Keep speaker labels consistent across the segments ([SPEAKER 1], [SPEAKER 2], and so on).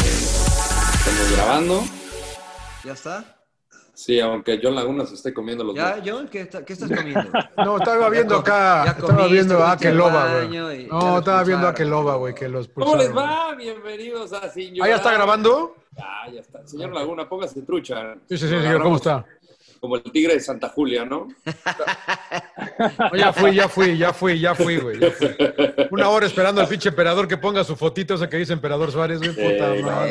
[SPEAKER 1] Estamos grabando.
[SPEAKER 2] ¿Ya está?
[SPEAKER 1] Sí, aunque John Laguna se esté comiendo los
[SPEAKER 2] ¿Ya, John? ¿Qué, está- qué estás comiendo?
[SPEAKER 3] No, estaba viendo
[SPEAKER 2] Ya com-
[SPEAKER 3] acá,
[SPEAKER 2] ya
[SPEAKER 3] estaba
[SPEAKER 2] comiste,
[SPEAKER 3] viendo a
[SPEAKER 2] fuiste al
[SPEAKER 3] Keloba,
[SPEAKER 2] baño y
[SPEAKER 3] güey.
[SPEAKER 2] ya
[SPEAKER 3] No,
[SPEAKER 2] lo
[SPEAKER 3] estaba viendo a
[SPEAKER 2] expulsaron.
[SPEAKER 3] Keloba, güey, que los
[SPEAKER 1] ¿Cómo les
[SPEAKER 3] pulsaron.
[SPEAKER 1] va? Bienvenidos a Sin Llorar.
[SPEAKER 3] Ah, ya está grabando.
[SPEAKER 1] Ah, ya está. Señor Laguna, póngase trucha.
[SPEAKER 3] Sí, sí, sí, señor, ¿cómo está?
[SPEAKER 1] Como el tigre de Santa Julia, ¿no?
[SPEAKER 3] No, ya fui, ya fui, ya fui, ya fui, güey. ya fui. Una hora esperando al pinche emperador que ponga su fotito esa que dice emperador Suárez, güey. Puta
[SPEAKER 1] Sí,
[SPEAKER 3] madre.
[SPEAKER 1] no, no, no.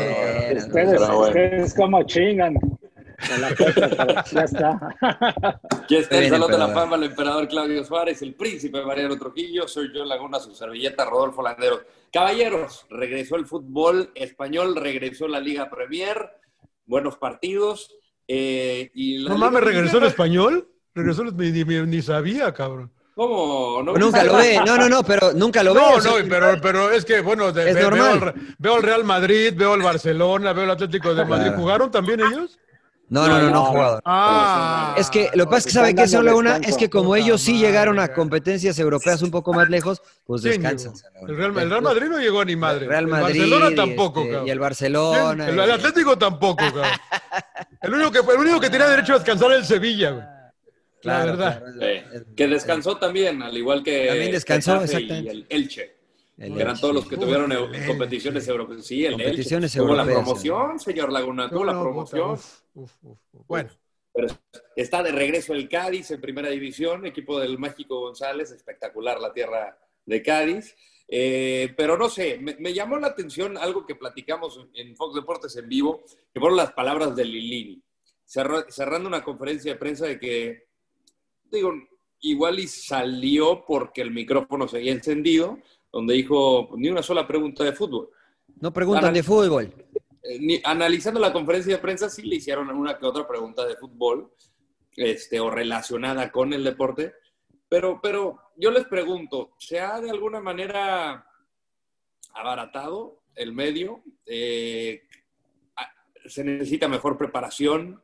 [SPEAKER 2] Era,
[SPEAKER 4] Ustedes,
[SPEAKER 1] Pero bueno.
[SPEAKER 4] ustedes como chingan. con la cosa, pero ya está.
[SPEAKER 1] Aquí está el
[SPEAKER 2] Bien,
[SPEAKER 1] Salón de la
[SPEAKER 2] emperador.
[SPEAKER 1] Fama, el emperador Claudio Suárez, el príncipe Mariano Trujillo, soy John Laguna, su servilleta Rodolfo Landero. Caballeros, regresó el fútbol español, regresó la Liga Premier, buenos partidos. eh, y la
[SPEAKER 3] No
[SPEAKER 1] Liga
[SPEAKER 3] mames, regresó el
[SPEAKER 1] Premier-
[SPEAKER 3] español. Regresó el ni, ni- ni sabía, cabrón.
[SPEAKER 1] ¿Cómo? ¿No
[SPEAKER 2] Nunca lo ve. No, no, no, pero nunca lo ve.
[SPEAKER 3] No,
[SPEAKER 2] o sea,
[SPEAKER 3] no, pero, pero es que, bueno, de-
[SPEAKER 2] Es
[SPEAKER 3] ve- veo,
[SPEAKER 2] normal.
[SPEAKER 3] al, Re- veo al Real Madrid, veo al Barcelona, veo al Atlético de Madrid.
[SPEAKER 2] Claro.
[SPEAKER 3] ¿Jugaron también ellos?
[SPEAKER 2] No, no, no, no,
[SPEAKER 1] No, no.
[SPEAKER 2] jugador.
[SPEAKER 3] Ah.
[SPEAKER 2] Es que lo que pasa es que sabe que
[SPEAKER 4] Están
[SPEAKER 2] señor
[SPEAKER 4] dando
[SPEAKER 2] Laguna es
[SPEAKER 4] descanso.
[SPEAKER 2] que como
[SPEAKER 3] Puta
[SPEAKER 2] ellos sí
[SPEAKER 3] madre,
[SPEAKER 2] llegaron a
[SPEAKER 3] cara.
[SPEAKER 2] competencias europeas un poco más lejos, pues
[SPEAKER 3] ¿Quién
[SPEAKER 2] descansan.
[SPEAKER 3] llegó?
[SPEAKER 2] señor Laguna.
[SPEAKER 3] El Real, el Real Madrid no llegó a ni madre.
[SPEAKER 2] Real Madrid.
[SPEAKER 3] El Barcelona
[SPEAKER 2] y
[SPEAKER 3] tampoco,
[SPEAKER 2] este,
[SPEAKER 3] cabrón.
[SPEAKER 2] Y el
[SPEAKER 3] ¿Quién?
[SPEAKER 2] Barcelona.
[SPEAKER 3] El,
[SPEAKER 2] y-
[SPEAKER 3] el Atlético tampoco, cabrón. El único, que, el único que tenía derecho a descansar era el Sevilla, güey.
[SPEAKER 2] Claro,
[SPEAKER 3] la verdad.
[SPEAKER 2] claro,
[SPEAKER 1] Eh,
[SPEAKER 2] el-
[SPEAKER 1] que descansó también, al igual que
[SPEAKER 2] También descansó,
[SPEAKER 1] Getafe y
[SPEAKER 2] exactamente.
[SPEAKER 1] el Elche.
[SPEAKER 2] el-
[SPEAKER 1] que eran todos los que tuvieron eu-
[SPEAKER 3] Elche.
[SPEAKER 1] competiciones europeas. Sí, el
[SPEAKER 2] Competiciones
[SPEAKER 1] Elche. Tuvo la
[SPEAKER 2] europeas,
[SPEAKER 1] promoción, señor Laguna, tuvo la
[SPEAKER 3] No, puta,
[SPEAKER 1] promoción.
[SPEAKER 3] uf, uf, uf, uf. Bueno,
[SPEAKER 1] Está de regreso el Cádiz en primera división, equipo del Mágico González, espectacular la tierra de Cádiz. Eh, pero no sé, me, me llamó la atención algo que platicamos en Fox Deportes en vivo, que fueron las palabras de Lilini, Cerra- cerrando una conferencia de prensa de que, digo, igual y salió porque el micrófono seguía encendido, donde dijo ni una sola pregunta de fútbol.
[SPEAKER 2] No preguntan de fútbol.
[SPEAKER 1] Eh, ni- analizando la conferencia de prensa, sí le hicieron una que otra pregunta de fútbol este, o relacionada con el deporte. Pero, pero yo les pregunto, ¿se ha de alguna manera abaratado el medio? Eh, a- ¿Se necesita mejor preparación?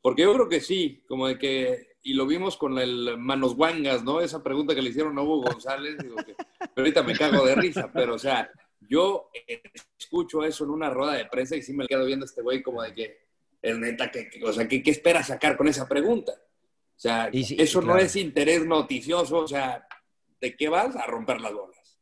[SPEAKER 1] Porque yo creo que sí, como de que, y lo vimos con el Manos Guangas, ¿no? Esa pregunta que le hicieron a Hugo González, digo que, pero ahorita me cago de risa, pero o sea, yo eh, escucho eso en una rueda de prensa y sí me quedo viendo a este güey como de que, es neta, que, que- o sea, ¿qué, qué espera sacar con esa pregunta? O sea,
[SPEAKER 2] Y sí,
[SPEAKER 1] eso no
[SPEAKER 2] claro.
[SPEAKER 1] es interés noticioso, o sea, ¿de qué vas a romper las bolas?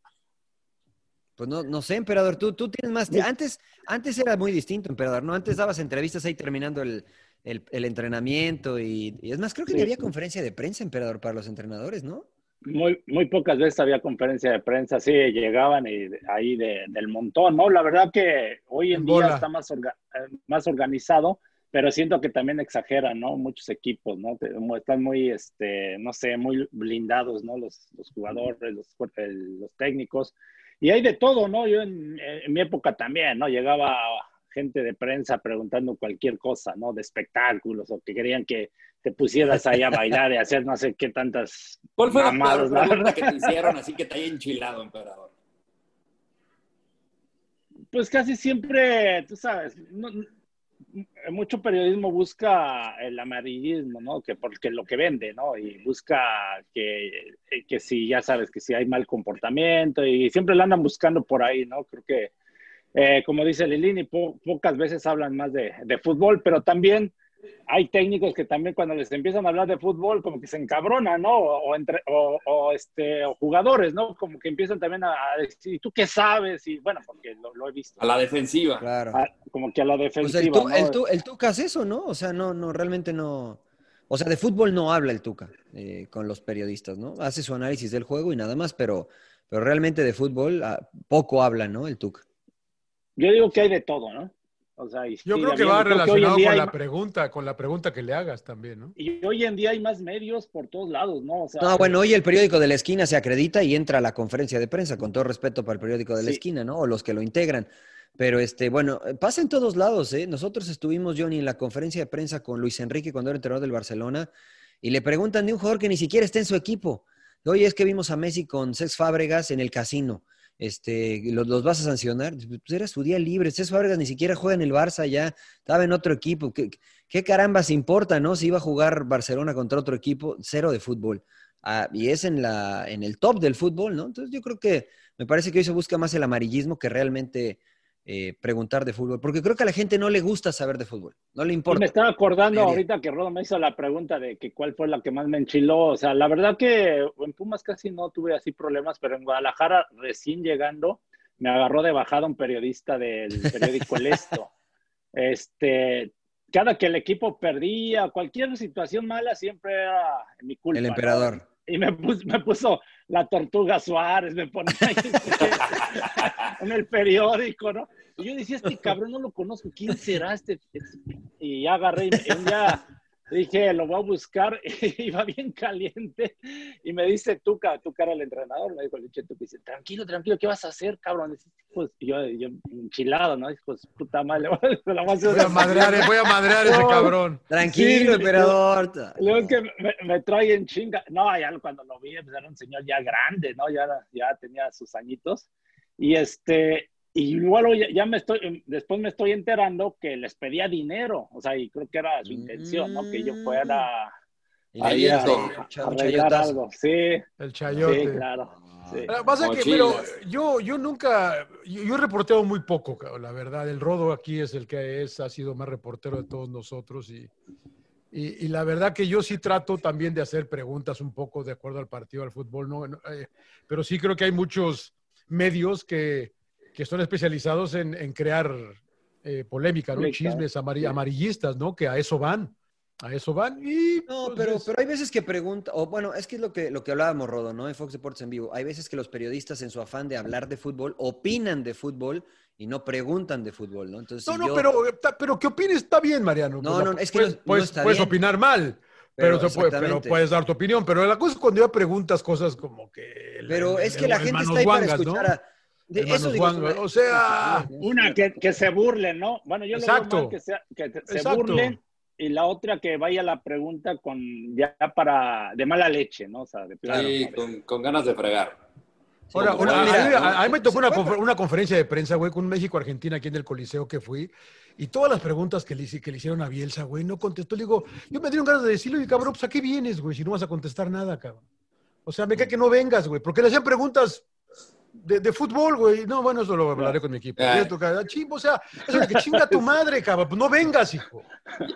[SPEAKER 2] Pues no, no sé, emperador, tú, tú tienes más... Antes, antes era muy distinto, emperador, ¿no? Antes dabas entrevistas ahí terminando el, el- el entrenamiento y, y es más, creo que ni
[SPEAKER 4] Sí.
[SPEAKER 2] había conferencia de prensa, emperador, para los entrenadores, ¿no?
[SPEAKER 4] Muy, muy pocas veces había conferencia de prensa, sí, llegaban y de- ahí de- del montón, ¿no? La verdad que hoy en
[SPEAKER 3] En
[SPEAKER 4] día
[SPEAKER 3] bola.
[SPEAKER 4] está más, orga- eh, más organizado, pero siento que también exageran, ¿no? Muchos equipos, ¿no? Te- mu- Están muy, este, no sé, muy blindados, ¿no? Los, los jugadores, los, cuer- el- los técnicos. Y hay de todo, ¿no? Yo en, en mi época también, ¿no? Llegaba gente de prensa preguntando cualquier cosa, ¿no? De espectáculos o que querían que te pusieras ahí a bailar y hacer no sé qué tantas
[SPEAKER 1] ¿Cuál fue la
[SPEAKER 4] Mamadas,
[SPEAKER 1] peor
[SPEAKER 4] la
[SPEAKER 1] pregunta
[SPEAKER 4] verdad.
[SPEAKER 1] que te hicieron así que te haya enchilado, emperador?
[SPEAKER 4] Pues casi siempre, tú sabes, no- n- mucho periodismo busca el amarillismo, ¿no? Que porque lo que vende, ¿no? Y busca que, eh, que si, ya sabes, que si hay mal comportamiento y siempre lo andan buscando por ahí, ¿no? Creo que, eh, como dice Lilini, po- pocas veces hablan más de, de fútbol, pero también hay técnicos que también cuando les empiezan a hablar de fútbol como que se encabronan, ¿no? O, entre, o, o este, o jugadores, ¿no? Como que empiezan también a, a decir, ¿tú qué sabes? Y bueno, porque lo, lo he visto.
[SPEAKER 1] A la defensiva.
[SPEAKER 2] Claro.
[SPEAKER 4] A- como que a la defensiva.
[SPEAKER 2] O sea, el, Tu-
[SPEAKER 4] ¿no?
[SPEAKER 2] el Tu- el Tuca hace eso, ¿no? O sea, no, no, realmente no. O sea, de fútbol no habla el Tuca eh, con los periodistas, ¿no? Hace su análisis del juego y nada más, pero, pero realmente de fútbol ah, poco habla, ¿no? El Tuca.
[SPEAKER 4] Yo digo que hay de todo, ¿no? O sea, y
[SPEAKER 3] Yo
[SPEAKER 4] sí,
[SPEAKER 3] creo que
[SPEAKER 4] había-
[SPEAKER 3] va
[SPEAKER 4] hoy en
[SPEAKER 3] relacionado
[SPEAKER 4] día
[SPEAKER 3] con
[SPEAKER 4] hay
[SPEAKER 3] la
[SPEAKER 4] ma-
[SPEAKER 3] pregunta, con la pregunta que le hagas también, ¿no?
[SPEAKER 4] Y hoy en día hay más medios por todos lados, ¿no? O sea,
[SPEAKER 2] No, bueno, hoy el periódico de la esquina se acredita y entra a la conferencia de prensa, con todo respeto para el periódico de la
[SPEAKER 4] Sí.
[SPEAKER 2] esquina, ¿no? O los que lo integran. Pero este, bueno, pasa en todos lados, ¿eh? Nosotros estuvimos, Johnny, en la conferencia de prensa con Luis Enrique cuando era entrenador del Barcelona y le preguntan de un jugador que ni siquiera está en su equipo. Oye, es que vimos a Messi con Cés Fábregas en el casino. Este, ¿los, los vas a sancionar? Pues era su día libre. Cés Fábregas ni siquiera juega en el Barça ya, estaba en otro equipo. ¿Qué, qué carambas importa, no? Si iba a jugar Barcelona contra otro equipo, cero de fútbol. Ah, y es en, la, en el top del fútbol, ¿no? Entonces yo creo que me parece que hoy se busca más el amarillismo que realmente eh, preguntar de fútbol, porque creo que a la gente no le gusta saber de fútbol, no le
[SPEAKER 4] Y me
[SPEAKER 2] importa.
[SPEAKER 4] estaba acordando
[SPEAKER 2] Mayoría.
[SPEAKER 4] ahorita que Rodo me hizo la pregunta de que cuál fue la que más me enchiló. O sea, la verdad que en Pumas casi no tuve así problemas, pero en Guadalajara recién llegando me agarró de bajada un periodista del periódico El Esto. Este, cada que el equipo perdía, cualquier situación mala siempre era mi culpa.
[SPEAKER 2] El
[SPEAKER 4] ¿no?
[SPEAKER 2] emperador.
[SPEAKER 4] Y me puso, me puso la tortuga Suárez, me ponía ahí en el periódico, ¿no? Y yo decía, este cabrón no lo conozco, ¿quién será este? Y ya agarré, y me- un día dije, lo voy a buscar, y iba bien caliente, y me dice Tuca, Tuca era el entrenador, me dijo, el Tuca, dice, tranquilo, tranquilo, ¿qué vas a hacer, cabrón? Y dice, pues, y yo, yo enchilado, ¿no? Dijo, pues, puta madre, le voy a- se la voy a hacer
[SPEAKER 3] Voy a
[SPEAKER 4] una-
[SPEAKER 3] madrear, eh, voy a madrear a ese
[SPEAKER 4] No,
[SPEAKER 3] cabrón.
[SPEAKER 2] Tranquilo,
[SPEAKER 4] Sí,
[SPEAKER 2] emperador.
[SPEAKER 4] Luego es que me, me trae en chinga. No, ya cuando lo vi, pues, era un señor ya grande, ¿no? Ya, era- ya tenía sus añitos. Y este, y luego ya, ya me estoy, em, después me estoy enterando que les pedía dinero. O sea, y creo que era su intención, ¿no? Que yo fuera a
[SPEAKER 2] Y
[SPEAKER 4] Ahí
[SPEAKER 2] le-
[SPEAKER 4] está.
[SPEAKER 2] un cha- un
[SPEAKER 4] arreglar
[SPEAKER 2] chayotazo.
[SPEAKER 4] algo. Sí,
[SPEAKER 3] El
[SPEAKER 4] sí,
[SPEAKER 3] chayote.
[SPEAKER 4] claro.
[SPEAKER 1] Ah.
[SPEAKER 4] sí.
[SPEAKER 3] Eh, Pasa que, pero
[SPEAKER 4] Mochilas.
[SPEAKER 3] yo, yo nunca, yo, yo he reporteo muy poco, cabrón, la verdad. El Rodo aquí es el que es, ha sido más reportero de todos nosotros y, y, y la verdad que yo sí trato también de hacer preguntas un poco de acuerdo al partido, al fútbol, ¿no? No, eh, pero sí creo que hay muchos medios que, que son especializados en, en crear eh, polémica, ¿no?
[SPEAKER 4] Polémica,
[SPEAKER 3] Chismes amari-
[SPEAKER 4] sí.
[SPEAKER 3] amarillistas, ¿no? Que a eso van, a eso van y...
[SPEAKER 2] No,
[SPEAKER 3] pues,
[SPEAKER 2] pero,
[SPEAKER 3] es-
[SPEAKER 2] pero hay veces que pregunta, o bueno, es que es lo que, lo que hablábamos, Rodo, ¿no? En Fox Deportes en vivo. Hay veces que los periodistas, en su afán de hablar de fútbol, opinan de fútbol y no preguntan de fútbol, ¿no? Entonces,
[SPEAKER 3] No,
[SPEAKER 2] si
[SPEAKER 3] no,
[SPEAKER 2] yo-
[SPEAKER 3] pero, ta- pero que opines está bien, Mariano.
[SPEAKER 2] No,
[SPEAKER 3] Pues la-
[SPEAKER 2] no, es que
[SPEAKER 3] puedes,
[SPEAKER 2] no- no
[SPEAKER 3] puedes-
[SPEAKER 2] está
[SPEAKER 3] puedes
[SPEAKER 2] bien.
[SPEAKER 3] opinar mal, pero,
[SPEAKER 2] Pero
[SPEAKER 3] se puede- pero
[SPEAKER 2] exactamente.
[SPEAKER 3] puedes dar tu opinión. Pero la cosa es cuando ya preguntas cosas como que. el-
[SPEAKER 2] Pero
[SPEAKER 3] el-
[SPEAKER 2] es que
[SPEAKER 3] el-
[SPEAKER 2] la
[SPEAKER 3] el
[SPEAKER 2] gente
[SPEAKER 3] Manos
[SPEAKER 2] está ahí para
[SPEAKER 3] Guangas, ¿no?
[SPEAKER 2] escuchar a... de-
[SPEAKER 3] El
[SPEAKER 2] digo,
[SPEAKER 3] Manos
[SPEAKER 2] eh, es
[SPEAKER 3] Guangas,
[SPEAKER 2] una-
[SPEAKER 3] o sea,
[SPEAKER 4] Una que, que se burlen, ¿no? Bueno, yo le
[SPEAKER 3] Exacto.
[SPEAKER 4] digo mal que, sea- que te- se
[SPEAKER 3] Exacto.
[SPEAKER 4] burlen y la otra que vaya la pregunta con ya para de mala leche, ¿no? O sea, de plano.
[SPEAKER 1] Sí, con, con ganas de fregar.
[SPEAKER 3] Ahora,
[SPEAKER 1] como
[SPEAKER 3] ahora,
[SPEAKER 1] mira,
[SPEAKER 3] a, mí,
[SPEAKER 1] ¿no?
[SPEAKER 3] a- a mí me tocó una, confer- una conferencia de prensa, güey, con México-Argentina aquí en el Coliseo que fui. Y todas las preguntas que le, hice- que le hicieron a Bielsa, güey, no contestó. Le digo, yo me dieron ganas de decirle, oye, cabrón, pues ¿a qué vienes, güey? Si no vas a contestar nada, cabrón. O sea, me cae que no vengas, güey, porque le hacían preguntas de, de fútbol, güey. No, bueno, eso lo hablaré con mi equipo.
[SPEAKER 1] Ay.
[SPEAKER 3] Y esto, cabrón, chimbo, o sea, eso es que chinga tu madre, cabrón. Pues no vengas, hijo.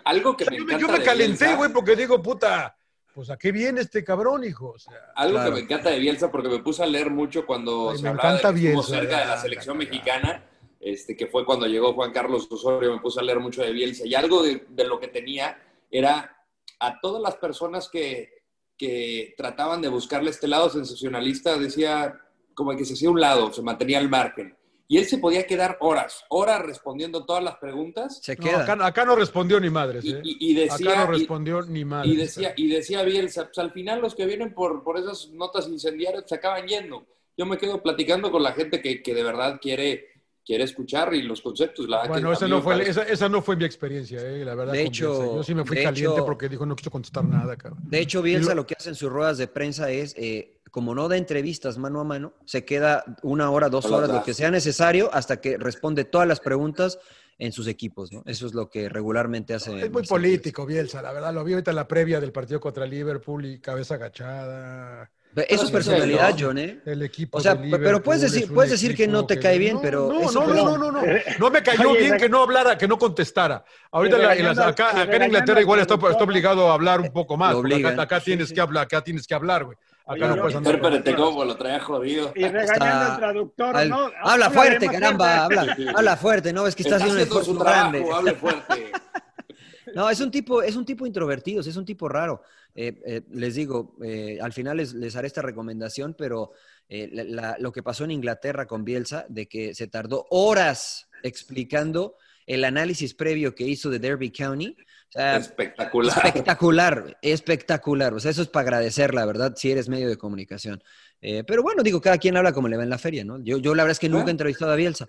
[SPEAKER 1] Algo que me
[SPEAKER 3] Yo me,
[SPEAKER 1] encanta.
[SPEAKER 3] yo me
[SPEAKER 1] de
[SPEAKER 3] calenté,
[SPEAKER 1] Bielsa-
[SPEAKER 3] güey, porque digo, puta, pues ¿a qué viene este cabrón, hijo? O sea,
[SPEAKER 1] Algo
[SPEAKER 2] Claro.
[SPEAKER 1] que me encanta de Bielsa porque me puse a leer mucho cuando
[SPEAKER 3] Ay,
[SPEAKER 1] se
[SPEAKER 3] me
[SPEAKER 1] hablaba
[SPEAKER 3] encanta
[SPEAKER 1] de que estuvo
[SPEAKER 3] Bielsa, eh.
[SPEAKER 1] cerca de la
[SPEAKER 3] anda,
[SPEAKER 1] selección
[SPEAKER 3] cagada.
[SPEAKER 1] mexicana, este, que fue cuando llegó Juan Carlos Osorio, me puse a leer mucho de Bielsa y algo de, de lo que tenía era a todas las personas que, que trataban de buscarle este lado sensacionalista, decía como que se hacía un lado, se mantenía al margen. Y él se podía quedar horas, horas respondiendo todas las preguntas
[SPEAKER 2] Se
[SPEAKER 3] no,
[SPEAKER 2] queda.
[SPEAKER 3] acá, acá no respondió ni madres,
[SPEAKER 1] y,
[SPEAKER 3] ¿eh?
[SPEAKER 1] y- y decía...
[SPEAKER 3] Acá no
[SPEAKER 1] y-
[SPEAKER 3] respondió ni madre.
[SPEAKER 1] y decía, y decía Bielsa, pues al final los que vienen por, por esas notas incendiarias se acaban yendo. Yo me quedo platicando con la gente que, que de verdad quiere, quiere escuchar y los conceptos. La verdad
[SPEAKER 3] bueno,
[SPEAKER 1] que
[SPEAKER 3] esa
[SPEAKER 1] a mí
[SPEAKER 3] no,
[SPEAKER 1] me
[SPEAKER 3] fue,
[SPEAKER 1] parece-
[SPEAKER 3] esa, esa no fue mi experiencia, eh, la verdad.
[SPEAKER 2] De
[SPEAKER 3] con
[SPEAKER 2] hecho-
[SPEAKER 3] Bielsa. yo sí me fui
[SPEAKER 2] de
[SPEAKER 3] caliente
[SPEAKER 2] hecho-
[SPEAKER 3] porque dijo no quiso contestar nada, cabrón.
[SPEAKER 2] De hecho, Bielsa
[SPEAKER 3] Y lo-
[SPEAKER 2] lo... que hace en sus ruedas de prensa es, eh, como no da entrevistas mano a mano, se queda una hora, dos
[SPEAKER 1] Hola,
[SPEAKER 2] horas, lo
[SPEAKER 1] atrás.
[SPEAKER 2] que sea necesario, hasta que responde todas las preguntas en sus equipos, ¿no? Eso es lo que regularmente hace.
[SPEAKER 3] Es muy
[SPEAKER 2] Marcelo
[SPEAKER 3] político, Bielsa, la verdad. Lo vi ahorita en la previa del partido contra Liverpool y cabeza agachada.
[SPEAKER 2] Eso es personalidad,
[SPEAKER 3] No.
[SPEAKER 2] John, ¿eh?
[SPEAKER 3] El equipo
[SPEAKER 2] O sea,
[SPEAKER 3] de
[SPEAKER 2] pe-
[SPEAKER 3] Liverpool
[SPEAKER 2] pero puedes
[SPEAKER 3] es
[SPEAKER 2] decir,
[SPEAKER 3] un
[SPEAKER 2] puedes decir que
[SPEAKER 3] equipo
[SPEAKER 2] no te cae bien,
[SPEAKER 3] no,
[SPEAKER 2] pero.
[SPEAKER 3] No,
[SPEAKER 2] eso
[SPEAKER 3] no, no, no, no. No me cayó
[SPEAKER 2] Eh, Oye,
[SPEAKER 3] bien
[SPEAKER 2] Isaac-
[SPEAKER 3] que no hablara, que no contestara. Ahorita
[SPEAKER 2] Y
[SPEAKER 3] la-
[SPEAKER 2] regañando
[SPEAKER 3] las- acá,
[SPEAKER 2] al- y
[SPEAKER 3] acá en
[SPEAKER 2] regañando
[SPEAKER 3] Inglaterra
[SPEAKER 2] al
[SPEAKER 3] igual está,
[SPEAKER 2] productor,
[SPEAKER 3] está obligado a hablar un poco más.
[SPEAKER 2] Lo
[SPEAKER 3] porque Acá,
[SPEAKER 2] obligan.
[SPEAKER 3] acá tienes que hablar, acá tienes que hablar, güey. Acá
[SPEAKER 1] Pero
[SPEAKER 3] no puedes andar.
[SPEAKER 1] Intérprete cómo lo trae jodido.
[SPEAKER 4] Y regañando al traductor,
[SPEAKER 2] al-
[SPEAKER 4] ¿no?
[SPEAKER 2] Habla
[SPEAKER 4] Háblale
[SPEAKER 2] fuerte,
[SPEAKER 4] más
[SPEAKER 2] caramba,
[SPEAKER 4] fuerte.
[SPEAKER 2] habla, habla fuerte, ¿no? Es que está,
[SPEAKER 1] Está
[SPEAKER 2] haciendo un
[SPEAKER 1] haciendo su
[SPEAKER 2] esfuerzo
[SPEAKER 1] trabajo,
[SPEAKER 2] grande.
[SPEAKER 1] hable fuerte.
[SPEAKER 2] No, es un tipo, es un tipo introvertido, es un tipo raro. Eh, eh, les digo, eh, al final les, les haré esta recomendación, pero eh, la- la- lo que pasó en Inglaterra con Bielsa, de que se tardó horas explicando el análisis previo que hizo de Derby County. O sea,
[SPEAKER 1] Espectacular.
[SPEAKER 2] Ah, espectacular, espectacular. O sea, eso es para agradecer, la verdad, si eres medio de comunicación. Eh, pero bueno, digo, cada quien habla como le va en la feria, ¿no? Yo, yo la verdad es que nunca he entrevistado a Bielsa.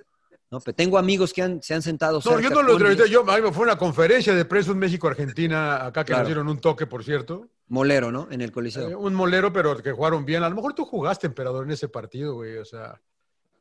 [SPEAKER 2] ¿no? Pero tengo amigos que han- se han sentado
[SPEAKER 3] No,
[SPEAKER 2] cerca
[SPEAKER 3] yo no lo
[SPEAKER 2] con Bielsa.
[SPEAKER 3] entrevisté. Yo, a mí me fue una conferencia de prensa en México-Argentina, acá que
[SPEAKER 2] Claro.
[SPEAKER 3] nos dieron un toque, por cierto.
[SPEAKER 2] Molero, ¿no? En el Coliseo.
[SPEAKER 3] Eh, un molero, pero que jugaron bien. A lo mejor tú jugaste, emperador, en ese partido, güey. O sea,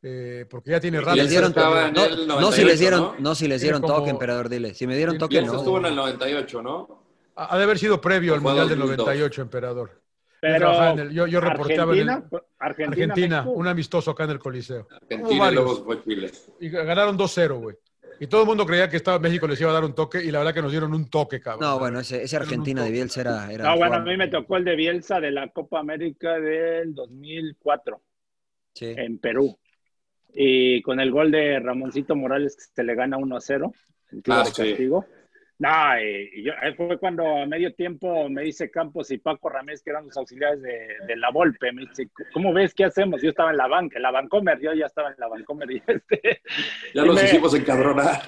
[SPEAKER 3] eh, porque ya tiene
[SPEAKER 1] Y
[SPEAKER 3] rato.
[SPEAKER 1] les dieron- Estaba en
[SPEAKER 2] no,
[SPEAKER 1] el
[SPEAKER 2] no,
[SPEAKER 1] 98,
[SPEAKER 2] si les dieron,
[SPEAKER 1] ¿no?
[SPEAKER 2] no, si les
[SPEAKER 3] Tiene
[SPEAKER 2] dieron
[SPEAKER 3] como-
[SPEAKER 2] toque, emperador, dile. Si me dieron toque,
[SPEAKER 1] Bielsa
[SPEAKER 2] no.
[SPEAKER 1] estuvo en el 98, ¿no?
[SPEAKER 3] Ha ha de haber sido previo al
[SPEAKER 1] Fue
[SPEAKER 3] Mundial del
[SPEAKER 1] 2002.
[SPEAKER 3] 98, emperador. Yo trabajaba
[SPEAKER 4] Pero
[SPEAKER 3] en el- yo, yo reporteaba en el-
[SPEAKER 4] Argentina, pues, Argentina,
[SPEAKER 3] Argentina,
[SPEAKER 4] México.
[SPEAKER 3] un amistoso acá en el Coliseo. Hubo
[SPEAKER 1] Argentina y
[SPEAKER 3] varios.
[SPEAKER 1] luego fue Chile.
[SPEAKER 3] Y ganaron 2-0, güey. Y todo el mundo creía que estaba, México les iba a dar un toque, y la verdad que nos dieron un toque, cabrón.
[SPEAKER 2] No, bueno, ese, ese Argentina de Bielsa era. era
[SPEAKER 4] No, bueno, a
[SPEAKER 2] guau.
[SPEAKER 4] mí me tocó el de Bielsa de la Copa América del 2004
[SPEAKER 2] Sí.
[SPEAKER 4] en Perú. Y con el gol de Ramoncito Morales que se le gana 1 a 0, el tiro
[SPEAKER 1] Ah,
[SPEAKER 4] de
[SPEAKER 1] sí.
[SPEAKER 4] castigo. No, y- y yo- ahí fue cuando a medio tiempo me dice Campos y Paco Ramírez, que eran los auxiliares de, de la Volpe, me dice, ¿cómo ves? ¿Qué hacemos? Yo estaba en la banca, en la Bancomer, yo ya estaba en la Bancomer. Y este,
[SPEAKER 1] Ya
[SPEAKER 4] y
[SPEAKER 1] los
[SPEAKER 4] me-
[SPEAKER 1] hicimos encabronar.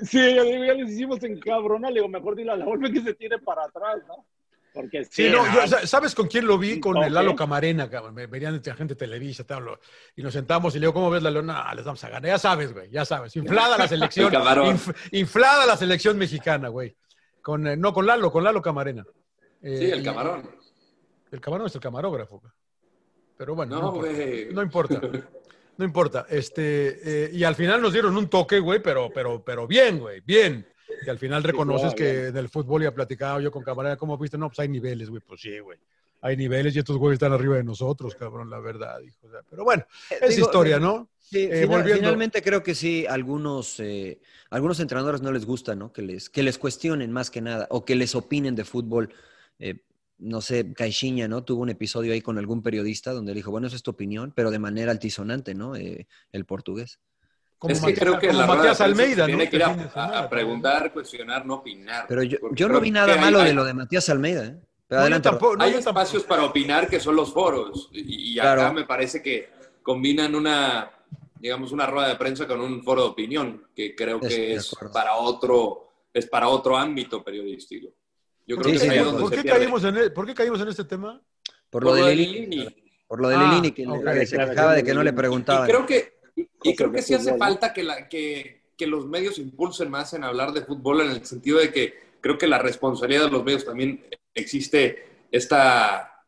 [SPEAKER 4] Sí, yo digo, ya les hicimos en cabrona, le digo, mejor dile a la Volpe que se tire para atrás, ¿no? Porque
[SPEAKER 3] Sí, no,
[SPEAKER 4] era-
[SPEAKER 3] yo- sa- ¿sabes con quién lo vi? Con
[SPEAKER 4] toque.
[SPEAKER 3] el Lalo Camarena, cabrón. Me- Venían de la gente de Televisa, te hablo. Y nos sentamos y le digo, ¿cómo ves la lona? Ah, les vamos a ganar. Ya sabes, güey, ya sabes. Inflada la selección.
[SPEAKER 1] El camarón.
[SPEAKER 3] inf- inflada la selección mexicana, güey. Con, eh, no, con Lalo, con Lalo Camarena. Eh,
[SPEAKER 1] Sí, el
[SPEAKER 3] y-
[SPEAKER 1] camarón.
[SPEAKER 3] El camarón es el camarógrafo. güey. Pero bueno,
[SPEAKER 1] No,
[SPEAKER 3] no, importa.
[SPEAKER 1] güey.
[SPEAKER 3] No importa. No importa. Este, eh, y al final nos dieron un toque, güey, pero, pero, pero bien, güey, bien. Y al final reconoces
[SPEAKER 4] jugaba
[SPEAKER 3] que
[SPEAKER 4] bien.
[SPEAKER 3] en el fútbol ya platicado yo con camarada, ¿cómo viste? No, pues hay niveles, güey, pues sí, güey. Hay niveles y estos güeyes están arriba de nosotros, cabrón, la verdad, hijo. O sea, pero bueno, es
[SPEAKER 2] Eh, Digo,
[SPEAKER 3] historia, ¿no?
[SPEAKER 2] Sí,
[SPEAKER 3] Eh,
[SPEAKER 2] final-
[SPEAKER 3] volviendo.
[SPEAKER 2] Finalmente creo que sí, algunos, eh, algunos entrenadores no les gusta, ¿no? Que les, que les cuestionen más que nada o que les opinen de fútbol. Eh, no sé, Caixinha, ¿no? Tuvo un episodio ahí con algún periodista donde le dijo, bueno, esa es tu opinión, pero de manera altisonante, ¿no? Eh, el portugués.
[SPEAKER 3] Como,
[SPEAKER 1] es que
[SPEAKER 3] Mati-
[SPEAKER 1] creo que
[SPEAKER 3] como
[SPEAKER 1] la rueda de
[SPEAKER 3] Matías
[SPEAKER 1] prensa
[SPEAKER 3] Almeida, ¿no?
[SPEAKER 1] tiene que ir a,
[SPEAKER 3] Este fin de semana,
[SPEAKER 1] a- a preguntar, cuestionar, no opinar.
[SPEAKER 2] Pero yo,
[SPEAKER 1] Porque
[SPEAKER 2] yo no
[SPEAKER 1] creo
[SPEAKER 2] vi
[SPEAKER 1] que
[SPEAKER 2] nada
[SPEAKER 1] hay-
[SPEAKER 2] malo de
[SPEAKER 1] hay-
[SPEAKER 2] lo de Matías Almeida, ¿eh? Pero
[SPEAKER 3] No, yo
[SPEAKER 2] adelante. Rafa.
[SPEAKER 3] tampoco- no,
[SPEAKER 1] hay
[SPEAKER 3] yo tampoco.
[SPEAKER 1] espacios para opinar que son los foros. Y, y acá
[SPEAKER 2] Claro.
[SPEAKER 1] me parece que combinan una, digamos, una rueda de prensa con un foro de opinión, que creo
[SPEAKER 2] Estoy
[SPEAKER 1] que
[SPEAKER 2] de
[SPEAKER 1] es
[SPEAKER 2] acuerdo.
[SPEAKER 1] para otro, es para otro ámbito periodístico. Yo creo
[SPEAKER 2] Sí,
[SPEAKER 1] que
[SPEAKER 2] sí,
[SPEAKER 1] es ahí
[SPEAKER 2] de
[SPEAKER 1] donde
[SPEAKER 3] ¿Por
[SPEAKER 1] se
[SPEAKER 3] qué
[SPEAKER 1] pierde.
[SPEAKER 3] caímos en e- ¿Por qué caímos en este tema?
[SPEAKER 2] Por lo
[SPEAKER 1] Por
[SPEAKER 2] de
[SPEAKER 1] lo de
[SPEAKER 2] Lilini.
[SPEAKER 1] Lilini.
[SPEAKER 2] Por lo de
[SPEAKER 3] Ah,
[SPEAKER 2] Lilini, que, le-
[SPEAKER 3] ok,
[SPEAKER 2] que se
[SPEAKER 4] claro,
[SPEAKER 2] quejaba de
[SPEAKER 4] sí,
[SPEAKER 2] que no
[SPEAKER 4] Lilini.
[SPEAKER 2] le
[SPEAKER 4] Y
[SPEAKER 2] preguntaban.
[SPEAKER 1] Y creo que, y
[SPEAKER 4] Cosas
[SPEAKER 1] creo
[SPEAKER 4] de
[SPEAKER 1] que sí hace
[SPEAKER 4] fútbol, ¿no?
[SPEAKER 1] falta que, la, que, que los medios impulsen más en hablar de fútbol en el sentido de que creo que la responsabilidad de los medios también existe esta,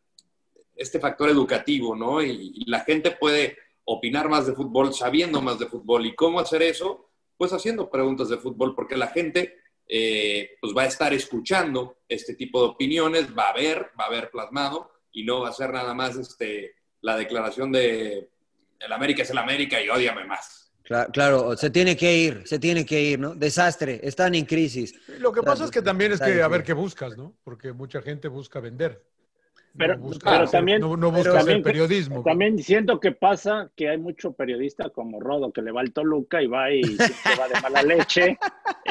[SPEAKER 1] este factor educativo, ¿no? Y, y la gente puede opinar más de fútbol sabiendo más de fútbol. ¿Y cómo hacer eso? Pues haciendo preguntas de fútbol, porque la gente eh, pues va a estar escuchando este tipo de opiniones, va a ver, va a ver plasmado y no va a ser nada más este, la declaración de el América es el América y ódiame más.
[SPEAKER 2] Cla- Claro, se tiene que ir, se tiene que ir, ¿no? Desastre, están en crisis.
[SPEAKER 3] Lo que
[SPEAKER 2] Claro,
[SPEAKER 3] pasa es que también es
[SPEAKER 2] está
[SPEAKER 3] que a
[SPEAKER 2] difícil.
[SPEAKER 3] ver qué buscas, ¿no? Porque mucha gente busca vender.
[SPEAKER 4] Pero-
[SPEAKER 3] busca
[SPEAKER 4] pero
[SPEAKER 3] hacer-
[SPEAKER 4] también-
[SPEAKER 3] no, no
[SPEAKER 4] pero
[SPEAKER 3] busca hacer
[SPEAKER 4] también-
[SPEAKER 3] periodismo.
[SPEAKER 4] También siento que pasa que hay mucho periodista como Rodo que le va al Toluca y va y siempre va de mala leche.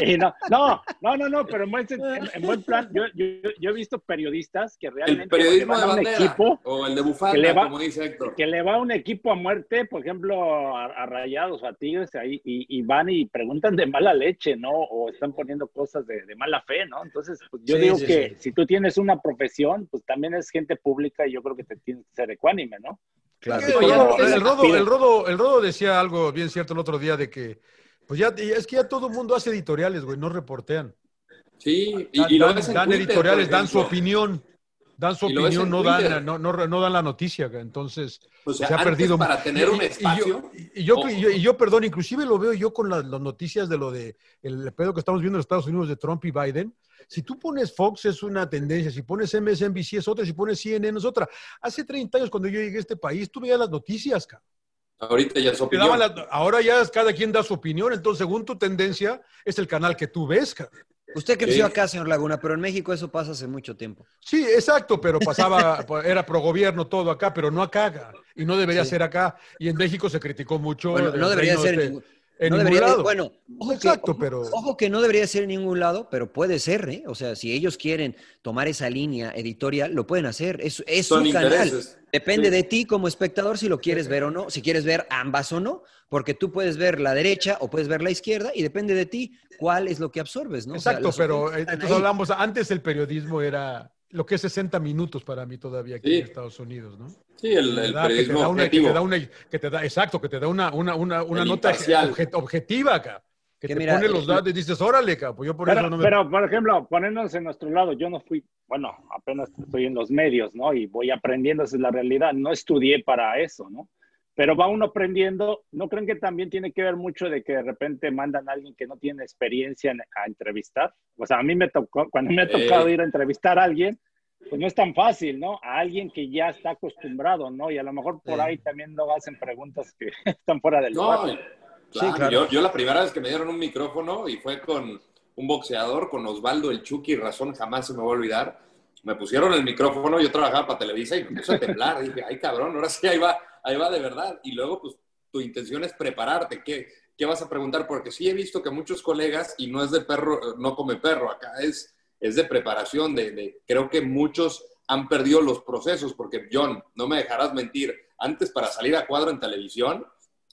[SPEAKER 4] Y no, no, no, no, no, pero en buen, sen- en- en buen plan, yo, yo- yo he visto periodistas que realmente
[SPEAKER 1] El periodismo
[SPEAKER 4] le
[SPEAKER 1] de
[SPEAKER 4] van a un
[SPEAKER 1] bandera
[SPEAKER 4] equipo
[SPEAKER 1] o el de
[SPEAKER 4] que le
[SPEAKER 1] bufanda,
[SPEAKER 4] va-
[SPEAKER 1] como dice Héctor.
[SPEAKER 4] que le va a un equipo a muerte, por ejemplo, a, a Rayados o a Tigres, ahí, y, y van y preguntan de mala leche, ¿no? O están poniendo cosas de, de mala fe, ¿no? Entonces, pues, yo
[SPEAKER 2] Sí,
[SPEAKER 4] digo
[SPEAKER 2] sí,
[SPEAKER 4] que
[SPEAKER 2] sí.
[SPEAKER 4] si tú tienes una profesión, pues también es gente pública y yo creo que te tienes que ser ecuánime, ¿no?
[SPEAKER 2] Claro.
[SPEAKER 3] El
[SPEAKER 4] Oye,
[SPEAKER 3] Rodo-
[SPEAKER 4] antes-
[SPEAKER 3] el, rodo, el, rodo, el Rodo decía algo bien cierto el otro día de que, pues ya, y es que ya todo el mundo hace editoriales, güey, no reportean.
[SPEAKER 1] Sí,
[SPEAKER 3] Dan,
[SPEAKER 1] y, y lo
[SPEAKER 3] dan-
[SPEAKER 1] ves en
[SPEAKER 3] dan
[SPEAKER 1] Twitter,
[SPEAKER 3] editoriales,
[SPEAKER 1] por
[SPEAKER 3] dan su
[SPEAKER 1] ejemplo.
[SPEAKER 3] opinión. Dan su
[SPEAKER 1] Y lo ves
[SPEAKER 3] opinión,
[SPEAKER 1] en
[SPEAKER 3] no
[SPEAKER 1] Twitter.
[SPEAKER 3] dan, no, no- no dan la noticia. güey. Entonces,
[SPEAKER 1] O sea,
[SPEAKER 3] se ha
[SPEAKER 1] antes
[SPEAKER 3] perdido.
[SPEAKER 1] para tener un
[SPEAKER 3] Y- y-
[SPEAKER 1] espacio,
[SPEAKER 3] Y, yo,
[SPEAKER 1] o-
[SPEAKER 3] y, yo, y yo, perdón, inclusive lo veo yo con las, las noticias de lo de el pedo que estamos viendo en Estados Unidos de Trump y Biden. Si tú pones Fox es una tendencia, si pones MSNBC es otra, si pones CNN es otra. Hace 30 años cuando yo llegué a este país, tú veías las noticias, cabrón.
[SPEAKER 1] Ahorita ya es opinión.
[SPEAKER 3] Las, ahora ya cada quien da su opinión, entonces según tu tendencia es el canal que tú ves, cabrón.
[SPEAKER 2] Usted creció sí. acá, señor Laguna, pero en México eso pasa hace mucho tiempo.
[SPEAKER 3] Sí, exacto, pero pasaba, pues, era pro gobierno todo acá, pero no acá, y no debería sí. ser acá. Y en México se criticó mucho.
[SPEAKER 2] Bueno, no debería ser de, en,
[SPEAKER 3] este, en no debería, ningún lado.
[SPEAKER 2] Bueno, ojo exacto, que, pero... ojo que no debería ser en ningún lado, pero puede ser, ¿eh? O sea, si ellos quieren tomar esa línea editorial, lo pueden hacer. Es, es su intereses. canal. Depende sí. de ti como espectador si lo quieres ver o no, si quieres ver ambas o no, porque tú puedes ver la derecha o puedes ver la izquierda y depende de ti cuál es lo que absorbes, ¿no?
[SPEAKER 3] Exacto, o sea, pero eh, entonces ahí. hablamos, antes el periodismo era lo que es 60 minutos para mí todavía aquí sí. en Estados Unidos, ¿no?
[SPEAKER 1] Sí, el, el periodismo
[SPEAKER 3] que te, da una, que te da una, que te da exacto, que te da una, una, una, una nota objet, objetiva acá. Que, que te mira, pone los datos y dices, órale, capo, yo por
[SPEAKER 4] pero,
[SPEAKER 3] eso no me...
[SPEAKER 4] Pero, por ejemplo, ponernos en nuestro lado, yo no fui, bueno, apenas estoy en los medios, ¿no? Y voy aprendiendo, esa es la realidad, no estudié para eso, ¿no? Pero va uno aprendiendo, ¿no creen que también tiene que ver mucho de que de repente mandan a alguien que no tiene experiencia en, a entrevistar? O sea, a mí me tocó, cuando me ha tocado eh. ir a entrevistar a alguien, pues no es tan fácil, ¿no? A alguien que ya está acostumbrado, ¿no? Y a lo mejor por sí. ahí también no hacen preguntas que están fuera del lugar.
[SPEAKER 1] No, eh, claro. Sí, claro. Yo, yo, la primera vez que me dieron un micrófono y fue con un boxeador, con Osvaldo El Chucky, razón jamás se me va a olvidar. Me pusieron el micrófono, yo trabajaba para Televisa y me puse a temblar. y dije, ay cabrón, ahora sí, ahí va, ahí va de verdad. Y luego, pues, tu intención es prepararte. ¿Qué, qué vas a preguntar? Porque sí he visto que muchos colegas, y no es de perro, no come perro, acá es es de preparación, de, de, creo que muchos han perdido los procesos, porque John, no me dejarás mentir, antes para salir a cuadro en televisión,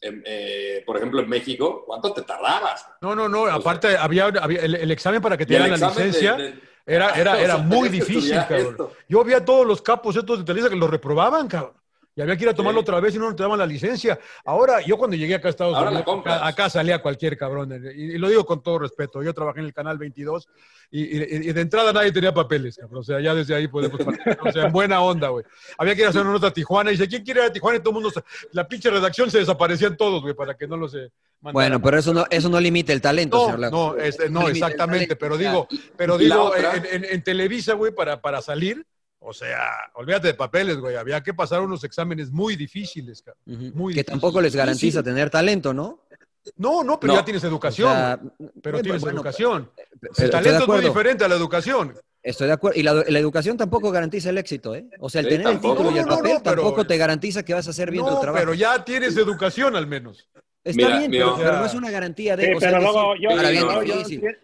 [SPEAKER 1] eh, eh, por ejemplo en México, ¿cuánto te tardabas?
[SPEAKER 3] No, no, no, o sea, aparte había, había el, el, examen para que te dieran la licencia. De, de, era, era, era o sea, muy difícil, cabrón. Esto. Yo vi a todos los capos estos de Televisa que los reprobaban, cabrón. Y había que ir a tomarlo sí. otra vez y no te daban la licencia. Ahora, yo cuando llegué acá a Estados Ahora Unidos, acá, acá, salía cualquier cabrón. Y, y, lo digo con todo respeto. Yo trabajé en el Canal 22 y, y, y de entrada nadie tenía papeles, cabrón. O sea, ya desde ahí podemos... o sea, en buena onda, güey. Había que ir a hacer una nota a Tijuana. Y dice, ¿quién quiere ir a Tijuana? Y todo el mundo... Se, la pinche redacción se desaparecían todos, güey, para que no lo se...
[SPEAKER 2] Mandara. Bueno, pero eso no, eso no limita el talento,
[SPEAKER 3] no,
[SPEAKER 2] señor
[SPEAKER 3] No, este, no, no exactamente. Pero digo, pero digo en, en, en, Televisa, güey, para, para salir... O sea, olvídate de papeles, güey. Había que pasar unos exámenes muy difíciles, cara.
[SPEAKER 2] Uh
[SPEAKER 3] -huh. muy
[SPEAKER 2] que
[SPEAKER 3] difíciles.
[SPEAKER 2] tampoco les garantiza sí. tener talento, ¿no?
[SPEAKER 3] No, no, pero no. ya tienes educación. O sea, pero bueno, tienes bueno, educación. Pero, el talento es muy diferente a la educación.
[SPEAKER 2] Estoy de acuerdo. Y la, la, educación tampoco garantiza el éxito, ¿eh? O sea, el sí, tener tampoco. el título no, y el papel no, pero, tampoco te garantiza que vas a hacer bien tu trabajo.
[SPEAKER 3] Pero ya tienes educación al menos.
[SPEAKER 2] Está mira, bien, mira, pero, pero, no es una garantía de. Sí, o sea, pero luego, yo, para bien, no, yo,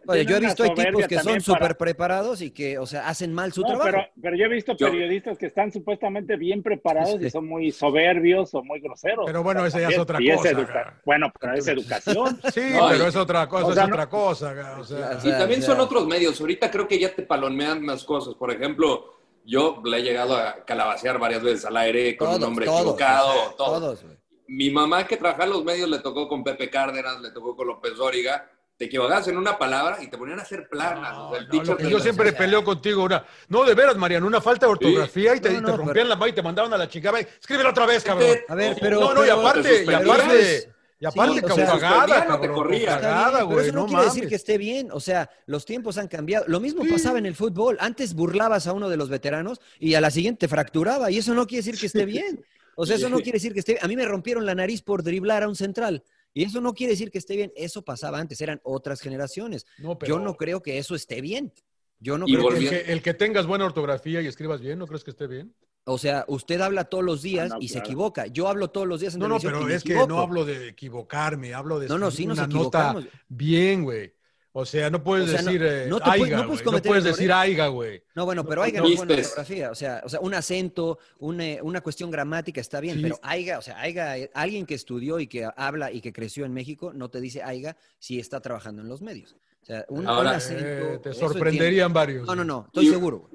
[SPEAKER 2] Oye, yo he visto equipos que son súper para... preparados y que, o sea, hacen mal su no, trabajo.
[SPEAKER 4] Pero, pero, yo he visto periodistas yo... que están supuestamente bien preparados sí.
[SPEAKER 2] Este.
[SPEAKER 4] y son muy soberbios o muy groseros.
[SPEAKER 3] Pero bueno, esa ya es otra y cosa.
[SPEAKER 4] Educa... Bueno, pero es educación.
[SPEAKER 3] Sí, no, pero es otra cosa, o sea, es otra cosa. O sea,
[SPEAKER 1] y también son otros medios. Ahorita creo que ya te palomean más cosas. Por ejemplo, yo le he llegado a calabacear varias veces al aire con todos, un nombre todos, equivocado. Todos, güey mi mamá que trabajaba en los medios le tocó con Pepe Cárdenas, le tocó con López Dóriga. Te equivocabas en una palabra y te ponían a hacer planas. No, o sea,
[SPEAKER 3] no, que yo siempre peleo contigo. Una, no, de veras, Mariano, una falta de ortografía sí. y te, no, te rompían pero... la mano y te mandaban a la chingada. Escríbela otra vez, cabrón.
[SPEAKER 2] A ver, pero.
[SPEAKER 3] No, no, y aparte, y aparte. Y aparte, sí, cabrón, o sea, cagada, cabrón,
[SPEAKER 1] te corría.
[SPEAKER 2] Cagada, güey, pero eso no, no quiere mames. decir que esté bien. O sea, los tiempos han cambiado. Lo mismo sí. pasaba en el fútbol. Antes burlabas a uno de los veteranos y a la siguiente te fracturaba. Y eso no quiere decir que esté bien. O sea, eso no quiere decir que esté. A mí me rompieron la nariz por driblar a un central. Y eso no quiere decir que esté bien. Eso pasaba antes, eran otras generaciones. No, pero... Yo no creo que eso esté bien. Yo no
[SPEAKER 3] y
[SPEAKER 2] creo
[SPEAKER 3] el que... El que tengas buena ortografía y escribas bien, ¿no crees que esté bien?
[SPEAKER 2] O sea, usted habla todos los días no, no, y claro. se equivoca. Yo hablo todos los días en
[SPEAKER 3] Ah, No, no, pero es que no hablo de equivocarme, hablo de no, no, sí nos una nota bien, güey. O sea, no puedes o sea, decir eh, no, te aiga, puedes, no puedes, no puedes decir aiga, güey.
[SPEAKER 2] No, bueno, pero aiga no, es buena ortografía. O sea, o sea, un acento, una, una cuestión gramática está bien, sí. pero aiga, o sea, aiga, eh, alguien que estudió y que habla y que creció en México no te dice aiga si está trabajando en los medios. O sea, un, Ahora, un acento, eh,
[SPEAKER 3] te pues. sorprenderían varios.
[SPEAKER 2] No, no, no, estoy
[SPEAKER 1] y,
[SPEAKER 2] seguro. Güey.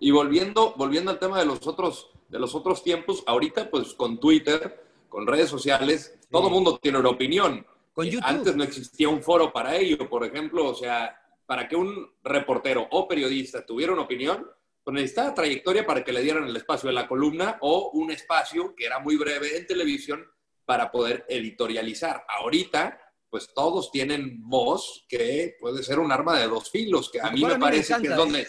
[SPEAKER 1] Y volviendo, volviendo al tema de los otros, de los otros tiempos, ahorita, pues, con Twitter, con redes sociales, sí. todo el mundo tiene una opinión. Con YouTube. Antes no existía un foro para ello, por ejemplo, o sea, para que un reportero o periodista tuviera una opinión, pues necesitaba trayectoria para que le dieran el espacio de la columna o un espacio que era muy breve en televisión para poder editorializar. Ahorita, pues todos tienen voz que puede ser un arma de dos filos, que a mí
[SPEAKER 2] Bueno,
[SPEAKER 1] me
[SPEAKER 2] a mí me
[SPEAKER 1] parece que
[SPEAKER 2] encanta, eh.
[SPEAKER 1] es donde,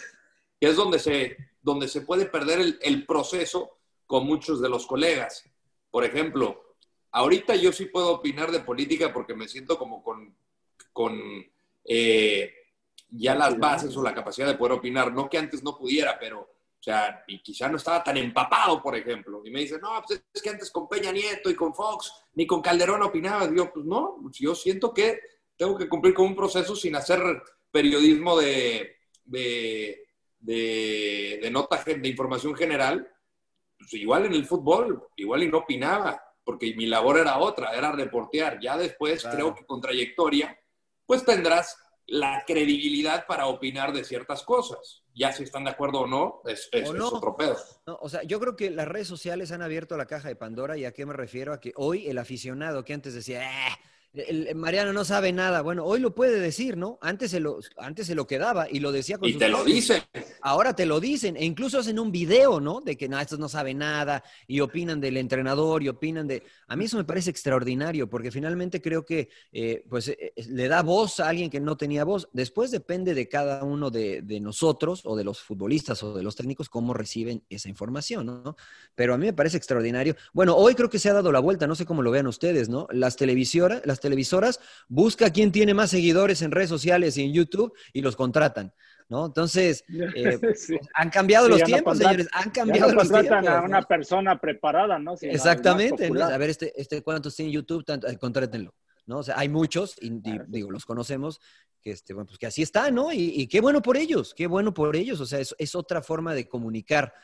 [SPEAKER 1] que es donde se, donde se puede perder el, el proceso con muchos de los colegas. Por ejemplo, ahorita yo sí puedo opinar de política porque me siento como con, con eh, ya las bases o la capacidad de poder opinar, no que antes no pudiera, pero, o sea, y quizá no estaba tan empapado, por ejemplo, y me dicen, no, pues es que antes con Peña Nieto y con Fox, ni con Calderón opinabas, yo, pues no, pues yo siento que tengo que cumplir con un proceso sin hacer periodismo de, de, de, de nota, gen- de información general, pues igual en el fútbol, igual y no opinaba, porque mi labor era otra, era reportear. Ya después, creo que con trayectoria, pues tendrás la credibilidad para opinar de ciertas cosas. Ya si están de acuerdo o no, es, es-
[SPEAKER 2] ¿O
[SPEAKER 1] es
[SPEAKER 2] no?
[SPEAKER 1] otro pedo.
[SPEAKER 2] No, o sea, yo creo que las redes sociales han abierto la caja de Pandora y a qué me refiero a que hoy el aficionado que antes decía, "Ah, el- el Mariano no sabe nada, bueno, hoy lo puede decir, ¿no? Antes se lo, antes se lo quedaba y lo decía con
[SPEAKER 1] Y
[SPEAKER 2] sus
[SPEAKER 1] te lo
[SPEAKER 2] cuates.
[SPEAKER 1] dicen.
[SPEAKER 2] Ahora te lo dicen, e incluso hacen un video, ¿no? De que no, estos no saben nada, y opinan del entrenador, y opinan de. A mí eso me parece extraordinario, porque finalmente creo que eh, pues eh, eh, le da voz a alguien que no tenía voz. Después depende de cada uno de, de nosotros, o de los futbolistas, o de los técnicos, cómo reciben esa información, ¿no? Pero a mí me parece extraordinario. Bueno, hoy creo que se ha dado la vuelta, no sé cómo lo vean ustedes, ¿no? Las televisoras, las televisoras busca quién tiene más seguidores en redes sociales y en YouTube y los contratan. ¿No? Entonces, eh,
[SPEAKER 4] Sí.
[SPEAKER 2] han cambiado
[SPEAKER 4] Sí,
[SPEAKER 2] los
[SPEAKER 4] ya no
[SPEAKER 2] tiempos,
[SPEAKER 4] contratan-
[SPEAKER 2] señores. Han
[SPEAKER 4] ya no
[SPEAKER 2] cambiado los
[SPEAKER 4] contratan
[SPEAKER 2] tiempos.
[SPEAKER 4] a una
[SPEAKER 2] ¿no?
[SPEAKER 4] persona preparada, ¿no? Sino al más
[SPEAKER 2] Exactamente. ¿no?
[SPEAKER 4] popular.
[SPEAKER 2] A ver, este, este cuántos tiene YouTube, tanto, eh, contrátenlo. ¿no? O sea, hay muchos, y, y digo, los conocemos, que, este, bueno, pues que así está, ¿no? Y, y qué bueno por ellos, qué bueno por ellos. O sea, es, es otra forma de comunicar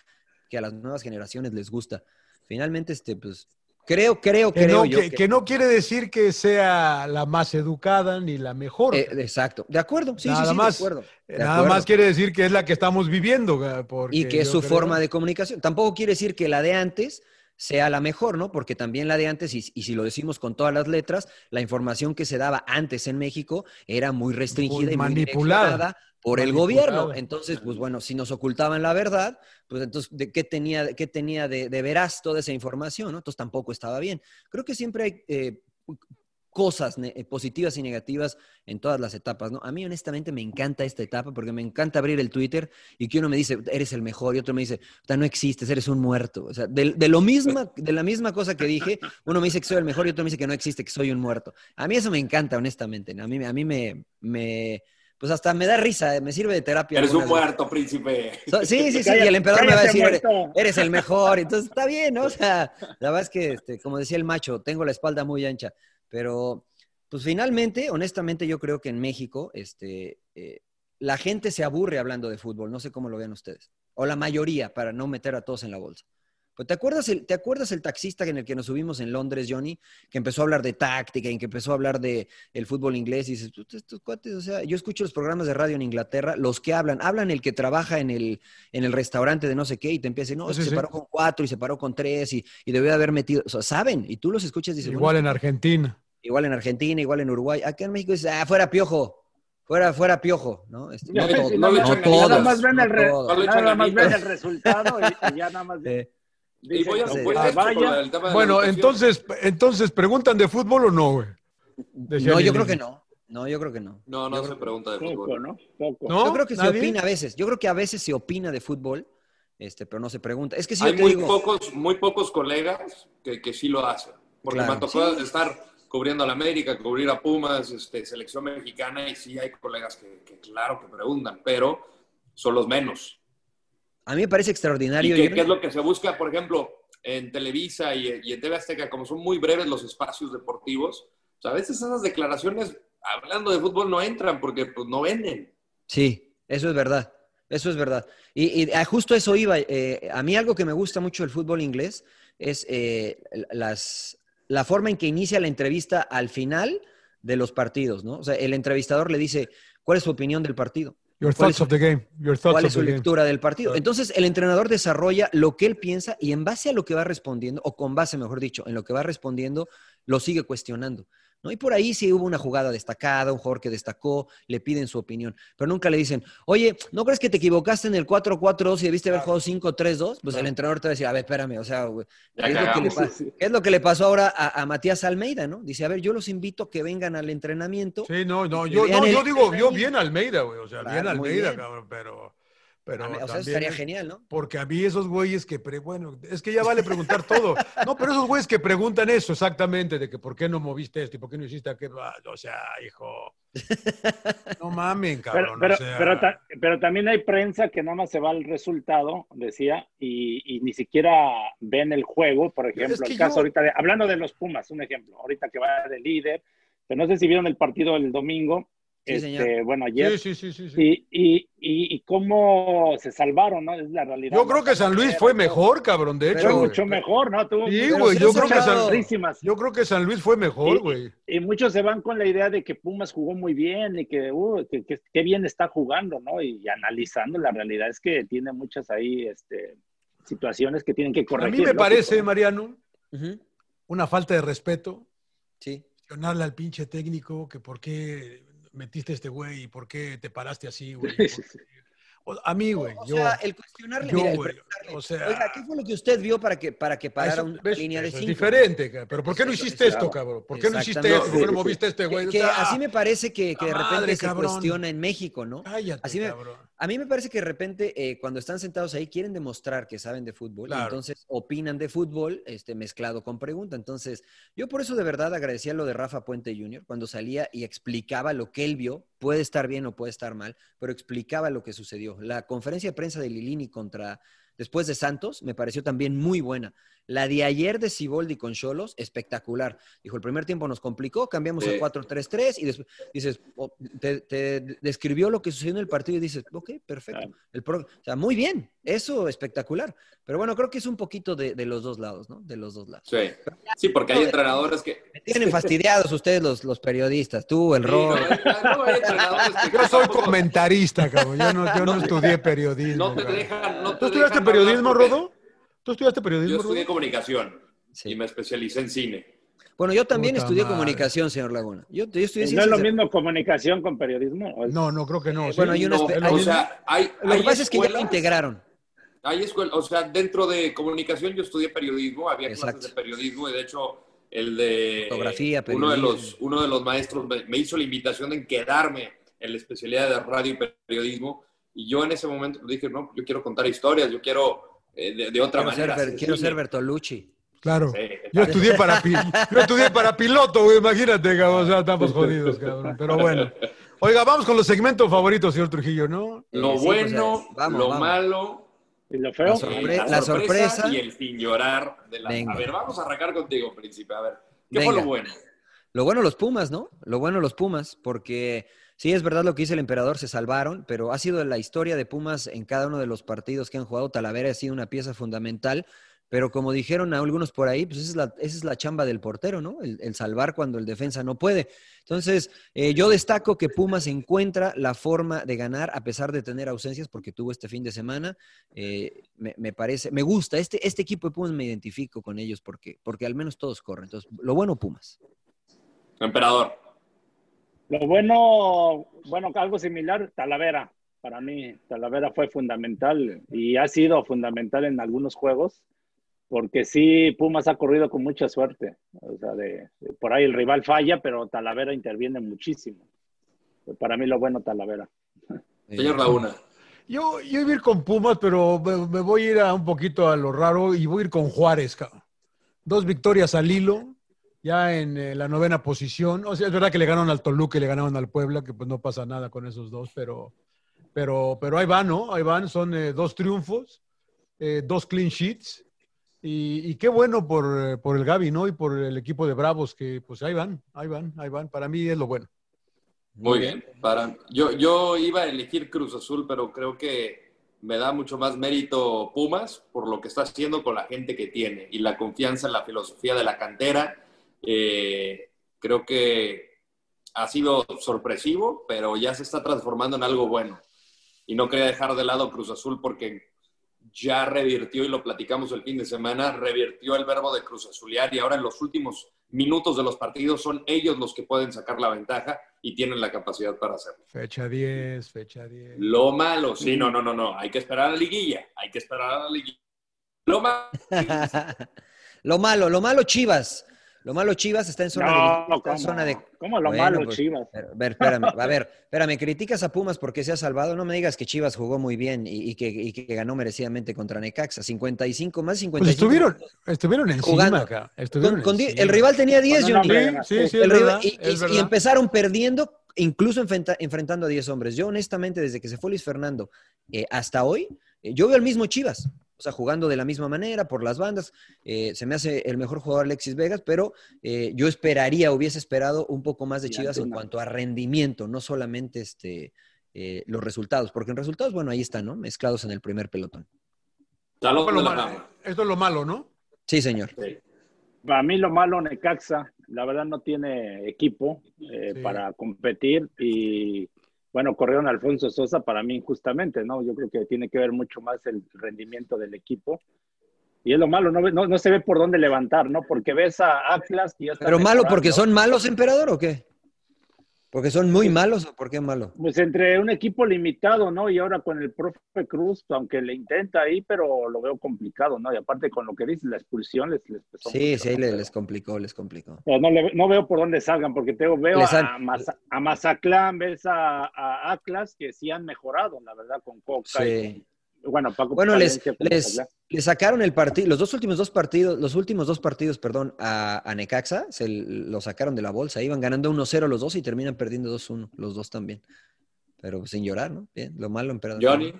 [SPEAKER 2] que a las nuevas generaciones les gusta. Finalmente, este, pues, creo, creo,
[SPEAKER 3] Que
[SPEAKER 2] creo
[SPEAKER 3] no,
[SPEAKER 2] yo.
[SPEAKER 3] que- que no quiere decir que sea la más educada ni la mejor.
[SPEAKER 2] Eh, exacto, de acuerdo, sí, sí,
[SPEAKER 3] Nada
[SPEAKER 2] sí, de
[SPEAKER 3] más. eh,
[SPEAKER 2] acuerdo, de
[SPEAKER 3] Nada
[SPEAKER 2] acuerdo.
[SPEAKER 3] más quiere decir que es la que estamos viviendo. ga, porque
[SPEAKER 2] y que es
[SPEAKER 3] yo
[SPEAKER 2] su
[SPEAKER 3] creo-
[SPEAKER 2] forma de comunicación. Tampoco quiere decir que la de antes sea la mejor, ¿no? Porque también la de antes, y, y si lo decimos con todas las letras, la información que se daba antes en México era muy restringida
[SPEAKER 3] Muy
[SPEAKER 2] y muy
[SPEAKER 3] manipulada.
[SPEAKER 2] direccionada por el
[SPEAKER 3] Manipulada.
[SPEAKER 2] gobierno. Entonces, pues bueno, si nos ocultaban la verdad, pues entonces, ¿de qué tenía, qué tenía de, de veraz toda esa información? ¿no? Entonces tampoco estaba bien. Creo que siempre hay eh, cosas ne- eh, positivas y negativas en todas las etapas, ¿no? A mí honestamente me encanta esta etapa porque me encanta abrir el Twitter y que uno me dice, eres el mejor, y otro me dice, "Puta, no existes, eres un muerto. O sea, de, de lo misma, de la misma cosa que dije, uno me dice que soy el mejor y otro me dice que no existe, que soy un muerto. A mí eso me encanta, honestamente. ¿no? A mí, a mí me, me- pues hasta me da risa, me sirve de terapia.
[SPEAKER 1] Eres un
[SPEAKER 2] algunas veces.
[SPEAKER 1] muerto, príncipe.
[SPEAKER 2] So- sí, sí, sí,
[SPEAKER 1] Cállate,
[SPEAKER 2] y el emperador me va a
[SPEAKER 1] cállate,
[SPEAKER 2] decir, "Eh, "Eres-
[SPEAKER 1] muerto".
[SPEAKER 2] eres el mejor, entonces está bien, ¿no? O sea, la verdad es que, este, como decía el macho, tengo la espalda muy ancha, pero pues finalmente, honestamente, yo creo que en México, este, eh, la gente se aburre hablando de fútbol, no sé cómo lo vean ustedes, o la mayoría, para no meter a todos en la bolsa. Pues, ¿te, acuerdas el, ¿Te acuerdas el taxista en el que nos subimos en Londres, Johnny? Que empezó a hablar de táctica y que empezó a hablar de el fútbol inglés. Y dices, "Puta, estos cuates, o sea, yo escucho los programas de radio en Inglaterra, los que hablan, hablan el que trabaja en el, en el restaurante de no sé qué y te empieza a decir, no, es
[SPEAKER 3] Sí,
[SPEAKER 2] que se
[SPEAKER 3] sí.
[SPEAKER 2] paró con cuatro y se paró con tres y, y debió de haber metido. O sea, saben, y tú los escuchas y dices,
[SPEAKER 3] Igual
[SPEAKER 2] "Bueno,
[SPEAKER 3] en Argentina.
[SPEAKER 2] igual en Argentina, igual en Uruguay. Acá en México dices, ah, fuera piojo. Fuera, fuera piojo, ¿no? Este,
[SPEAKER 4] Ya,
[SPEAKER 2] no todos,
[SPEAKER 4] sí, no le
[SPEAKER 2] no
[SPEAKER 4] echan ganitas. Nada más ven
[SPEAKER 2] no
[SPEAKER 4] el re-
[SPEAKER 2] todos.
[SPEAKER 4] No le echan Nada más ven ganitas. el resultado y- y ya nada más-
[SPEAKER 2] Eh,
[SPEAKER 1] Y voy a,
[SPEAKER 4] Dicen,
[SPEAKER 1] voy a
[SPEAKER 4] ah,
[SPEAKER 1] esto con
[SPEAKER 4] vaya.
[SPEAKER 1] lo del tema de la
[SPEAKER 3] Bueno,
[SPEAKER 1] educación.
[SPEAKER 3] entonces, entonces, ¿preguntan de fútbol o no, güey? Decía
[SPEAKER 2] no, yo
[SPEAKER 3] Lilini.
[SPEAKER 2] creo que no. No, yo creo que no.
[SPEAKER 1] No, no se pregunta de
[SPEAKER 4] Poco,
[SPEAKER 1] fútbol.
[SPEAKER 4] ¿no? Poco.
[SPEAKER 3] ¿No?
[SPEAKER 2] Yo creo que se
[SPEAKER 3] ¿Nadie?
[SPEAKER 2] opina a veces. Yo creo que a veces se opina de fútbol, este, pero no se pregunta. Es que si
[SPEAKER 1] Hay
[SPEAKER 2] yo te
[SPEAKER 1] muy
[SPEAKER 2] digo,
[SPEAKER 1] pocos, muy pocos colegas que, que sí lo hacen. Porque
[SPEAKER 2] Claro.
[SPEAKER 1] me tocó
[SPEAKER 2] Sí.
[SPEAKER 1] estar cubriendo a la América, cubrir a Pumas, este, selección mexicana, y sí hay colegas que, que claro que preguntan, pero son los menos.
[SPEAKER 2] a mí me parece extraordinario.
[SPEAKER 1] ¿Y qué,
[SPEAKER 2] yo-
[SPEAKER 1] qué es lo que se busca, por ejemplo, en Televisa y, y en TV Azteca? Como son muy breves los espacios deportivos, o sea, a veces esas declaraciones hablando de fútbol no entran porque pues, no venden.
[SPEAKER 2] Sí, eso es verdad. Eso es verdad. Y, y a justo eso iba. eh, a mí algo que me gusta mucho del fútbol inglés es eh, las, la forma en que inicia la entrevista al final de los partidos, ¿no? O sea, el entrevistador le dice, ¿cuál es su opinión del partido?
[SPEAKER 3] Your
[SPEAKER 2] ¿Cuál es
[SPEAKER 3] thoughts
[SPEAKER 2] su-
[SPEAKER 3] of the game. Your thoughts
[SPEAKER 2] cuál
[SPEAKER 3] of
[SPEAKER 2] es su
[SPEAKER 3] the game.
[SPEAKER 2] lectura del partido. Entonces, el entrenador desarrolla lo que él piensa y en base a lo que va respondiendo, o con base, mejor dicho, en lo que va respondiendo, lo sigue cuestionando. ¿no? Y por ahí sí hubo una jugada destacada, un jugador que destacó, le piden su opinión, pero nunca le dicen, oye, ¿no crees que te equivocaste en el 4-4-2 y debiste haber jugado 5-3-2? Pues el entrenador te va a decir, a ver, espérame, o sea, güey, ¿qué, es lo que le
[SPEAKER 1] cagamos.
[SPEAKER 2] pas- qué es lo que le pasó ahora a, a Matías Almeida, ¿no? Dice, a ver, yo los invito que vengan al entrenamiento.
[SPEAKER 3] Sí, no, no,
[SPEAKER 2] y
[SPEAKER 3] yo,
[SPEAKER 2] vean
[SPEAKER 3] no,
[SPEAKER 2] el-
[SPEAKER 3] yo digo, vio bien Almeida, güey. O sea,
[SPEAKER 2] Claro,
[SPEAKER 3] bien
[SPEAKER 2] muy
[SPEAKER 3] Almeida,
[SPEAKER 2] bien.
[SPEAKER 3] cabrón, pero. pero
[SPEAKER 2] Ah, o sea, eso
[SPEAKER 3] también
[SPEAKER 2] estaría
[SPEAKER 3] es-
[SPEAKER 2] genial, ¿no?
[SPEAKER 3] Porque a mí esos güeyes que, pre- bueno, es que ya vale preguntar todo. No, pero esos güeyes que preguntan eso exactamente, de que por qué no moviste esto y por qué no hiciste aquello, ah, o sea, hijo, no mamen,
[SPEAKER 4] Pero,
[SPEAKER 3] cabrón.
[SPEAKER 4] pero,
[SPEAKER 3] o sea,
[SPEAKER 4] pero ta- pero también hay prensa que nada más se va al resultado, decía, y, y ni siquiera ven el juego, por ejemplo,
[SPEAKER 3] que
[SPEAKER 4] el caso
[SPEAKER 3] yo-
[SPEAKER 4] ahorita de, hablando de los Pumas, un ejemplo, ahorita que va de líder, pero no sé si vieron el partido el domingo,
[SPEAKER 2] Sí,
[SPEAKER 4] este,
[SPEAKER 2] señor.
[SPEAKER 4] bueno, ayer,
[SPEAKER 3] sí, sí, sí, sí, sí.
[SPEAKER 4] Y, y, y, y cómo se salvaron, ¿no? Es la realidad.
[SPEAKER 3] Yo creo que San Luis fue mejor, cabrón, de hecho.
[SPEAKER 4] Fue
[SPEAKER 3] güey.
[SPEAKER 4] mucho mejor, ¿no? Tuvo
[SPEAKER 3] Sí,
[SPEAKER 4] muchas
[SPEAKER 3] güey, yo creo que
[SPEAKER 4] chances
[SPEAKER 3] San-
[SPEAKER 4] clarísimas.
[SPEAKER 3] Yo creo que San Luis fue mejor,
[SPEAKER 4] Y-
[SPEAKER 3] güey.
[SPEAKER 4] Y muchos se van con la idea de que Pumas jugó muy bien y que, uh, que, que- que bien está jugando, ¿no? Y, analizando, la realidad es que tiene muchas ahí este, situaciones que tienen que
[SPEAKER 3] A
[SPEAKER 4] corregir.
[SPEAKER 3] mí me
[SPEAKER 4] lógico.
[SPEAKER 3] parece, Mariano,
[SPEAKER 2] Ujú,
[SPEAKER 3] una falta de respeto
[SPEAKER 2] Sí.
[SPEAKER 3] cuestionarle al pinche técnico que por qué metiste a este güey y por qué te paraste así, güey. por qué- O- A mí, güey.
[SPEAKER 2] O
[SPEAKER 3] yo,
[SPEAKER 2] sea, el cuestionarle,
[SPEAKER 3] yo,
[SPEAKER 2] mira, el
[SPEAKER 3] güey,
[SPEAKER 2] preguntarle,
[SPEAKER 3] o sea,
[SPEAKER 2] oiga, ¿qué fue lo que usted vio para que, para que parara
[SPEAKER 3] eso-
[SPEAKER 2] una
[SPEAKER 3] ves,
[SPEAKER 2] línea de
[SPEAKER 3] eso
[SPEAKER 2] cinco?
[SPEAKER 3] es diferente, cabrón. pero ¿por qué no
[SPEAKER 2] Eso-
[SPEAKER 3] hiciste
[SPEAKER 2] eso-
[SPEAKER 3] esto, cabrón? ¿Por qué no hiciste
[SPEAKER 2] Exactamente.
[SPEAKER 3] esto? ¿Por qué no moviste a este güey?
[SPEAKER 2] Que,
[SPEAKER 3] O
[SPEAKER 2] que
[SPEAKER 3] sea,
[SPEAKER 2] así me parece que, que de
[SPEAKER 3] la
[SPEAKER 2] repente
[SPEAKER 3] madre,
[SPEAKER 2] se
[SPEAKER 3] cabrón.
[SPEAKER 2] cuestiona en México, ¿no?
[SPEAKER 3] cállate,
[SPEAKER 2] así me-
[SPEAKER 3] cabrón.
[SPEAKER 2] A mí me parece que de repente eh, cuando están sentados ahí quieren demostrar que saben de fútbol, y
[SPEAKER 3] Claro.
[SPEAKER 2] entonces opinan de fútbol este, mezclado con pregunta. Entonces, yo por eso de verdad agradecía lo de Rafa Puente Jr. cuando salía y explicaba lo que él vio, puede estar bien o puede estar mal, pero explicaba lo que sucedió. La conferencia de prensa de Lilini contra después de Santos me pareció también muy buena. La de ayer de Siboldi con Cholos, espectacular. Dijo, el primer tiempo nos complicó, cambiamos a
[SPEAKER 1] Sí.
[SPEAKER 2] 4-3-3 y después dices, o- te, te describió lo que sucedió en el partido y dices, ok, perfecto. El pro- o sea, muy bien, eso espectacular. Pero bueno, creo que es un poquito de, de los dos lados, ¿no? De los dos lados.
[SPEAKER 1] Sí. Sí, porque hay entrenadores que.
[SPEAKER 2] Me tienen fastidiados ustedes los, los periodistas, tú, el
[SPEAKER 1] Sí,
[SPEAKER 2] Ron.
[SPEAKER 1] no, no, hay entrenadores que-
[SPEAKER 3] Yo soy comentarista, cabrón. Yo no, yo no
[SPEAKER 1] No te-
[SPEAKER 3] estudié periodismo.
[SPEAKER 1] No te
[SPEAKER 3] cabrón.
[SPEAKER 1] dejan. No te
[SPEAKER 3] ¿Tú estudiaste
[SPEAKER 1] dejan hablar
[SPEAKER 3] periodismo,
[SPEAKER 1] porque-
[SPEAKER 3] Rodo? ¿Tú estudiaste
[SPEAKER 1] Yo
[SPEAKER 3] periodismo, Rodo?
[SPEAKER 1] estudié comunicación
[SPEAKER 2] Sí.
[SPEAKER 1] y me especialicé en cine.
[SPEAKER 2] Bueno, yo también
[SPEAKER 3] Puta
[SPEAKER 2] estudié
[SPEAKER 3] madre.
[SPEAKER 2] comunicación, señor Laguna. Yo, yo estudié
[SPEAKER 4] ¿No es lo
[SPEAKER 2] ciencias de-
[SPEAKER 4] mismo comunicación con periodismo? ¿O es-
[SPEAKER 3] No, no, creo que no. ¿sí?
[SPEAKER 2] bueno, hay una
[SPEAKER 1] No,
[SPEAKER 2] espe-
[SPEAKER 1] o
[SPEAKER 2] hay-
[SPEAKER 1] sea, hay,
[SPEAKER 2] Lo que
[SPEAKER 1] hay
[SPEAKER 2] pasa es que ya lo
[SPEAKER 1] escuelas-
[SPEAKER 2] integraron.
[SPEAKER 1] Hay escuela, o sea, dentro de comunicación yo estudié periodismo, había
[SPEAKER 2] Exacto.
[SPEAKER 1] clases de periodismo y de hecho el de
[SPEAKER 2] Fotografía,
[SPEAKER 1] uno de
[SPEAKER 2] periodismo.
[SPEAKER 1] los uno de los maestros me, me hizo la invitación de quedarme en la especialidad de radio y periodismo y yo en ese momento dije, no, yo quiero contar historias, yo quiero eh, de, de otra
[SPEAKER 2] Quiero ser,
[SPEAKER 1] manera.
[SPEAKER 2] Ber-
[SPEAKER 1] hacer
[SPEAKER 2] quiero
[SPEAKER 1] cine".
[SPEAKER 2] ser Bertolucci.
[SPEAKER 3] Claro.
[SPEAKER 1] Sí.
[SPEAKER 3] Yo estudié para, pi- yo estudié para piloto, güey, imagínate, cabrón, o sea, estamos jodidos, cabrón. Pero bueno. Oiga, vamos con los segmentos favoritos, señor Trujillo, ¿no?
[SPEAKER 1] Lo
[SPEAKER 2] Sí, pues,
[SPEAKER 1] bueno,
[SPEAKER 2] eh, vamos,
[SPEAKER 1] lo
[SPEAKER 2] vamos.
[SPEAKER 1] malo,
[SPEAKER 4] ¿Y lo feo? Ah,
[SPEAKER 2] La sorpre-
[SPEAKER 1] eh,
[SPEAKER 2] la sorpresa.
[SPEAKER 1] y el sin llorar de la-
[SPEAKER 2] Venga.
[SPEAKER 1] A ver, vamos a arrancar contigo, príncipe, a ver. ¿Qué fue
[SPEAKER 2] Venga.
[SPEAKER 1] lo bueno?
[SPEAKER 2] Lo bueno los Pumas, ¿no? Lo bueno los Pumas, porque sí es verdad lo que dice el emperador, se salvaron, pero ha sido la historia de Pumas en cada uno de los partidos que han jugado. Talavera ha sido una pieza fundamental, pero como dijeron algunos por ahí, pues esa es la, esa es la chamba del portero, ¿no? El, el salvar cuando el defensa no puede. Entonces, eh, yo destaco que Pumas encuentra la forma de ganar a pesar de tener ausencias, porque tuvo este fin de semana. Eh, me, me parece, me gusta, este, este equipo de Pumas me identifico con ellos porque, porque al menos todos corren. Entonces, lo bueno Pumas.
[SPEAKER 1] Emperador.
[SPEAKER 4] Lo bueno, bueno, algo similar, Talavera. Para mí, Talavera fue fundamental y ha sido fundamental en algunos juegos, porque sí, Pumas ha corrido con mucha suerte. O sea, de, de- por ahí el rival falla, pero Talavera interviene muchísimo. Para mí, lo bueno, Talavera.
[SPEAKER 2] Eh,
[SPEAKER 1] Señor Laguna.
[SPEAKER 3] Yo, yo iba a ir con Pumas, pero me, me voy a ir a un poquito a lo raro y voy a ir con Juárez, cabrón. Dos victorias al hilo, ya en eh, la novena posición. O sea, es verdad que le ganaron al Toluca y le ganaron al Puebla, que pues no pasa nada con esos dos, pero, pero, pero ahí van, ¿no? Ahí van, son eh, dos triunfos, eh, dos clean sheets. Y, y qué bueno por, eh, por el Gaby, ¿no? Y por el equipo de Bravos, que pues ahí van, ahí van, ahí van. Para mí es lo bueno.
[SPEAKER 1] Muy bien. Para, yo, yo iba a elegir Cruz Azul, pero creo que me da mucho más mérito Pumas por lo que está haciendo con la gente que tiene y la confianza en la filosofía de la cantera. Eh, creo que ha sido sorpresivo, pero ya se está transformando en algo bueno. Y no quería dejar de lado Cruz Azul porque ya revirtió, y lo platicamos el fin de semana, revirtió el verbo de Cruz Azuliar y ahora en los últimos minutos de los partidos son ellos los que pueden sacar la ventaja y tienen la capacidad para hacerlo.
[SPEAKER 3] Fecha 10, fecha 10.
[SPEAKER 1] Lo malo, sí, no, no, no, no, hay que esperar a la liguilla, hay que esperar a la liguilla. Lo malo.
[SPEAKER 2] lo malo, lo malo Chivas. Lo malo Chivas está en zona,
[SPEAKER 4] No,
[SPEAKER 2] de, está en
[SPEAKER 4] ¿cómo?
[SPEAKER 2] zona de...
[SPEAKER 4] ¿Cómo lo
[SPEAKER 2] Bueno,
[SPEAKER 4] malo,
[SPEAKER 2] pues,
[SPEAKER 4] Chivas?
[SPEAKER 2] A ver, espérame, a ver, espérame, criticas a Pumas porque se ha salvado. No me digas que Chivas jugó muy bien y, y que, y que ganó merecidamente contra Necaxa. 55 más 55.
[SPEAKER 3] Pues estuvieron, estuvieron encima
[SPEAKER 2] Jugando.
[SPEAKER 3] acá. Estuvieron
[SPEAKER 2] Con- con die-
[SPEAKER 3] encima.
[SPEAKER 2] el rival tenía 10,
[SPEAKER 3] Con
[SPEAKER 4] Pues
[SPEAKER 3] un
[SPEAKER 2] Johnny.
[SPEAKER 3] hombre más. Sí, sí,
[SPEAKER 2] El
[SPEAKER 3] es
[SPEAKER 2] rival-
[SPEAKER 3] verdad,
[SPEAKER 2] y,
[SPEAKER 3] es
[SPEAKER 2] y-
[SPEAKER 3] verdad.
[SPEAKER 2] y empezaron perdiendo, incluso enfrenta- enfrentando a 10 hombres. Yo, honestamente, desde que se fue Luis Fernando eh, hasta hoy, eh, yo veo al mismo Chivas. O sea, jugando de la misma manera, por las bandas. Eh, se me hace el mejor jugador Alexis Vegas, pero eh, yo esperaría, hubiese esperado un poco más de
[SPEAKER 4] Y
[SPEAKER 2] Chivas en
[SPEAKER 4] Antuna.
[SPEAKER 2] cuanto a rendimiento, no solamente este, eh, los resultados. Porque en resultados, bueno, ahí están, ¿no? Mezclados en el primer pelotón.
[SPEAKER 1] Salón
[SPEAKER 3] Bueno,
[SPEAKER 1] de la
[SPEAKER 3] mal-
[SPEAKER 1] fama.
[SPEAKER 3] Esto es lo malo, ¿no?
[SPEAKER 2] Sí, señor.
[SPEAKER 1] Sí.
[SPEAKER 4] Para mí lo malo Necaxa, la verdad no tiene equipo eh,
[SPEAKER 3] Sí.
[SPEAKER 4] para competir y bueno, corrieron a Alfonso Sosa para mí injustamente, ¿no? Yo creo que tiene que ver mucho más el rendimiento del equipo. Y es lo malo, no, ve- no, no se ve por dónde levantar, ¿no? Porque ves a Atlas y ya está
[SPEAKER 2] Pero malo
[SPEAKER 4] mejorando.
[SPEAKER 2] porque son malos, emperador, ¿o qué? ¿Porque son muy malos o por qué malo?
[SPEAKER 4] Pues entre un equipo limitado, ¿no? Y ahora con el profe Cruz, aunque le intenta ahí, pero lo veo complicado, ¿no? Y aparte con lo que dice, la expulsión les, les pesó
[SPEAKER 2] Sí,
[SPEAKER 4] mucho,
[SPEAKER 2] sí, ahí
[SPEAKER 4] ¿no?
[SPEAKER 2] le-
[SPEAKER 4] Pero-
[SPEAKER 2] les complicó, les complicó.
[SPEAKER 4] Pero Eh, no, le- no veo por dónde salgan, porque tengo, veo
[SPEAKER 2] Les han-
[SPEAKER 4] a, Maza- a Mazatlán, ves a, a Atlas, que sí han mejorado, la verdad, con Coca. y
[SPEAKER 2] Sí.
[SPEAKER 4] con- bueno, Paco
[SPEAKER 2] Bueno, les,
[SPEAKER 4] Palencia con
[SPEAKER 2] les,
[SPEAKER 4] Mazatlán.
[SPEAKER 2] le sacaron el partido, los dos últimos dos partidos, los últimos dos partidos, perdón, a, a Necaxa, se l- lo sacaron de la bolsa, iban ganando 1-0 los dos y terminan perdiendo 2-1, los dos también. Pero sin llorar, ¿no? Bien, lo malo, emperador.
[SPEAKER 1] Johnny,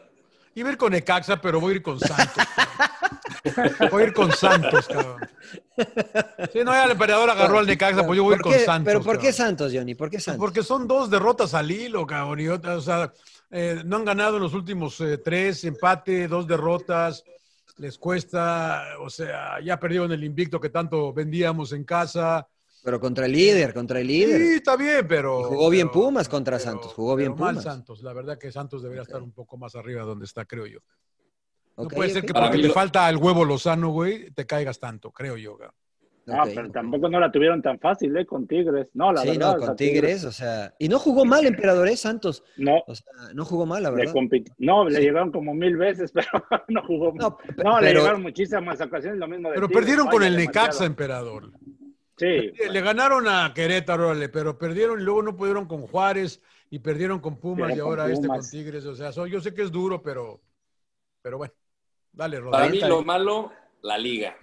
[SPEAKER 3] Iba a ir con Ecaxa, pero voy a ir con Santos. cabrón. voy a ir con Santos, cabrón. Sí, no, ya el emperador agarró al Necaxa, pues yo voy a ir
[SPEAKER 2] ¿Por
[SPEAKER 3] con
[SPEAKER 2] qué-
[SPEAKER 3] Santos.
[SPEAKER 2] Pero ¿por qué
[SPEAKER 3] cabrón.
[SPEAKER 2] Santos, Johnny? ¿Por qué
[SPEAKER 3] Pues
[SPEAKER 2] Santos?
[SPEAKER 3] Porque son dos derrotas al hilo, cabrón. y otra- o sea, eh, no han ganado en los últimos eh, tres, empate, dos derrotas. Les cuesta, o sea, ya perdieron el invicto que tanto vendíamos en casa.
[SPEAKER 2] Pero contra el líder, contra el
[SPEAKER 3] Sí,
[SPEAKER 2] líder.
[SPEAKER 3] está bien, pero.
[SPEAKER 2] Y jugó bien
[SPEAKER 3] pero-
[SPEAKER 2] Pumas contra
[SPEAKER 3] pero-
[SPEAKER 2] Santos, jugó bien
[SPEAKER 3] pero mal
[SPEAKER 2] Pumas.
[SPEAKER 3] Santos, la verdad que Santos debería estar un poco más arriba de donde está, creo yo. No
[SPEAKER 2] Ok,
[SPEAKER 3] puede ser
[SPEAKER 2] ok.
[SPEAKER 3] que
[SPEAKER 1] Para
[SPEAKER 3] porque
[SPEAKER 1] mí
[SPEAKER 3] te
[SPEAKER 1] lo-
[SPEAKER 3] falta el huevo Lozano, güey, te caigas tanto, creo yo. güey.
[SPEAKER 4] Ah,
[SPEAKER 2] Ok,
[SPEAKER 4] pero
[SPEAKER 2] ok.
[SPEAKER 4] tampoco no la tuvieron tan fácil, ¿eh? Con Tigres. No, la
[SPEAKER 2] sí,
[SPEAKER 4] verdad.
[SPEAKER 2] no,
[SPEAKER 4] o sea,
[SPEAKER 2] con Tigres, o sea, y no jugó mal Emperador eh, Santos,
[SPEAKER 4] No,
[SPEAKER 2] o sea, no jugó mal, la
[SPEAKER 4] le
[SPEAKER 2] verdad.
[SPEAKER 4] compit- no, le
[SPEAKER 2] Sí.
[SPEAKER 4] llegaron como mil veces, pero no jugó.
[SPEAKER 2] No,
[SPEAKER 4] No,
[SPEAKER 2] pe-
[SPEAKER 4] le
[SPEAKER 2] pero-
[SPEAKER 4] llegaron muchísimas ocasiones, lo mismo de
[SPEAKER 3] Pero
[SPEAKER 4] Tigres,
[SPEAKER 3] perdieron con
[SPEAKER 4] falla
[SPEAKER 3] el
[SPEAKER 4] demasiado.
[SPEAKER 3] Necaxa, emperador.
[SPEAKER 4] Sí,
[SPEAKER 3] Le ganaron a Querétaro, órale, pero perdieron y luego no pudieron con Juárez y perdieron con Pumas
[SPEAKER 4] Perdieron
[SPEAKER 3] y
[SPEAKER 4] con
[SPEAKER 3] ahora este con
[SPEAKER 4] Pumas.
[SPEAKER 3] Tigres. O sea, son- yo sé que es duro, pero, pero bueno. Dale,
[SPEAKER 1] para
[SPEAKER 3] Rodríguez.
[SPEAKER 1] mí
[SPEAKER 2] está
[SPEAKER 1] lo
[SPEAKER 2] bien.
[SPEAKER 1] malo, la liga.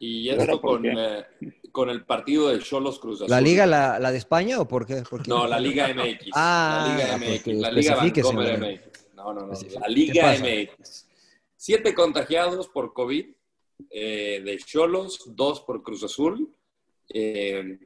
[SPEAKER 1] Y
[SPEAKER 4] ¿Pero
[SPEAKER 1] esto
[SPEAKER 4] por
[SPEAKER 1] con,
[SPEAKER 4] qué?
[SPEAKER 1] eh, con el partido de Cholos Cruz Azul.
[SPEAKER 2] ¿La liga la, la de España o por qué? ¿Por qué?
[SPEAKER 1] No, la Liga MX.
[SPEAKER 2] Ah,
[SPEAKER 1] la Liga
[SPEAKER 2] pues
[SPEAKER 1] MX.
[SPEAKER 2] que
[SPEAKER 1] la Liga
[SPEAKER 2] especifique,
[SPEAKER 1] Vancomer
[SPEAKER 2] señor.
[SPEAKER 1] MX. No, no, no.
[SPEAKER 2] Especifique.
[SPEAKER 1] La
[SPEAKER 2] ¿Qué
[SPEAKER 1] Liga
[SPEAKER 2] pasa?
[SPEAKER 1] MX. Siete contagiados por COVID eh, de Cholos, dos por Cruz Azul. eh,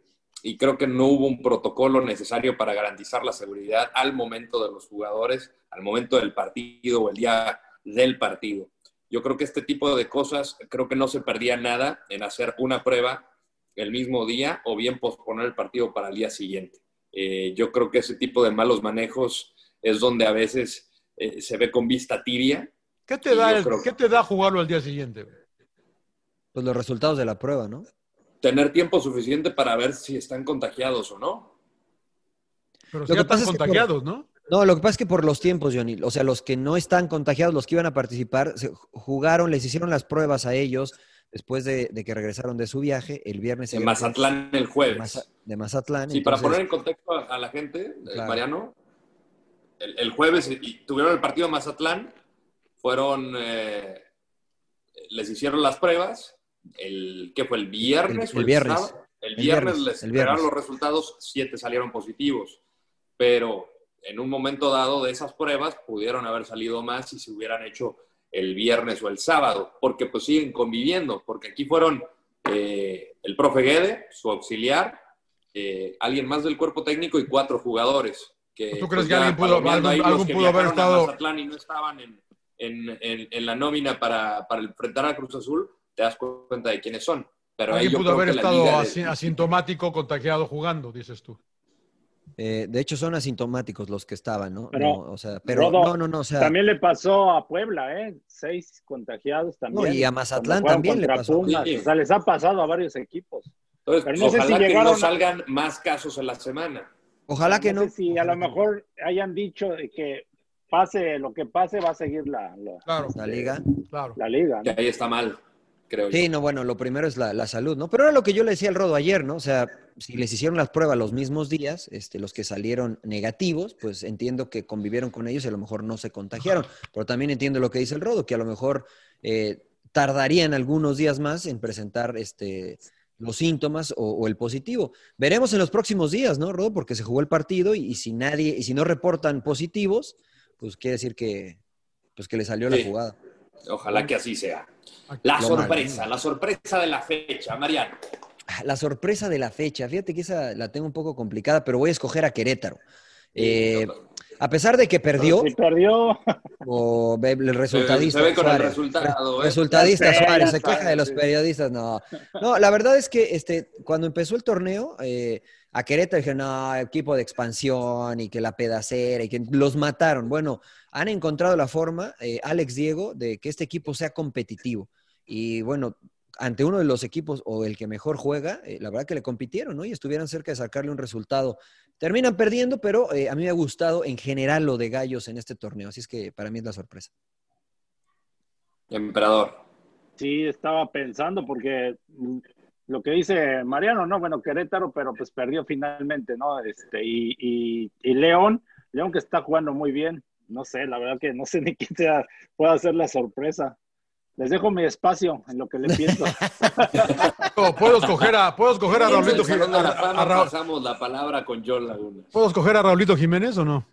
[SPEAKER 1] y creo que no hubo un protocolo necesario para garantizar la seguridad al momento de los jugadores, al momento del partido o el día del partido. Yo creo que este tipo de cosas, creo que no se perdía nada en hacer una prueba el mismo día o bien posponer el partido para el día siguiente. Eh, yo creo que ese tipo de malos manejos es donde a veces eh, se ve con vista tibia.
[SPEAKER 3] ¿Qué te, da
[SPEAKER 1] yo
[SPEAKER 3] el-
[SPEAKER 1] creo-
[SPEAKER 3] ¿Qué te da jugarlo al día siguiente? güey?
[SPEAKER 2] Pues los resultados de la prueba, ¿no?
[SPEAKER 1] Tener tiempo suficiente para ver si están contagiados o no.
[SPEAKER 3] Pero
[SPEAKER 2] Lo
[SPEAKER 3] si ya
[SPEAKER 2] que
[SPEAKER 3] están
[SPEAKER 2] pasa es que por-
[SPEAKER 3] contagiados, ¿no?
[SPEAKER 2] No, lo que pasa es que por los tiempos, Johnny, o sea, los que no están contagiados, los que iban a participar, se jugaron, les hicieron las pruebas a ellos después de, de que regresaron de su viaje el viernes.
[SPEAKER 1] En
[SPEAKER 2] el
[SPEAKER 1] Mazatlán el
[SPEAKER 2] De,
[SPEAKER 1] jueves.
[SPEAKER 2] Maza- de Mazatlán.
[SPEAKER 1] Sí, para
[SPEAKER 2] entonces-
[SPEAKER 1] poner en contexto a, a la gente, eh,
[SPEAKER 2] Claro.
[SPEAKER 1] Mariano, el, el jueves y- y tuvieron el partido en Mazatlán, fueron, eh, les hicieron las pruebas, el, ¿qué fue? ¿El viernes?
[SPEAKER 2] El-
[SPEAKER 1] o
[SPEAKER 2] el viernes.
[SPEAKER 1] sábado? El
[SPEAKER 2] El
[SPEAKER 1] viernes,
[SPEAKER 2] viernes,
[SPEAKER 1] les
[SPEAKER 2] el
[SPEAKER 1] entregaron
[SPEAKER 2] viernes.
[SPEAKER 1] los resultados, siete salieron positivos, pero en un momento dado de esas pruebas pudieron haber salido más si se hubieran hecho el viernes o el sábado, porque pues siguen conviviendo, porque aquí fueron eh, el profe Guede, su auxiliar, eh, alguien más del cuerpo técnico y cuatro jugadores. Que, pues,
[SPEAKER 3] ¿Tú crees que
[SPEAKER 1] ya
[SPEAKER 3] alguien pudo-
[SPEAKER 1] palomeando
[SPEAKER 3] algún-
[SPEAKER 1] ahí los
[SPEAKER 3] algún
[SPEAKER 1] que
[SPEAKER 3] pudo haber
[SPEAKER 1] viajaron a
[SPEAKER 3] estado-
[SPEAKER 1] Mazatlán y no estaban en, en- en- en la nómina para, para enfrentar a Cruz Azul, te das cuenta de quiénes son. Pero ahí
[SPEAKER 3] Alguien
[SPEAKER 1] yo
[SPEAKER 3] pudo
[SPEAKER 1] creo
[SPEAKER 3] haber
[SPEAKER 1] que la liga
[SPEAKER 3] estado
[SPEAKER 1] de-
[SPEAKER 3] asi- asintomático, contagiado jugando, dices tú.
[SPEAKER 2] Eh, de hecho, son asintomáticos los que estaban, ¿no?
[SPEAKER 4] Pero,
[SPEAKER 2] no o sea, pero
[SPEAKER 4] Rodo,
[SPEAKER 2] no, no, no, o sea,
[SPEAKER 4] También le pasó a Puebla, ¿eh? Seis contagiados también.
[SPEAKER 2] No, y a Mazatlán
[SPEAKER 4] Cuando jugaron
[SPEAKER 2] también le
[SPEAKER 4] contra
[SPEAKER 2] pasó.
[SPEAKER 4] Pumas.
[SPEAKER 1] Sí.
[SPEAKER 4] O sea, les ha pasado a varios equipos.
[SPEAKER 1] Entonces,
[SPEAKER 4] Pero
[SPEAKER 1] pues,
[SPEAKER 4] no sé si
[SPEAKER 1] ojalá que
[SPEAKER 4] llegaron
[SPEAKER 1] no
[SPEAKER 4] a-
[SPEAKER 1] salgan más casos a la semana.
[SPEAKER 2] ojalá que
[SPEAKER 4] no.
[SPEAKER 2] no.
[SPEAKER 4] sé si a lo mejor hayan dicho de que pase lo que pase, va a seguir la, la,
[SPEAKER 2] La liga.
[SPEAKER 3] Claro.
[SPEAKER 4] la liga. ¿no?
[SPEAKER 1] Que ahí está mal, creo yo.
[SPEAKER 2] Sí, no, bueno, lo primero es la, la salud, ¿no? Pero era lo que yo le decía al Rodo ayer, ¿no? O sea, si les hicieron las pruebas los mismos días, este, los que salieron negativos, pues entiendo que convivieron con ellos y a lo mejor no se contagiaron. Pero también entiendo lo que dice el Rodo, que a lo mejor eh, tardarían algunos días más en presentar este, los síntomas o, o el positivo. Veremos en los próximos días, ¿no, Rodo? Porque se jugó el partido y, y si nadie, y si no reportan positivos, pues quiere decir que, pues que le salió la
[SPEAKER 1] Sí.
[SPEAKER 2] jugada.
[SPEAKER 1] Ojalá que así sea. La
[SPEAKER 2] Lo
[SPEAKER 1] sorpresa, la sorpresa de la fecha, Mariano.
[SPEAKER 2] Ah, La sorpresa de la fecha. Fíjate que esa la tengo un poco complicada, pero voy a escoger a Querétaro. Eh, a pesar de que perdió,
[SPEAKER 4] Si perdió,
[SPEAKER 2] o ve- el resultadista.
[SPEAKER 1] se ve con el
[SPEAKER 2] Suárez.
[SPEAKER 1] resultado, ¿eh?
[SPEAKER 2] Resultadista
[SPEAKER 4] Ya sé,
[SPEAKER 2] Suárez,
[SPEAKER 4] ya
[SPEAKER 2] se queja de
[SPEAKER 4] sabes,
[SPEAKER 2] los
[SPEAKER 4] sí.
[SPEAKER 2] periodistas. No, no la verdad es que este, cuando empezó el torneo, eh, a Querétaro dijeron, no, equipo de expansión y que la pedacera y que los mataron. Bueno, han encontrado la forma, eh, Alex Diego, de que este equipo sea competitivo. Y bueno, ante uno de los equipos o el que mejor juega, eh, la verdad que le compitieron, ¿no? Y estuvieron cerca de sacarle un resultado. Terminan perdiendo, pero eh, a mí me ha gustado en general lo de Gallos en este torneo. Así es que para mí es la sorpresa.
[SPEAKER 1] Emperador.
[SPEAKER 4] sí estaba pensando porque mm, lo que dice Mariano, no, bueno, Querétaro, pero pues perdió finalmente, ¿no? Este, y, y, y León, León que está jugando muy bien, no sé, la verdad que no sé ni quién sea, pueda hacer la sorpresa. Les dejo mi espacio en lo que le pienso.
[SPEAKER 3] No, puedo escoger a, puedo escoger a
[SPEAKER 1] En
[SPEAKER 3] Raulito
[SPEAKER 1] el Salón de la
[SPEAKER 3] Jiménez.
[SPEAKER 1] Fama pasamos la palabra con John Laguna.
[SPEAKER 3] ¿Puedo escoger a Raulito Jiménez o no?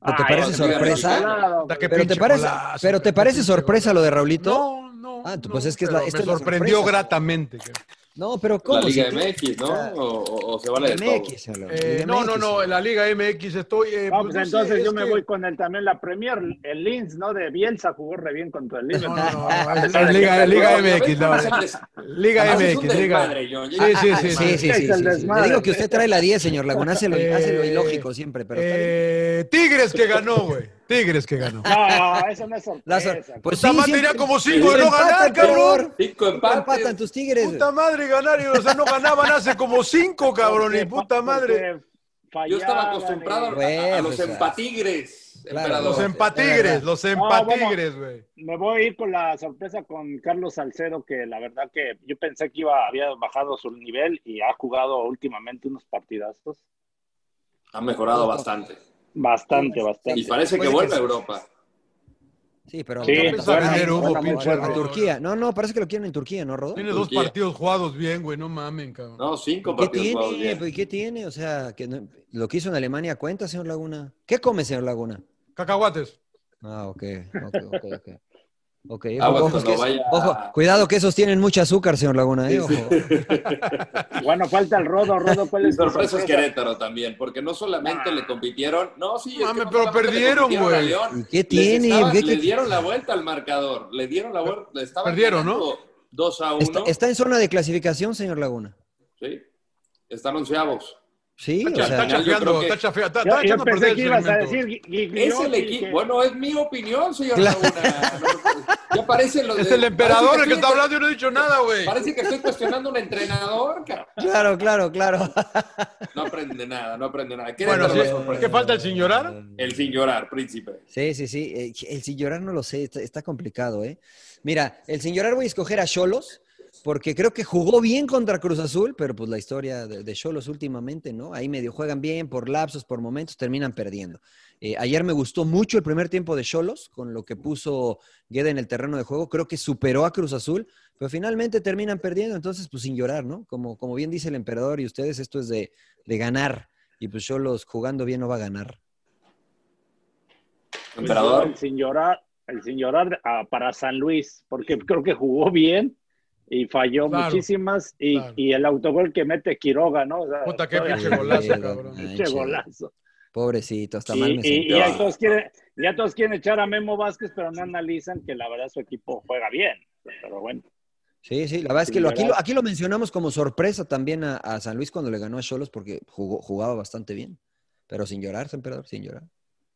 [SPEAKER 2] ¿No te
[SPEAKER 4] Ay,
[SPEAKER 2] parece
[SPEAKER 1] no, mira,
[SPEAKER 2] sorpresa?
[SPEAKER 4] Claro,
[SPEAKER 3] Da que
[SPEAKER 2] Pero te
[SPEAKER 3] pinche
[SPEAKER 2] parece,
[SPEAKER 3] golazo,
[SPEAKER 2] pero te
[SPEAKER 3] qué
[SPEAKER 2] parece
[SPEAKER 3] pinche
[SPEAKER 2] sorpresa lo de Raulito.
[SPEAKER 3] golazo. No, no.
[SPEAKER 2] Ah,
[SPEAKER 3] no,
[SPEAKER 2] pues es que es la-
[SPEAKER 3] pero
[SPEAKER 2] esta
[SPEAKER 3] me
[SPEAKER 2] es la
[SPEAKER 3] sorprendió
[SPEAKER 2] sorpresa.
[SPEAKER 3] gratamente. que-
[SPEAKER 2] No, pero ¿cómo?
[SPEAKER 1] La Liga
[SPEAKER 2] Si
[SPEAKER 1] MX, ¿no?
[SPEAKER 2] Ah,
[SPEAKER 1] O, o- o se vale de todo.
[SPEAKER 2] MX, señor.
[SPEAKER 3] Eh,
[SPEAKER 2] Liga
[SPEAKER 3] no,
[SPEAKER 2] MX,
[SPEAKER 3] no, no, en la Liga MX estoy. eh,
[SPEAKER 4] No,
[SPEAKER 3] pues, no
[SPEAKER 4] pues
[SPEAKER 3] sé,
[SPEAKER 4] entonces
[SPEAKER 3] es
[SPEAKER 4] yo me
[SPEAKER 3] que-
[SPEAKER 4] voy con el también la Premier, el Linz, ¿no? De Bielsa jugó re bien contra el Linz.
[SPEAKER 3] No, no, no, es- es Liga, Liga MX, no,
[SPEAKER 1] Además, Ah, es
[SPEAKER 3] Liga
[SPEAKER 1] un
[SPEAKER 3] MX, Liga.
[SPEAKER 1] desmadre, John.
[SPEAKER 3] Sí, sí, sí.
[SPEAKER 2] Ah, Sí, sí, sí,
[SPEAKER 4] Es
[SPEAKER 2] sí,
[SPEAKER 4] el
[SPEAKER 2] sí. Le
[SPEAKER 4] desmadre.
[SPEAKER 2] digo que usted trae la 10, señor Laguna. Hace lo, hace lo
[SPEAKER 3] Eh,
[SPEAKER 2] ilógico siempre, pero está bien.
[SPEAKER 3] Eh, Tigres que ganó, güey. Tigres que ganó.
[SPEAKER 4] No, eso no es
[SPEAKER 2] La
[SPEAKER 4] sorpresa.
[SPEAKER 2] sor- pues
[SPEAKER 3] Puta
[SPEAKER 2] sí,
[SPEAKER 3] madre,
[SPEAKER 2] siempre-
[SPEAKER 3] tenía como cinco de
[SPEAKER 2] siempre
[SPEAKER 3] no ganar,
[SPEAKER 2] empatan,
[SPEAKER 3] cabrón.
[SPEAKER 2] peor.
[SPEAKER 1] Cinco
[SPEAKER 2] Siempre
[SPEAKER 1] empates.
[SPEAKER 2] Empatan tus tigres.
[SPEAKER 3] Puta madre, ganar. y, O sea, no ganaban hace como cinco, cabrón. Y puta madre.
[SPEAKER 4] Fallaban,
[SPEAKER 1] Yo estaba acostumbrado a,
[SPEAKER 4] y-
[SPEAKER 2] Güey,
[SPEAKER 1] a- a los
[SPEAKER 2] pues,
[SPEAKER 1] empatigres.
[SPEAKER 2] claro, em-
[SPEAKER 1] emperador.
[SPEAKER 3] Los empatigres, los empatigres, güey.
[SPEAKER 4] Me voy a ir con la sorpresa con Carlos Salcedo, que la verdad que yo pensé que iba, había bajado su nivel y ha jugado últimamente unos partidazos.
[SPEAKER 1] Ha mejorado bastante.
[SPEAKER 4] Bastante,
[SPEAKER 1] Y
[SPEAKER 4] bastante.
[SPEAKER 1] parece que
[SPEAKER 2] Puede
[SPEAKER 1] vuelve
[SPEAKER 2] que
[SPEAKER 1] a
[SPEAKER 2] sí.
[SPEAKER 1] Europa.
[SPEAKER 2] Sí, pero
[SPEAKER 4] Sí,
[SPEAKER 2] no,
[SPEAKER 4] empezó a
[SPEAKER 2] no,
[SPEAKER 4] vender
[SPEAKER 2] no,
[SPEAKER 4] humo,
[SPEAKER 2] no,
[SPEAKER 4] pinche
[SPEAKER 2] a
[SPEAKER 4] Rodo.
[SPEAKER 2] Turquía. No, no, parece que lo quieren en Turquía, ¿no, Rodo?
[SPEAKER 3] Tiene dos
[SPEAKER 1] Turquía.
[SPEAKER 3] partidos jugados bien, güey. No mamen, cabrón.
[SPEAKER 1] No, cinco
[SPEAKER 2] ¿Qué
[SPEAKER 1] partidos jugados
[SPEAKER 2] tiene?
[SPEAKER 1] bien.
[SPEAKER 2] Pues, ¿Qué tiene? O sea, que no- lo que hizo en Alemania cuenta, señor Laguna. ¿Qué come, señor Laguna?
[SPEAKER 3] Cacahuates.
[SPEAKER 2] Ah, ok, ok, ok, ok. Ok,
[SPEAKER 1] Ah,
[SPEAKER 2] ojo,
[SPEAKER 1] bueno,
[SPEAKER 2] ojo,
[SPEAKER 1] no
[SPEAKER 2] que es-
[SPEAKER 1] vaya-
[SPEAKER 2] ojo, cuidado que esos tienen mucha azúcar, señor Laguna, ¿eh?
[SPEAKER 1] Sí, sí.
[SPEAKER 2] Ojo.
[SPEAKER 4] Bueno, falta el Rodo, Rodo, ¿cuál
[SPEAKER 1] Mi
[SPEAKER 4] es tu
[SPEAKER 1] sorpresa es Querétaro también, porque no solamente le compitieron, no, sí, es que
[SPEAKER 3] Mame,
[SPEAKER 1] no
[SPEAKER 3] Ah. pero
[SPEAKER 1] solamente le
[SPEAKER 3] perdieron,
[SPEAKER 1] compitieron
[SPEAKER 3] güey.
[SPEAKER 1] a León,
[SPEAKER 2] ¿Y qué
[SPEAKER 1] les
[SPEAKER 2] tiene?
[SPEAKER 1] estaban-
[SPEAKER 2] ¿Qué-
[SPEAKER 1] le
[SPEAKER 2] qué-
[SPEAKER 1] dieron la vuelta al marcador, le dieron la vuelta, le estaban
[SPEAKER 3] Perdieron, ¿no?
[SPEAKER 1] ganando Dos a uno,
[SPEAKER 2] Está, está en zona de clasificación, señor Laguna.
[SPEAKER 1] sí, están onceavos.
[SPEAKER 2] Sí, o
[SPEAKER 3] Está,
[SPEAKER 2] sea,
[SPEAKER 1] yo creo
[SPEAKER 3] chafeando,
[SPEAKER 1] que-
[SPEAKER 3] está chafeando, está,
[SPEAKER 4] Yo,
[SPEAKER 3] está
[SPEAKER 4] yo
[SPEAKER 3] echando a perder
[SPEAKER 4] pensé
[SPEAKER 3] el
[SPEAKER 4] que ibas a
[SPEAKER 3] segmento.
[SPEAKER 4] decir Gui- Gui-
[SPEAKER 1] Es el
[SPEAKER 4] Gliotti,
[SPEAKER 1] equipo,
[SPEAKER 4] que-
[SPEAKER 1] bueno, es mi opinión, señor
[SPEAKER 2] Claro.
[SPEAKER 1] Laguna. No, Ya parece lo de-
[SPEAKER 3] Es el
[SPEAKER 1] parece
[SPEAKER 3] emperador el que
[SPEAKER 1] estoy-
[SPEAKER 3] está hablando y no he dicho nada, güey.
[SPEAKER 1] Parece que estoy cuestionando a un entrenador, cara.
[SPEAKER 2] claro, claro, claro.
[SPEAKER 1] No aprende nada, no aprende nada. Querétaro
[SPEAKER 3] Bueno, sí,
[SPEAKER 1] la sorpresa.
[SPEAKER 3] ¿qué falta el sin llorar?
[SPEAKER 1] El sin llorar, príncipe.
[SPEAKER 2] Sí, sí, sí. Eh, El sin llorar no lo sé, está, está complicado, ¿eh? Mira, el sin llorar voy a escoger a Cholos, porque creo que jugó bien contra Cruz Azul, pero pues la historia de Cholos últimamente, ¿no? Ahí medio juegan bien, por lapsos, por momentos, terminan perdiendo. Eh, ayer me gustó mucho el primer tiempo de Cholos, con lo que puso Gueda en el terreno de juego. Creo que superó a Cruz Azul, pero finalmente terminan perdiendo, entonces pues sin llorar, ¿no? Como, como bien dice el emperador y ustedes, esto es de, de ganar. Y pues Cholos jugando bien no va a ganar.
[SPEAKER 1] Emperador.
[SPEAKER 4] Pues El sin llorar, el sin llorar ah, para San Luis, porque creo que jugó bien y falló
[SPEAKER 3] Claro,
[SPEAKER 4] muchísimas. Y,
[SPEAKER 3] claro.
[SPEAKER 4] y el autogol que mete Quiroga, ¿no? O sea,
[SPEAKER 3] Puta, qué
[SPEAKER 4] todavía-
[SPEAKER 3] pinche
[SPEAKER 2] Ay,
[SPEAKER 3] golazo,
[SPEAKER 2] Diego,
[SPEAKER 3] cabrón.
[SPEAKER 2] manches.
[SPEAKER 4] pinche golazo.
[SPEAKER 2] Pobrecito, hasta
[SPEAKER 4] Y,
[SPEAKER 2] mal me
[SPEAKER 4] y-
[SPEAKER 2] sentí.
[SPEAKER 4] y ya, todos quieren, ya todos quieren echar a Memo Vázquez, pero no analizan que la verdad su equipo juega bien. Pero bueno,
[SPEAKER 2] Sí, sí, la verdad es que
[SPEAKER 4] Sin
[SPEAKER 2] lo, aquí, lo,
[SPEAKER 4] llorar.
[SPEAKER 2] aquí lo mencionamos como sorpresa también a, a San Luis cuando le ganó a Cholos porque jugó, jugaba bastante bien. Pero sin llorar, San Emperador, sin llorar.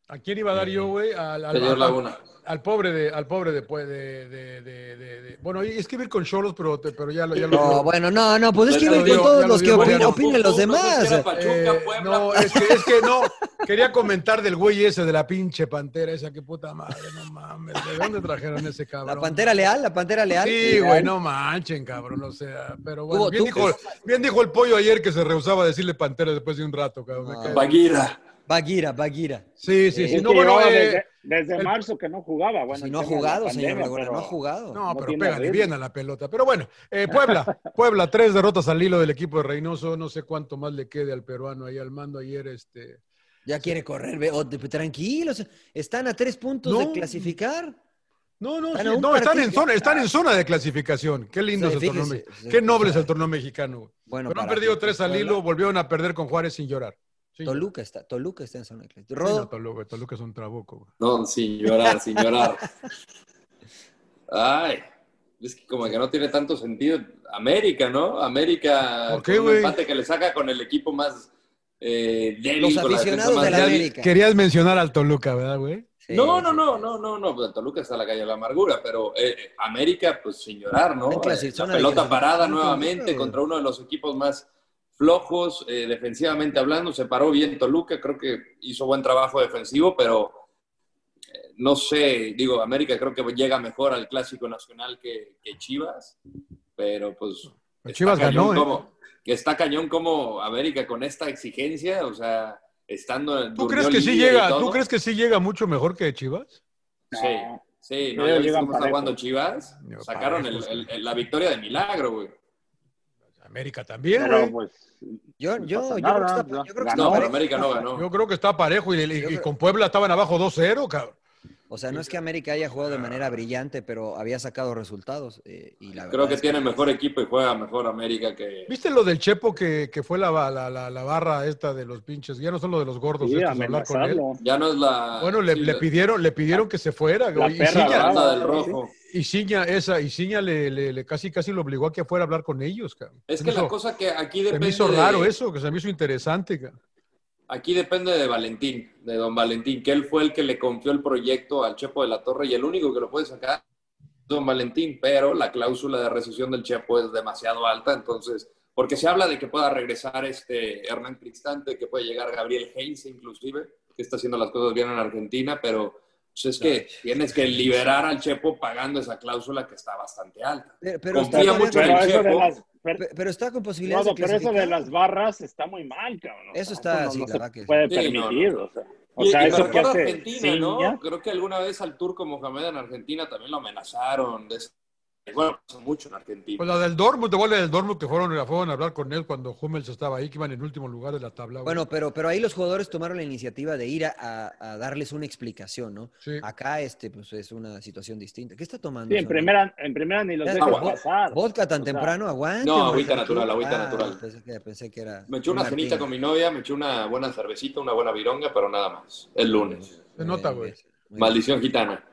[SPEAKER 3] ¿A quién iba a dar yo, güey? Al, al-
[SPEAKER 1] Señor
[SPEAKER 3] al-
[SPEAKER 1] Laguna.
[SPEAKER 3] al pobre de, al pobre de, pues, de, de- de- de- de- bueno, y es que ir con Cholos, pero, te- pero ya lo, ya lo-
[SPEAKER 2] No, bueno, no, no, pues es que
[SPEAKER 3] Ya
[SPEAKER 2] ven
[SPEAKER 3] lo
[SPEAKER 2] con
[SPEAKER 3] dio,
[SPEAKER 2] todos
[SPEAKER 3] ya lo pues
[SPEAKER 2] los que
[SPEAKER 3] dio.
[SPEAKER 2] opin-
[SPEAKER 3] Bueno,
[SPEAKER 2] opinen
[SPEAKER 1] pues,
[SPEAKER 2] los demás.
[SPEAKER 3] Eh, no, es que, es que no, quería comentar del güey ese de la pinche pantera esa, que puta madre, no mames, ¿de dónde trajeron ese cabrón?
[SPEAKER 2] La pantera leal, la pantera leal.
[SPEAKER 3] Sí, güey, no manchen, cabrón, o sea, pero bueno,
[SPEAKER 2] Hugo,
[SPEAKER 3] bien
[SPEAKER 2] tú-
[SPEAKER 3] dijo, bien dijo el pollo ayer que se rehusaba a decirle pantera después de un rato, cabrón. me cae-
[SPEAKER 2] Baguira, Baguira.
[SPEAKER 3] Sí, sí, sí,
[SPEAKER 4] Es
[SPEAKER 3] no,
[SPEAKER 4] que
[SPEAKER 3] bueno,
[SPEAKER 4] llevaba
[SPEAKER 3] eh,
[SPEAKER 4] desde, desde
[SPEAKER 3] el-
[SPEAKER 4] marzo que no jugaba. Bueno,
[SPEAKER 2] Si no ha
[SPEAKER 4] el tema de la
[SPEAKER 2] jugado, señor
[SPEAKER 4] pandemia,
[SPEAKER 2] Laguna,
[SPEAKER 4] pero
[SPEAKER 2] no ha jugado.
[SPEAKER 3] No, pero
[SPEAKER 4] tiene
[SPEAKER 3] pégale
[SPEAKER 4] ritmo.
[SPEAKER 3] bien a la pelota. Pero bueno, eh, Puebla, Puebla, tres derrotas al hilo del equipo de Reynoso. No sé cuánto más le quede al peruano ahí al mando ayer. Este,
[SPEAKER 2] Ya quiere correr, ve, oh, te- tranquilos. Están a tres puntos
[SPEAKER 3] No.
[SPEAKER 2] de clasificar.
[SPEAKER 3] No, no,
[SPEAKER 2] Están
[SPEAKER 3] sí,
[SPEAKER 2] a un
[SPEAKER 3] no, están
[SPEAKER 2] partido.
[SPEAKER 3] en zona, están en zona de clasificación. Qué lindo
[SPEAKER 2] Sí,
[SPEAKER 3] es el torneo.
[SPEAKER 2] fíjese,
[SPEAKER 3] me-
[SPEAKER 2] sí,
[SPEAKER 3] Qué noble es
[SPEAKER 2] sí.
[SPEAKER 3] el torneo mexicano. güey.
[SPEAKER 2] Bueno,
[SPEAKER 3] pero han
[SPEAKER 2] para
[SPEAKER 3] perdido
[SPEAKER 2] ti,
[SPEAKER 3] tres al
[SPEAKER 2] Puebla.
[SPEAKER 3] hilo, volvieron a perder con Juárez sin llorar. Sin llorar.
[SPEAKER 2] Toluca está, Toluca está en zona de
[SPEAKER 3] Sí,
[SPEAKER 2] clasificación. Rodo,
[SPEAKER 3] no, Toluca, Toluca es un trabuco. güey.
[SPEAKER 1] No, sin llorar, sin llorar. Ay, es que como que no tiene tanto sentido. América, ¿no? América
[SPEAKER 3] ¿Por qué,
[SPEAKER 1] con un
[SPEAKER 3] güey?
[SPEAKER 1] empate que le saca con el equipo más eh, débil.
[SPEAKER 2] Los
[SPEAKER 1] con la defensa
[SPEAKER 2] aficionados
[SPEAKER 1] más
[SPEAKER 2] de la
[SPEAKER 1] débil.
[SPEAKER 2] América.
[SPEAKER 3] Querías mencionar al Toluca, ¿verdad, güey?
[SPEAKER 2] Eh, Sí,
[SPEAKER 1] no, no, no, no, no, no, pues, Toluca está en la calle de la amargura, pero eh, eh, América, pues sin llorar, ¿no?
[SPEAKER 2] En clase-
[SPEAKER 1] Eh, la
[SPEAKER 2] zona de
[SPEAKER 1] pelota
[SPEAKER 2] clasificación,
[SPEAKER 1] parada
[SPEAKER 2] Toluca,
[SPEAKER 1] nuevamente
[SPEAKER 2] güey.
[SPEAKER 1] contra uno de los equipos más flojos, eh, defensivamente hablando, se paró bien Toluca, creo que hizo buen trabajo defensivo, pero eh, no sé, digo, América creo que llega mejor al Clásico Nacional que, que Chivas, pero pues...
[SPEAKER 3] Pero
[SPEAKER 1] está
[SPEAKER 3] Chivas ganó,
[SPEAKER 1] cañón
[SPEAKER 3] ¿eh?
[SPEAKER 1] cómo- Está cañón como América con esta exigencia, o sea, estando...
[SPEAKER 3] ¿Tú crees que sí llega? ¿Tú crees que sí llega mucho mejor que Chivas?
[SPEAKER 1] Sí, sí, no,
[SPEAKER 4] Ellos
[SPEAKER 1] ya viste
[SPEAKER 4] llegan
[SPEAKER 1] cómo está
[SPEAKER 4] parejos.
[SPEAKER 1] jugando Chivas.
[SPEAKER 3] Yo,
[SPEAKER 1] Sacaron el-
[SPEAKER 3] parejos,
[SPEAKER 1] el- el- la victoria de milagro, güey.
[SPEAKER 3] América también,
[SPEAKER 4] Pero,
[SPEAKER 3] güey.
[SPEAKER 4] pues,
[SPEAKER 2] yo,
[SPEAKER 4] no
[SPEAKER 2] yo,
[SPEAKER 4] pasa
[SPEAKER 2] yo creo que
[SPEAKER 4] nada,
[SPEAKER 2] está, yo
[SPEAKER 4] ya.
[SPEAKER 2] creo que
[SPEAKER 1] No,
[SPEAKER 2] está
[SPEAKER 1] pero
[SPEAKER 2] parejo.
[SPEAKER 1] América no ganó.
[SPEAKER 3] Yo creo que está parejo y, y- y con Puebla estaban abajo 2-0, cabrón.
[SPEAKER 2] O sea, no es que América haya jugado de manera brillante, pero había sacado resultados. eh, y la
[SPEAKER 1] Creo
[SPEAKER 2] verdad
[SPEAKER 1] que
[SPEAKER 2] es
[SPEAKER 1] tiene mejor equipo y juega mejor América que.
[SPEAKER 3] ¿Viste lo del Chepo que, que fue la, la, la, la barra esta de los pinches? Ya no son lo de los gordos
[SPEAKER 4] sí,
[SPEAKER 3] estos, hablar con él.
[SPEAKER 4] amenazarlo.
[SPEAKER 1] Ya no es la.
[SPEAKER 3] Bueno, le,
[SPEAKER 1] sí,
[SPEAKER 3] le
[SPEAKER 1] la-
[SPEAKER 3] pidieron, le pidieron que se fuera.
[SPEAKER 4] La
[SPEAKER 3] güey, y
[SPEAKER 4] perra
[SPEAKER 3] Ciña-
[SPEAKER 1] la
[SPEAKER 4] brava.
[SPEAKER 1] banda del rojo.
[SPEAKER 3] y Ciña, esa, y Ciña le, le- le- casi casi lo obligó a que fuera a hablar con ellos, cabrón.
[SPEAKER 1] Es
[SPEAKER 3] Se
[SPEAKER 1] que
[SPEAKER 3] me
[SPEAKER 1] la
[SPEAKER 3] hizo-
[SPEAKER 1] cosa que aquí
[SPEAKER 3] se me
[SPEAKER 1] depende.
[SPEAKER 3] hizo raro
[SPEAKER 1] de,
[SPEAKER 3] eso, que se me hizo interesante, cabrón.
[SPEAKER 1] Aquí depende de Valentín, de don Valentín, que él fue el que le confió el proyecto al Chepo de la Torre y el único que lo puede sacar es don Valentín, pero la cláusula de rescisión del Chepo es demasiado alta, entonces, porque se habla de que pueda regresar este Hernán Cristante, que puede llegar Gabriel Heinz inclusive, que está haciendo las cosas bien en Argentina, pero pues, es que tienes que liberar al Chepo pagando esa cláusula que está bastante alta.
[SPEAKER 2] Pero, pero está
[SPEAKER 1] Confía
[SPEAKER 2] todavía
[SPEAKER 1] mucho
[SPEAKER 2] con-
[SPEAKER 1] en
[SPEAKER 4] Pero
[SPEAKER 1] el
[SPEAKER 4] eso de
[SPEAKER 1] Chepo.
[SPEAKER 4] las... per-
[SPEAKER 2] pe- pero está con posibilidades
[SPEAKER 4] Rodo,
[SPEAKER 2] de
[SPEAKER 4] pero eso
[SPEAKER 2] clasificar.
[SPEAKER 4] de las barras está muy mal, cabrón. O sea,
[SPEAKER 2] Eso está
[SPEAKER 4] no-
[SPEAKER 2] así,
[SPEAKER 4] no,
[SPEAKER 2] la
[SPEAKER 4] se
[SPEAKER 2] verdad que sí.
[SPEAKER 4] puede
[SPEAKER 1] Sí,
[SPEAKER 4] permitir. O sea, o
[SPEAKER 1] Y-
[SPEAKER 4] sea,
[SPEAKER 1] y
[SPEAKER 4] eso que
[SPEAKER 1] recuerdo
[SPEAKER 4] hace
[SPEAKER 1] Argentina, ¿no?
[SPEAKER 4] Ciña,
[SPEAKER 1] Creo que alguna vez al turco Mohamed en Argentina también lo amenazaron. de esa- Bueno, pasó mucho en Argentina.
[SPEAKER 3] Pues la del Dortmund, te vuelve del Dortmund que fueron, la fueron a hablar con él cuando Hummels estaba ahí, que iban en último lugar de la tabla. güey.
[SPEAKER 2] Bueno, pero, pero ahí los jugadores tomaron la iniciativa de ir a, a- a darles una explicación, ¿no?
[SPEAKER 3] Sí.
[SPEAKER 2] Acá este, pues, es una situación distinta. ¿Qué está tomando?
[SPEAKER 4] Sí, en
[SPEAKER 2] Sonia?
[SPEAKER 4] primera, en primera ni los
[SPEAKER 2] Ya,
[SPEAKER 4] dejas
[SPEAKER 1] agua.
[SPEAKER 4] pasar.
[SPEAKER 2] ¿Vodka tan
[SPEAKER 4] O sea,
[SPEAKER 2] temprano? Aguante.
[SPEAKER 1] No,
[SPEAKER 2] hombre,
[SPEAKER 1] agüita
[SPEAKER 2] tan
[SPEAKER 1] natural,
[SPEAKER 2] chulo.
[SPEAKER 1] agüita natural.
[SPEAKER 2] Pensé que, pensé que era
[SPEAKER 1] Me eché una
[SPEAKER 2] un martini.
[SPEAKER 1] cenita con mi novia, me eché una buena cervecita, una buena vironga, pero nada más. El lunes.
[SPEAKER 3] Se nota,
[SPEAKER 2] Muy
[SPEAKER 3] güey.
[SPEAKER 2] bien, muy bien.
[SPEAKER 1] Maldición gitana.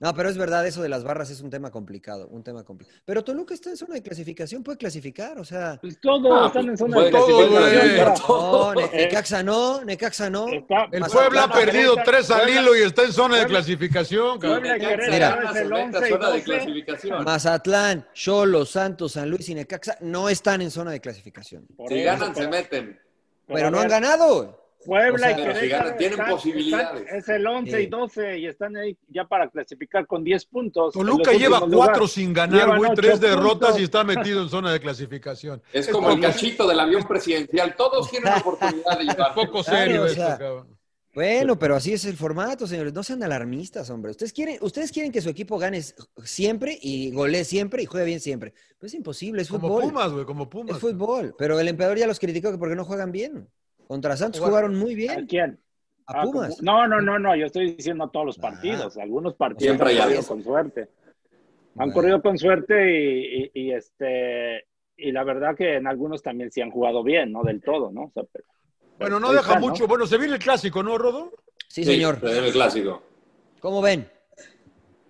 [SPEAKER 2] No, pero es verdad, eso de las barras es un tema complicado, un tema complicado. Pero Toluca está en zona de clasificación, puede clasificar, o sea...
[SPEAKER 4] Pues todos
[SPEAKER 1] Ah,
[SPEAKER 4] están en
[SPEAKER 1] pues,
[SPEAKER 4] zona
[SPEAKER 1] puede
[SPEAKER 4] de
[SPEAKER 1] que sí,
[SPEAKER 4] clasificación,
[SPEAKER 3] güey.
[SPEAKER 2] No,
[SPEAKER 4] pero-
[SPEAKER 2] Ne-
[SPEAKER 4] Eh,
[SPEAKER 2] Necaxa no, Necaxa no.
[SPEAKER 4] está-
[SPEAKER 3] El
[SPEAKER 2] Más-
[SPEAKER 3] Puebla ha
[SPEAKER 2] Puebla,
[SPEAKER 3] perdido
[SPEAKER 4] Puebla,
[SPEAKER 3] tres al
[SPEAKER 4] Puebla.
[SPEAKER 3] hilo y está en zona de
[SPEAKER 4] Puebla.
[SPEAKER 3] clasificación, cabrón.
[SPEAKER 4] Puebla, Querétaro,
[SPEAKER 2] Mira.
[SPEAKER 4] es el
[SPEAKER 1] Zona
[SPEAKER 4] 11 y
[SPEAKER 1] de
[SPEAKER 4] 12.
[SPEAKER 1] clasificación.
[SPEAKER 2] Mazatlán, Cholos, Santos, San Luis y Necaxa no están en zona de clasificación.
[SPEAKER 4] Por
[SPEAKER 1] Si
[SPEAKER 4] eso,
[SPEAKER 1] ganan,
[SPEAKER 4] pero-
[SPEAKER 1] se meten.
[SPEAKER 2] Pero no
[SPEAKER 4] a
[SPEAKER 2] han
[SPEAKER 4] ver,
[SPEAKER 2] ganado.
[SPEAKER 4] Puebla
[SPEAKER 2] O sea,
[SPEAKER 4] y
[SPEAKER 1] pero si
[SPEAKER 4] Querétaro
[SPEAKER 1] ganan, tienen posibilidades.
[SPEAKER 4] están- es el 11
[SPEAKER 2] Sí.
[SPEAKER 4] y 12 y están ahí ya para clasificar con 10 puntos. en
[SPEAKER 3] Toluca
[SPEAKER 4] los
[SPEAKER 3] lleva
[SPEAKER 4] últimos
[SPEAKER 3] cuatro
[SPEAKER 4] lugares.
[SPEAKER 3] sin ganar,
[SPEAKER 4] Llevan
[SPEAKER 3] güey,
[SPEAKER 4] ocho
[SPEAKER 3] tres derrotas
[SPEAKER 4] puntos.
[SPEAKER 3] y está metido en zona de clasificación.
[SPEAKER 1] Es como el
[SPEAKER 3] poco-
[SPEAKER 1] cachito del avión presidencial. Todos tienen la oportunidad de llevar.
[SPEAKER 3] poco
[SPEAKER 2] Claro,
[SPEAKER 3] serio
[SPEAKER 2] o
[SPEAKER 3] esto,
[SPEAKER 2] sea,
[SPEAKER 3] cabrón.
[SPEAKER 2] Bueno, pero así es el formato, señores. No sean alarmistas, hombre. Ustedes quieren, ustedes quieren que su equipo gane s- siempre y golee siempre y juegue bien siempre. Pues es imposible, es
[SPEAKER 3] Como
[SPEAKER 2] fútbol.
[SPEAKER 3] Pumas, güey, como Pumas.
[SPEAKER 2] es fútbol. Pero el emperador ya los criticó que porque no juegan bien. Contra Santos
[SPEAKER 3] Jugaron-
[SPEAKER 2] jugaron muy
[SPEAKER 4] ¿A
[SPEAKER 2] bien.
[SPEAKER 4] quién?
[SPEAKER 2] A
[SPEAKER 4] Ah,
[SPEAKER 2] Pumas.
[SPEAKER 4] como- No, no, no, no, yo estoy diciendo todos los
[SPEAKER 2] Ah.
[SPEAKER 4] partidos. Algunos partidos
[SPEAKER 1] Siempre hay
[SPEAKER 4] han
[SPEAKER 1] algo.
[SPEAKER 4] corrido con suerte. Han
[SPEAKER 2] Bueno.
[SPEAKER 4] corrido con suerte y, y- y, este y la verdad que en algunos también sí han jugado bien, no del todo, ¿no? O sea, pero-
[SPEAKER 3] Bueno, Pues no
[SPEAKER 4] ahí
[SPEAKER 3] deja
[SPEAKER 4] está,
[SPEAKER 3] mucho. Bueno, se viene el clásico, ¿no, Rodo?
[SPEAKER 2] Sí, señor.
[SPEAKER 1] se debe el clásico.
[SPEAKER 2] ¿Cómo ven?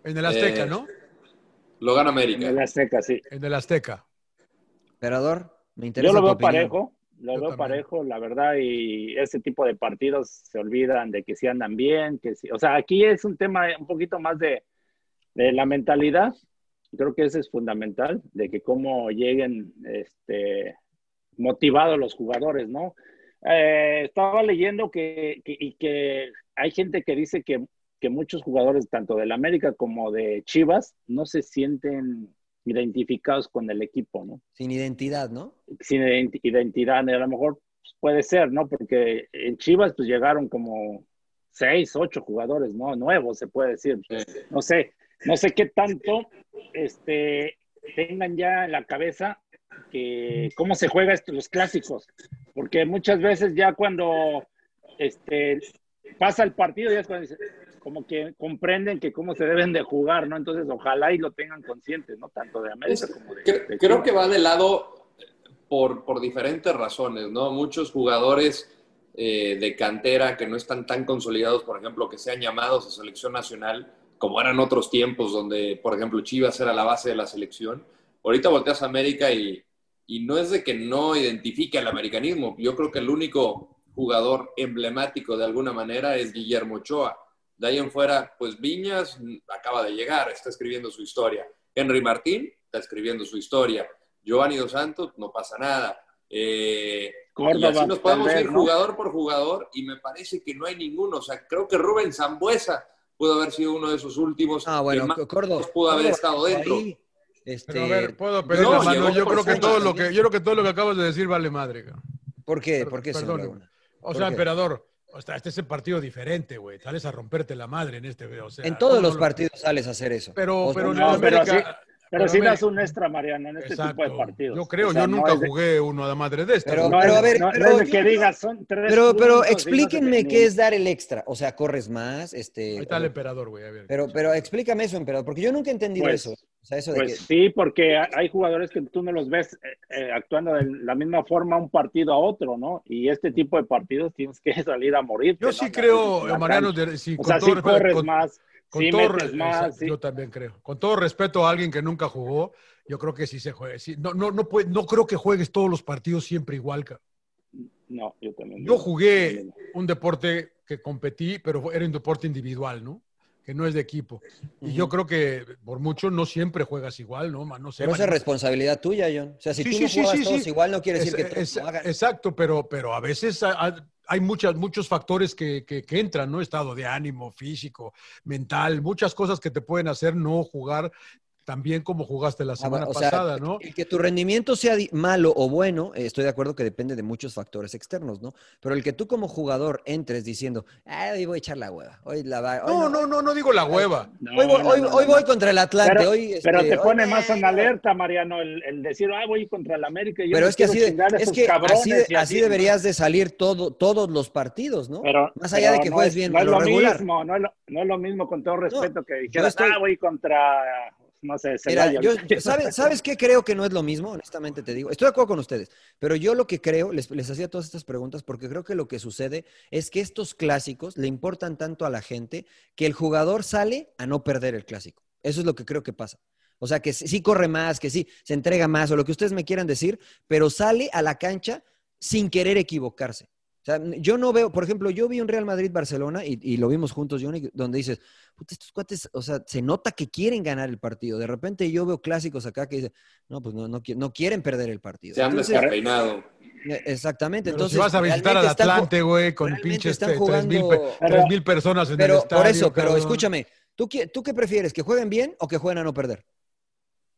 [SPEAKER 3] En el Azteca,
[SPEAKER 1] Eh.
[SPEAKER 3] ¿no?
[SPEAKER 1] Lo gana
[SPEAKER 4] En
[SPEAKER 1] América.
[SPEAKER 4] el Azteca, sí.
[SPEAKER 3] En el Azteca.
[SPEAKER 2] Emperador, me interesa.
[SPEAKER 4] Yo lo
[SPEAKER 2] tu
[SPEAKER 4] veo
[SPEAKER 2] opinión.
[SPEAKER 4] parejo. Lo veo parejo, la verdad, y ese tipo de partidos se olvidan de que si andan bien, que si, o sea, aquí es un tema un poquito más de, de la mentalidad, creo que eso es fundamental, de que cómo lleguen este, motivados los jugadores, ¿no? Eh, estaba leyendo que, que- y que hay gente que dice que, que muchos jugadores, tanto del América como de Chivas, no se sienten identificados con el equipo, ¿no?
[SPEAKER 2] Sin identidad, ¿no?
[SPEAKER 4] sin ident- identidad. A lo mejor pues, puede ser, ¿no? Porque en Chivas pues llegaron como seis, ocho jugadores, ¿no? Nuevos, se puede decir. No sé, no sé qué tanto este, tengan ya en la cabeza que cómo se juega esto, los clásicos. Porque muchas veces ya cuando este, pasa el partido, ya es cuando dice- como que comprenden que cómo se deben de jugar, ¿no? Entonces ojalá y lo tengan conscientes, ¿no? Tanto de América como de...
[SPEAKER 1] Cre-
[SPEAKER 4] de
[SPEAKER 1] creo
[SPEAKER 4] Chivas.
[SPEAKER 1] que va de lado por, por diferentes razones, ¿no? Muchos jugadores eh, de cantera que no están tan consolidados, por ejemplo, que sean llamados a selección nacional, como eran otros tiempos donde, por ejemplo, Chivas era la base de la selección. Ahorita volteas a América y, y no es de que no identifique al americanismo. Yo creo que el único jugador emblemático de alguna manera es Guillermo Ochoa. De ahí en fuera, pues Viñas mm, acaba de llegar, está escribiendo su historia. Henry Martín está escribiendo su historia. Giovanni Dos Santos, no pasa nada. Eh, y
[SPEAKER 4] Córdoba,
[SPEAKER 1] así nos podemos
[SPEAKER 4] Valverde,
[SPEAKER 1] ir
[SPEAKER 4] ¿no?
[SPEAKER 1] jugador por jugador y me parece que no hay ninguno. O sea, creo que Rubén Zambuesa pudo haber sido uno de esos últimos.
[SPEAKER 2] Ah, bueno,
[SPEAKER 1] que más
[SPEAKER 2] Córdoba.
[SPEAKER 1] pudo haber
[SPEAKER 2] Córdoba
[SPEAKER 1] estado dentro.
[SPEAKER 2] ahí, este,
[SPEAKER 3] Pero a ver, puedo pedir
[SPEAKER 1] No,
[SPEAKER 3] la mano.
[SPEAKER 1] llegó
[SPEAKER 3] Yo
[SPEAKER 1] por
[SPEAKER 3] creo,
[SPEAKER 1] Pumas
[SPEAKER 3] que todo lo que, yo creo que todo lo que acabas de decir vale madre. cabrón.
[SPEAKER 2] ¿Por qué? ¿Por qué, señor
[SPEAKER 3] Perdón,
[SPEAKER 2] Laguna?
[SPEAKER 3] O
[SPEAKER 2] ¿Por
[SPEAKER 3] sea,
[SPEAKER 2] qué?
[SPEAKER 3] emperador, o sea, este es el partido diferente, güey. Sales a romperte la madre en este. O sea,
[SPEAKER 2] en todos
[SPEAKER 3] ¿cómo
[SPEAKER 2] los
[SPEAKER 3] lo-
[SPEAKER 2] partidos sales a hacer eso.
[SPEAKER 3] Pero-
[SPEAKER 2] O-
[SPEAKER 3] pero
[SPEAKER 2] o-
[SPEAKER 3] en
[SPEAKER 4] No,
[SPEAKER 3] el
[SPEAKER 4] pero sí,
[SPEAKER 3] América-
[SPEAKER 4] pero
[SPEAKER 3] pero
[SPEAKER 4] sí
[SPEAKER 3] América-
[SPEAKER 4] das un extra, Mariano, en este tipo de
[SPEAKER 3] Exacto.
[SPEAKER 4] partidos.
[SPEAKER 3] Yo creo,
[SPEAKER 4] O sea,
[SPEAKER 3] yo
[SPEAKER 4] no
[SPEAKER 3] nunca
[SPEAKER 4] es de-
[SPEAKER 3] jugué uno a madre de este.
[SPEAKER 2] Pero,
[SPEAKER 4] no
[SPEAKER 2] pero
[SPEAKER 4] es-
[SPEAKER 2] a ver,
[SPEAKER 4] no- no
[SPEAKER 2] pero,
[SPEAKER 4] es de que digas, son tres
[SPEAKER 2] pero, pero
[SPEAKER 4] puntos y no se
[SPEAKER 2] explíquenme
[SPEAKER 4] definen.
[SPEAKER 2] qué es dar el extra. O sea, corres más,
[SPEAKER 3] Ahí
[SPEAKER 2] este.
[SPEAKER 3] está el emperador, güey. a ver.
[SPEAKER 2] Pero, pero explícame eso, emperador, porque yo nunca he entendido
[SPEAKER 4] Pues-
[SPEAKER 2] eso. O sea, eso de
[SPEAKER 4] Pues
[SPEAKER 2] que-
[SPEAKER 4] sí, porque ha- hay jugadores que tú no los ves eh, eh, actuando de la misma forma un partido a otro, ¿no? Y este tipo de partidos tienes que salir a morir.
[SPEAKER 3] Yo sí creo, Mariano, de- sí,
[SPEAKER 4] O
[SPEAKER 3] con
[SPEAKER 4] sea,
[SPEAKER 3] todo
[SPEAKER 4] sí
[SPEAKER 3] respeto,
[SPEAKER 4] corres
[SPEAKER 3] con-
[SPEAKER 4] más,
[SPEAKER 3] con
[SPEAKER 4] sí
[SPEAKER 3] todo
[SPEAKER 4] metes
[SPEAKER 3] re-
[SPEAKER 4] más,
[SPEAKER 3] exacto,
[SPEAKER 4] sí.
[SPEAKER 3] yo también creo. Con todo respeto a alguien que nunca jugó, yo creo que sí se juega. Sí, no, no, no, puede- no creo que juegues todos los partidos siempre igual. cabrón.
[SPEAKER 4] No, yo también.
[SPEAKER 3] Yo jugué un deporte que competí, pero fue- era un deporte individual, ¿no? Que no es de equipo. Y yo
[SPEAKER 2] Ujú.
[SPEAKER 3] creo que por mucho no siempre juegas igual, ¿no? Man, no sé,
[SPEAKER 2] Pero esa es
[SPEAKER 3] man-
[SPEAKER 2] responsabilidad tuya, John. O sea, si
[SPEAKER 3] Sí,
[SPEAKER 2] tú
[SPEAKER 3] sí,
[SPEAKER 2] no
[SPEAKER 3] sí,
[SPEAKER 2] juegas
[SPEAKER 3] sí,
[SPEAKER 2] todos
[SPEAKER 3] sí.
[SPEAKER 2] igual, no quiere
[SPEAKER 3] Es-
[SPEAKER 2] decir que todos
[SPEAKER 3] es-
[SPEAKER 2] lo hagan.
[SPEAKER 3] Exacto, pero, pero a veces ha- ha- hay muchas, muchos factores que, que- que entran, ¿no? Estado de ánimo, físico, mental, muchas cosas que te pueden hacer no jugar tan bien como jugaste la
[SPEAKER 2] Ah, bueno,
[SPEAKER 3] semana
[SPEAKER 2] o sea,
[SPEAKER 3] pasada, ¿no?
[SPEAKER 2] El que tu rendimiento sea di- malo o bueno, eh, estoy de acuerdo que depende de muchos factores externos, ¿no? Pero el que tú como jugador entres diciendo, ah, hoy voy a echar la hueva, hoy la va, hoy
[SPEAKER 3] No, no, no, no digo la hueva.
[SPEAKER 4] No,
[SPEAKER 2] Hoy voy,
[SPEAKER 4] no,
[SPEAKER 2] hoy-
[SPEAKER 4] no,
[SPEAKER 2] hoy
[SPEAKER 4] no,
[SPEAKER 2] voy
[SPEAKER 4] no.
[SPEAKER 2] contra el Atlante.
[SPEAKER 4] Pero,
[SPEAKER 2] hoy, este,
[SPEAKER 4] pero te
[SPEAKER 2] hoy-
[SPEAKER 4] pone más en
[SPEAKER 2] eh,
[SPEAKER 4] alerta, Mariano, el, el decir, ah, voy contra el América. y yo
[SPEAKER 2] Pero
[SPEAKER 4] me
[SPEAKER 2] es que así,
[SPEAKER 4] quiero
[SPEAKER 2] de-
[SPEAKER 4] chingar a
[SPEAKER 2] es
[SPEAKER 4] esos
[SPEAKER 2] que
[SPEAKER 4] cabrones
[SPEAKER 2] así, de-
[SPEAKER 4] y
[SPEAKER 2] así
[SPEAKER 4] ¿no?
[SPEAKER 2] deberías de salir todo, todos los partidos, ¿no?
[SPEAKER 4] Pero-
[SPEAKER 2] más allá de
[SPEAKER 4] pero
[SPEAKER 2] que
[SPEAKER 4] no
[SPEAKER 2] juegues
[SPEAKER 4] es-
[SPEAKER 2] bien,
[SPEAKER 4] no es
[SPEAKER 2] pero
[SPEAKER 4] lo
[SPEAKER 2] regular.
[SPEAKER 4] mismo, no es lo, no es lo mismo con todo respeto que dijeras,
[SPEAKER 2] estoy-
[SPEAKER 4] ah, voy contra, no sé,
[SPEAKER 2] Mira,
[SPEAKER 4] Celaya.
[SPEAKER 2] yo- ¿sabes, ¿sabes qué creo que no es lo mismo? Honestamente te digo. Estoy de acuerdo con ustedes, pero yo lo que creo, les, les hacía todas estas preguntas porque creo que lo que sucede es que estos clásicos le importan tanto a la gente que el jugador sale a no perder el clásico. Eso es lo que creo que pasa. O sea, que sí, sí corre más, que sí se entrega más, o lo que ustedes me quieran decir, pero sale a la cancha sin querer equivocarse. O sea, yo no veo, por ejemplo, yo vi un Real Madrid-Barcelona y, y lo vimos juntos, Johnny, donde dices, puta, estos cuates, o sea, se nota que quieren ganar el partido. De repente yo veo clásicos acá que dicen, no, pues no, no, qui- no quieren perder el partido.
[SPEAKER 1] Se han
[SPEAKER 2] Entonces,
[SPEAKER 1] despeinado.
[SPEAKER 2] eh, exactamente.
[SPEAKER 3] Pero
[SPEAKER 2] Entonces,
[SPEAKER 3] si vas a visitar al
[SPEAKER 2] realmente están ju-
[SPEAKER 3] Atlante, este, güey, con
[SPEAKER 2] realmente
[SPEAKER 3] pinches
[SPEAKER 2] están
[SPEAKER 3] 3.000
[SPEAKER 2] jugando-
[SPEAKER 3] personas en
[SPEAKER 2] Pero
[SPEAKER 3] el estadio.
[SPEAKER 2] por eso, pero
[SPEAKER 3] cabrón,
[SPEAKER 2] escúchame, ¿tú, qué- ¿tú qué prefieres? ¿Que jueguen bien o que jueguen a no perder?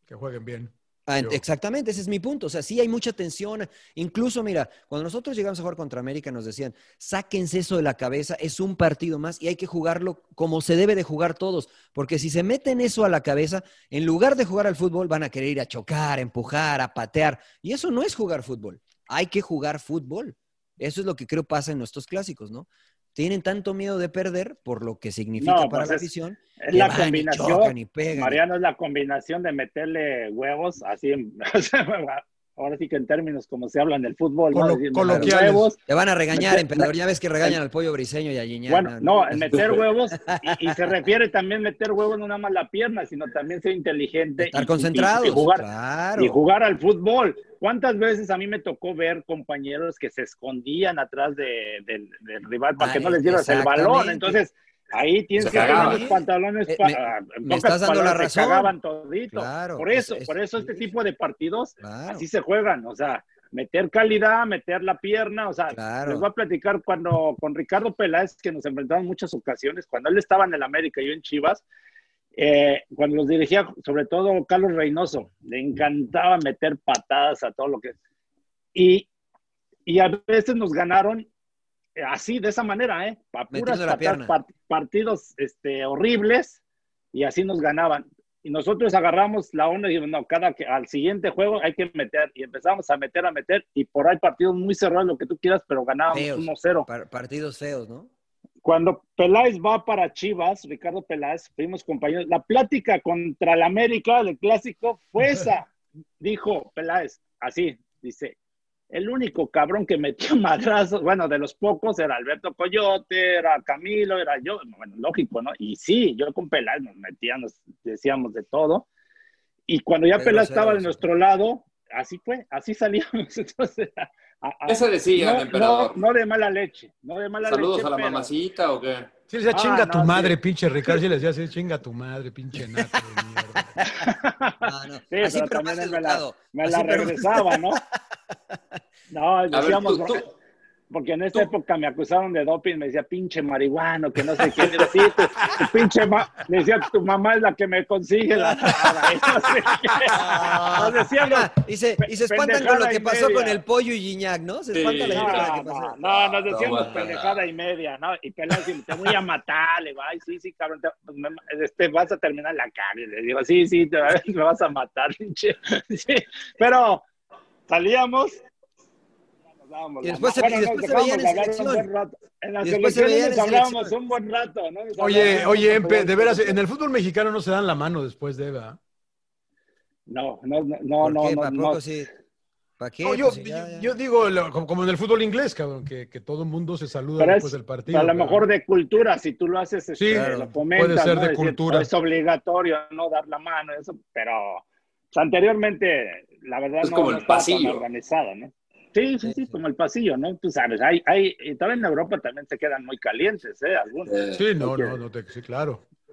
[SPEAKER 3] Que jueguen bien.
[SPEAKER 2] Ah, ent-
[SPEAKER 3] Yo.
[SPEAKER 2] exactamente, ese es mi punto. O sea, sí hay mucha tensión. Incluso, mira, cuando nosotros llegamos a jugar contra América, nos decían, sáquense eso de la cabeza, es un partido más y hay que jugarlo como se debe de jugar todos. Porque si se meten eso a la cabeza, en lugar de jugar al fútbol, van a querer ir a chocar, a empujar, a patear. Y eso no es jugar fútbol. Hay que jugar fútbol. Eso es lo que creo pasa en nuestros clásicos, ¿no? Tienen tanto miedo de perder por lo que significa
[SPEAKER 4] No,
[SPEAKER 2] para
[SPEAKER 4] pues
[SPEAKER 2] la
[SPEAKER 4] es-
[SPEAKER 2] afición. que
[SPEAKER 4] Es la
[SPEAKER 2] van y
[SPEAKER 4] combinación,
[SPEAKER 2] chocan y pegan y-
[SPEAKER 4] Mariano, es la combinación de meterle huevos así, en- o sea, ahora sí que en términos como se hablan del fútbol,
[SPEAKER 2] Colo-
[SPEAKER 4] ¿no? Decir, meter
[SPEAKER 2] coloquiales.
[SPEAKER 4] huevos.
[SPEAKER 2] Te van a regañar,
[SPEAKER 4] Meter-
[SPEAKER 2] emperador. Ya ves que regañan al pollo briseño y a Guiñán.
[SPEAKER 4] Bueno, no, el meter huevos, y, y se refiere también meter huevos no nada más la pierna, sino también ser inteligente.
[SPEAKER 2] Estar
[SPEAKER 4] y- y-
[SPEAKER 2] concentrados,
[SPEAKER 4] Y, jugar,
[SPEAKER 2] claro.
[SPEAKER 4] y jugar al fútbol. ¿Cuántas veces a mí me tocó ver compañeros que se escondían atrás de- del, del rival para
[SPEAKER 2] Ah,
[SPEAKER 4] que no les dieras el balón?
[SPEAKER 2] exactamente.
[SPEAKER 4] Entonces, ahí tienes
[SPEAKER 2] Se
[SPEAKER 4] que tener
[SPEAKER 2] cagaban.
[SPEAKER 4] los pantalones.
[SPEAKER 2] Eh,
[SPEAKER 4] pa-
[SPEAKER 2] me-
[SPEAKER 4] ah, en
[SPEAKER 2] me
[SPEAKER 4] pocas
[SPEAKER 2] estás dando la
[SPEAKER 4] palabras, se
[SPEAKER 2] razón.
[SPEAKER 4] cagaban todito.
[SPEAKER 2] Claro,
[SPEAKER 4] por
[SPEAKER 2] es-
[SPEAKER 4] eso,
[SPEAKER 2] es-
[SPEAKER 4] por eso este tipo de partidos
[SPEAKER 2] Claro.
[SPEAKER 4] así se juegan. O sea, meter calidad, meter la pierna, o sea,
[SPEAKER 2] Claro.
[SPEAKER 4] les voy a platicar cuando con Ricardo Peláez, que nos enfrentamos en muchas ocasiones, cuando él estaba en el América y yo en Chivas, eh, cuando los dirigía, sobre todo Carlos Reynoso, le encantaba meter patadas a todo lo que... Y, y a veces nos ganaron eh, así, de esa manera, ¿eh? Pa puras
[SPEAKER 2] Metiendo la
[SPEAKER 4] patadas,
[SPEAKER 2] pierna.
[SPEAKER 4] par- partidos este, horribles, y así nos ganaban. Y nosotros agarramos la onda y dijimos, no, cada que al siguiente juego hay que meter. Y empezamos a meter, a meter, y por ahí partidos muy cerrados, lo que tú quieras, pero ganábamos
[SPEAKER 2] Feos.
[SPEAKER 4] 1-0.
[SPEAKER 2] Par- partidos feos, ¿no?
[SPEAKER 4] Cuando Peláez va para Chivas, Ricardo Peláez, fuimos compañeros, la plática contra el América, el clásico, fue esa. Dijo Peláez, así, dice, el único cabrón que metió madrazos, bueno, de los pocos era Alberto Coyote, era Camilo, era yo, bueno, lógico, ¿no? Y sí, yo con Peláez nos metíamos, decíamos de todo. Y cuando ya
[SPEAKER 1] Pedro
[SPEAKER 4] Peláez
[SPEAKER 1] Cero,
[SPEAKER 4] estaba de
[SPEAKER 1] sí.
[SPEAKER 4] nuestro lado, así fue, así salíamos. Entonces, a- a-
[SPEAKER 1] ¿Qué se decía,
[SPEAKER 4] no,
[SPEAKER 1] emperador?
[SPEAKER 4] no- no de mala leche, no de mala
[SPEAKER 1] Saludos
[SPEAKER 4] leche.
[SPEAKER 1] a la
[SPEAKER 4] pero-
[SPEAKER 1] mamacita o qué.
[SPEAKER 3] Sí, decía,
[SPEAKER 4] Ah,
[SPEAKER 3] chinga
[SPEAKER 4] no,
[SPEAKER 3] tu
[SPEAKER 4] sí.
[SPEAKER 3] madre, pinche Ricardo. Sí, le decía, sí, chinga tu madre, pinche naco de mierda.
[SPEAKER 2] Ah, no.
[SPEAKER 4] Sí,
[SPEAKER 2] Así,
[SPEAKER 4] pero
[SPEAKER 2] pero más
[SPEAKER 4] también él me la,
[SPEAKER 2] educado.
[SPEAKER 4] me
[SPEAKER 2] Así,
[SPEAKER 4] la
[SPEAKER 2] pero-
[SPEAKER 4] regresaba, ¿no? No,
[SPEAKER 1] ver,
[SPEAKER 4] decíamos,
[SPEAKER 1] tú-
[SPEAKER 4] bro-
[SPEAKER 1] tú-
[SPEAKER 4] porque en esa época me acusaron de doping, me decía, pinche marihuano, que no sé qué, decía, sí, tu, tu pinche ma me decía, tu mamá es la que me consigue la nada", y no sé
[SPEAKER 2] Ah,
[SPEAKER 4] qué. Nos decían los-
[SPEAKER 2] Y se, y se espantan con lo
[SPEAKER 4] pendejada
[SPEAKER 2] que
[SPEAKER 4] y
[SPEAKER 2] pasó con
[SPEAKER 4] media.
[SPEAKER 2] el pollo y Guiñac, ¿no? Se
[SPEAKER 1] Sí.
[SPEAKER 2] espanta la gente con la
[SPEAKER 4] No,
[SPEAKER 2] que pasó.
[SPEAKER 4] no, no, nos decíamos
[SPEAKER 1] bueno.
[SPEAKER 4] pendejada y media, ¿no? Y Peláez decía, te voy a matar, le digo, ay, sí, sí, cabrón, te, pues, me- este, vas a terminar en la calle. Le digo, sí, sí, te, me vas a matar, pinche. Sí, pero salíamos. nos dábamos
[SPEAKER 2] Y
[SPEAKER 4] la
[SPEAKER 2] después
[SPEAKER 4] mano.
[SPEAKER 2] se- y
[SPEAKER 4] nos
[SPEAKER 2] después se
[SPEAKER 4] dejábamos
[SPEAKER 2] veían en
[SPEAKER 4] hablar un
[SPEAKER 2] selección.
[SPEAKER 4] buen rato. En las
[SPEAKER 2] Y después se veían
[SPEAKER 4] selecciones
[SPEAKER 2] en
[SPEAKER 4] nos hablábamos
[SPEAKER 2] selección.
[SPEAKER 4] un buen rato, ¿no? Nos
[SPEAKER 3] Oye,
[SPEAKER 4] hablábamos,
[SPEAKER 3] oye,
[SPEAKER 4] nos
[SPEAKER 3] Empe, de veras,
[SPEAKER 4] hablábamos.
[SPEAKER 3] en el fútbol mexicano no se dan la mano después de Eva.
[SPEAKER 4] No, no, no, no,
[SPEAKER 2] ¿Por
[SPEAKER 4] no,
[SPEAKER 2] qué?
[SPEAKER 4] no,
[SPEAKER 2] ¿Para
[SPEAKER 4] no.
[SPEAKER 2] poco sí? ¿Para qué?
[SPEAKER 3] No, yo,
[SPEAKER 2] Pues sí, ya, ya.
[SPEAKER 3] yo digo, lo- como, como en el fútbol inglés, cabrón, que, que todo el mundo se saluda
[SPEAKER 4] Pero
[SPEAKER 3] después
[SPEAKER 4] es,
[SPEAKER 3] del partido.
[SPEAKER 4] a lo
[SPEAKER 3] cabrón.
[SPEAKER 4] mejor de cultura, si tú lo haces, este,
[SPEAKER 3] Sí,
[SPEAKER 4] lo
[SPEAKER 3] claro,
[SPEAKER 4] fomentas,
[SPEAKER 3] puede ser
[SPEAKER 4] ¿no?
[SPEAKER 3] de
[SPEAKER 4] Decir,
[SPEAKER 3] cultura.
[SPEAKER 4] "Oh, Es obligatorio no dar la mano, eso, pero o sea, anteriormente, la verdad,
[SPEAKER 1] Es
[SPEAKER 4] no,
[SPEAKER 1] como
[SPEAKER 4] no
[SPEAKER 1] el
[SPEAKER 4] estaba tan
[SPEAKER 1] pasillo.
[SPEAKER 4] organizada, ¿no? Sí, sí, sí, como el pasillo, ¿no? Tú sabes, hay, hay, y todavía en Europa también se quedan muy calientes, ¿eh? Algunos.
[SPEAKER 1] Eh,
[SPEAKER 3] Sí, no,
[SPEAKER 4] Porque-
[SPEAKER 3] no, no te, sí, claro.
[SPEAKER 4] y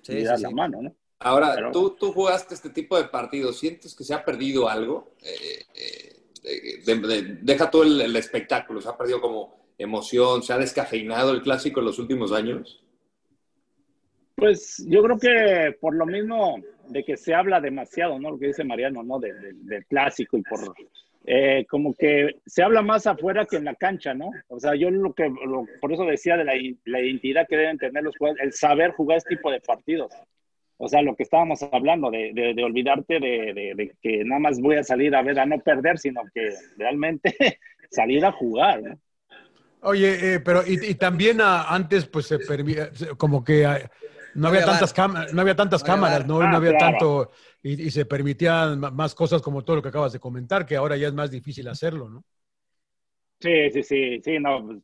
[SPEAKER 2] Sí, sí,
[SPEAKER 4] dar
[SPEAKER 2] sí.
[SPEAKER 4] la mano, ¿no?
[SPEAKER 1] Ahora,
[SPEAKER 4] Pero-
[SPEAKER 1] tú, tú jugaste este tipo de partidos, ¿sientes que se ha perdido algo? Eh, eh, eh, de- de- deja todo el, el espectáculo, se ha perdido como emoción, se ha descafeinado el clásico en los últimos años.
[SPEAKER 4] Pues yo creo que por lo mismo de que se habla demasiado, ¿no? Lo que dice Mariano, ¿no? De- de- del clásico y por... eh, como que se habla más afuera que en la cancha, ¿no? O sea, yo lo que... lo- por eso decía de la, i- la identidad que deben tener los jugadores, el saber jugar este tipo de partidos. O sea, lo que estábamos hablando, de, de- de olvidarte de, de- de que nada más voy a salir a ver, a no perder, sino que realmente salir a jugar, ¿no?
[SPEAKER 3] Oye, eh, pero y, y también ah, antes, pues, se permi- se- como que ah, no, había
[SPEAKER 2] había
[SPEAKER 3] tantas
[SPEAKER 2] bar.
[SPEAKER 3] cámaras, no había tantas
[SPEAKER 2] No había
[SPEAKER 3] cámaras,
[SPEAKER 2] bar.
[SPEAKER 3] ¿no? Y no
[SPEAKER 4] Ah,
[SPEAKER 3] había
[SPEAKER 4] claro.
[SPEAKER 3] tanto, y, y se permitían ma- más cosas como todo lo que acabas de comentar, que ahora ya es más difícil hacerlo, ¿no?
[SPEAKER 4] Sí, sí, sí, sí, no, pues,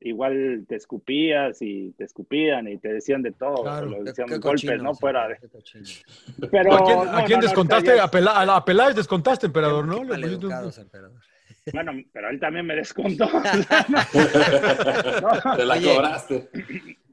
[SPEAKER 4] igual te escupías y te escupían y te decían de todo,
[SPEAKER 3] Claro,
[SPEAKER 4] lo
[SPEAKER 2] Qué-
[SPEAKER 4] decían
[SPEAKER 2] qué
[SPEAKER 4] golpes,
[SPEAKER 2] cochino,
[SPEAKER 4] ¿no?
[SPEAKER 2] sí,
[SPEAKER 4] Fuera de...
[SPEAKER 2] qué cochino.
[SPEAKER 4] Pero,
[SPEAKER 3] ¿A quién, a
[SPEAKER 4] no,
[SPEAKER 3] quién
[SPEAKER 4] no, no,
[SPEAKER 3] descontaste?
[SPEAKER 4] ahorita ya
[SPEAKER 3] a, Pela- a la- a Peláez descontaste, emperador, ¿no?
[SPEAKER 2] Qué
[SPEAKER 3] Le pusiste un-
[SPEAKER 2] maleducados, emperador.
[SPEAKER 4] es- Bueno, pero él también me descontó.
[SPEAKER 1] Te la
[SPEAKER 2] Oye.
[SPEAKER 1] cobraste.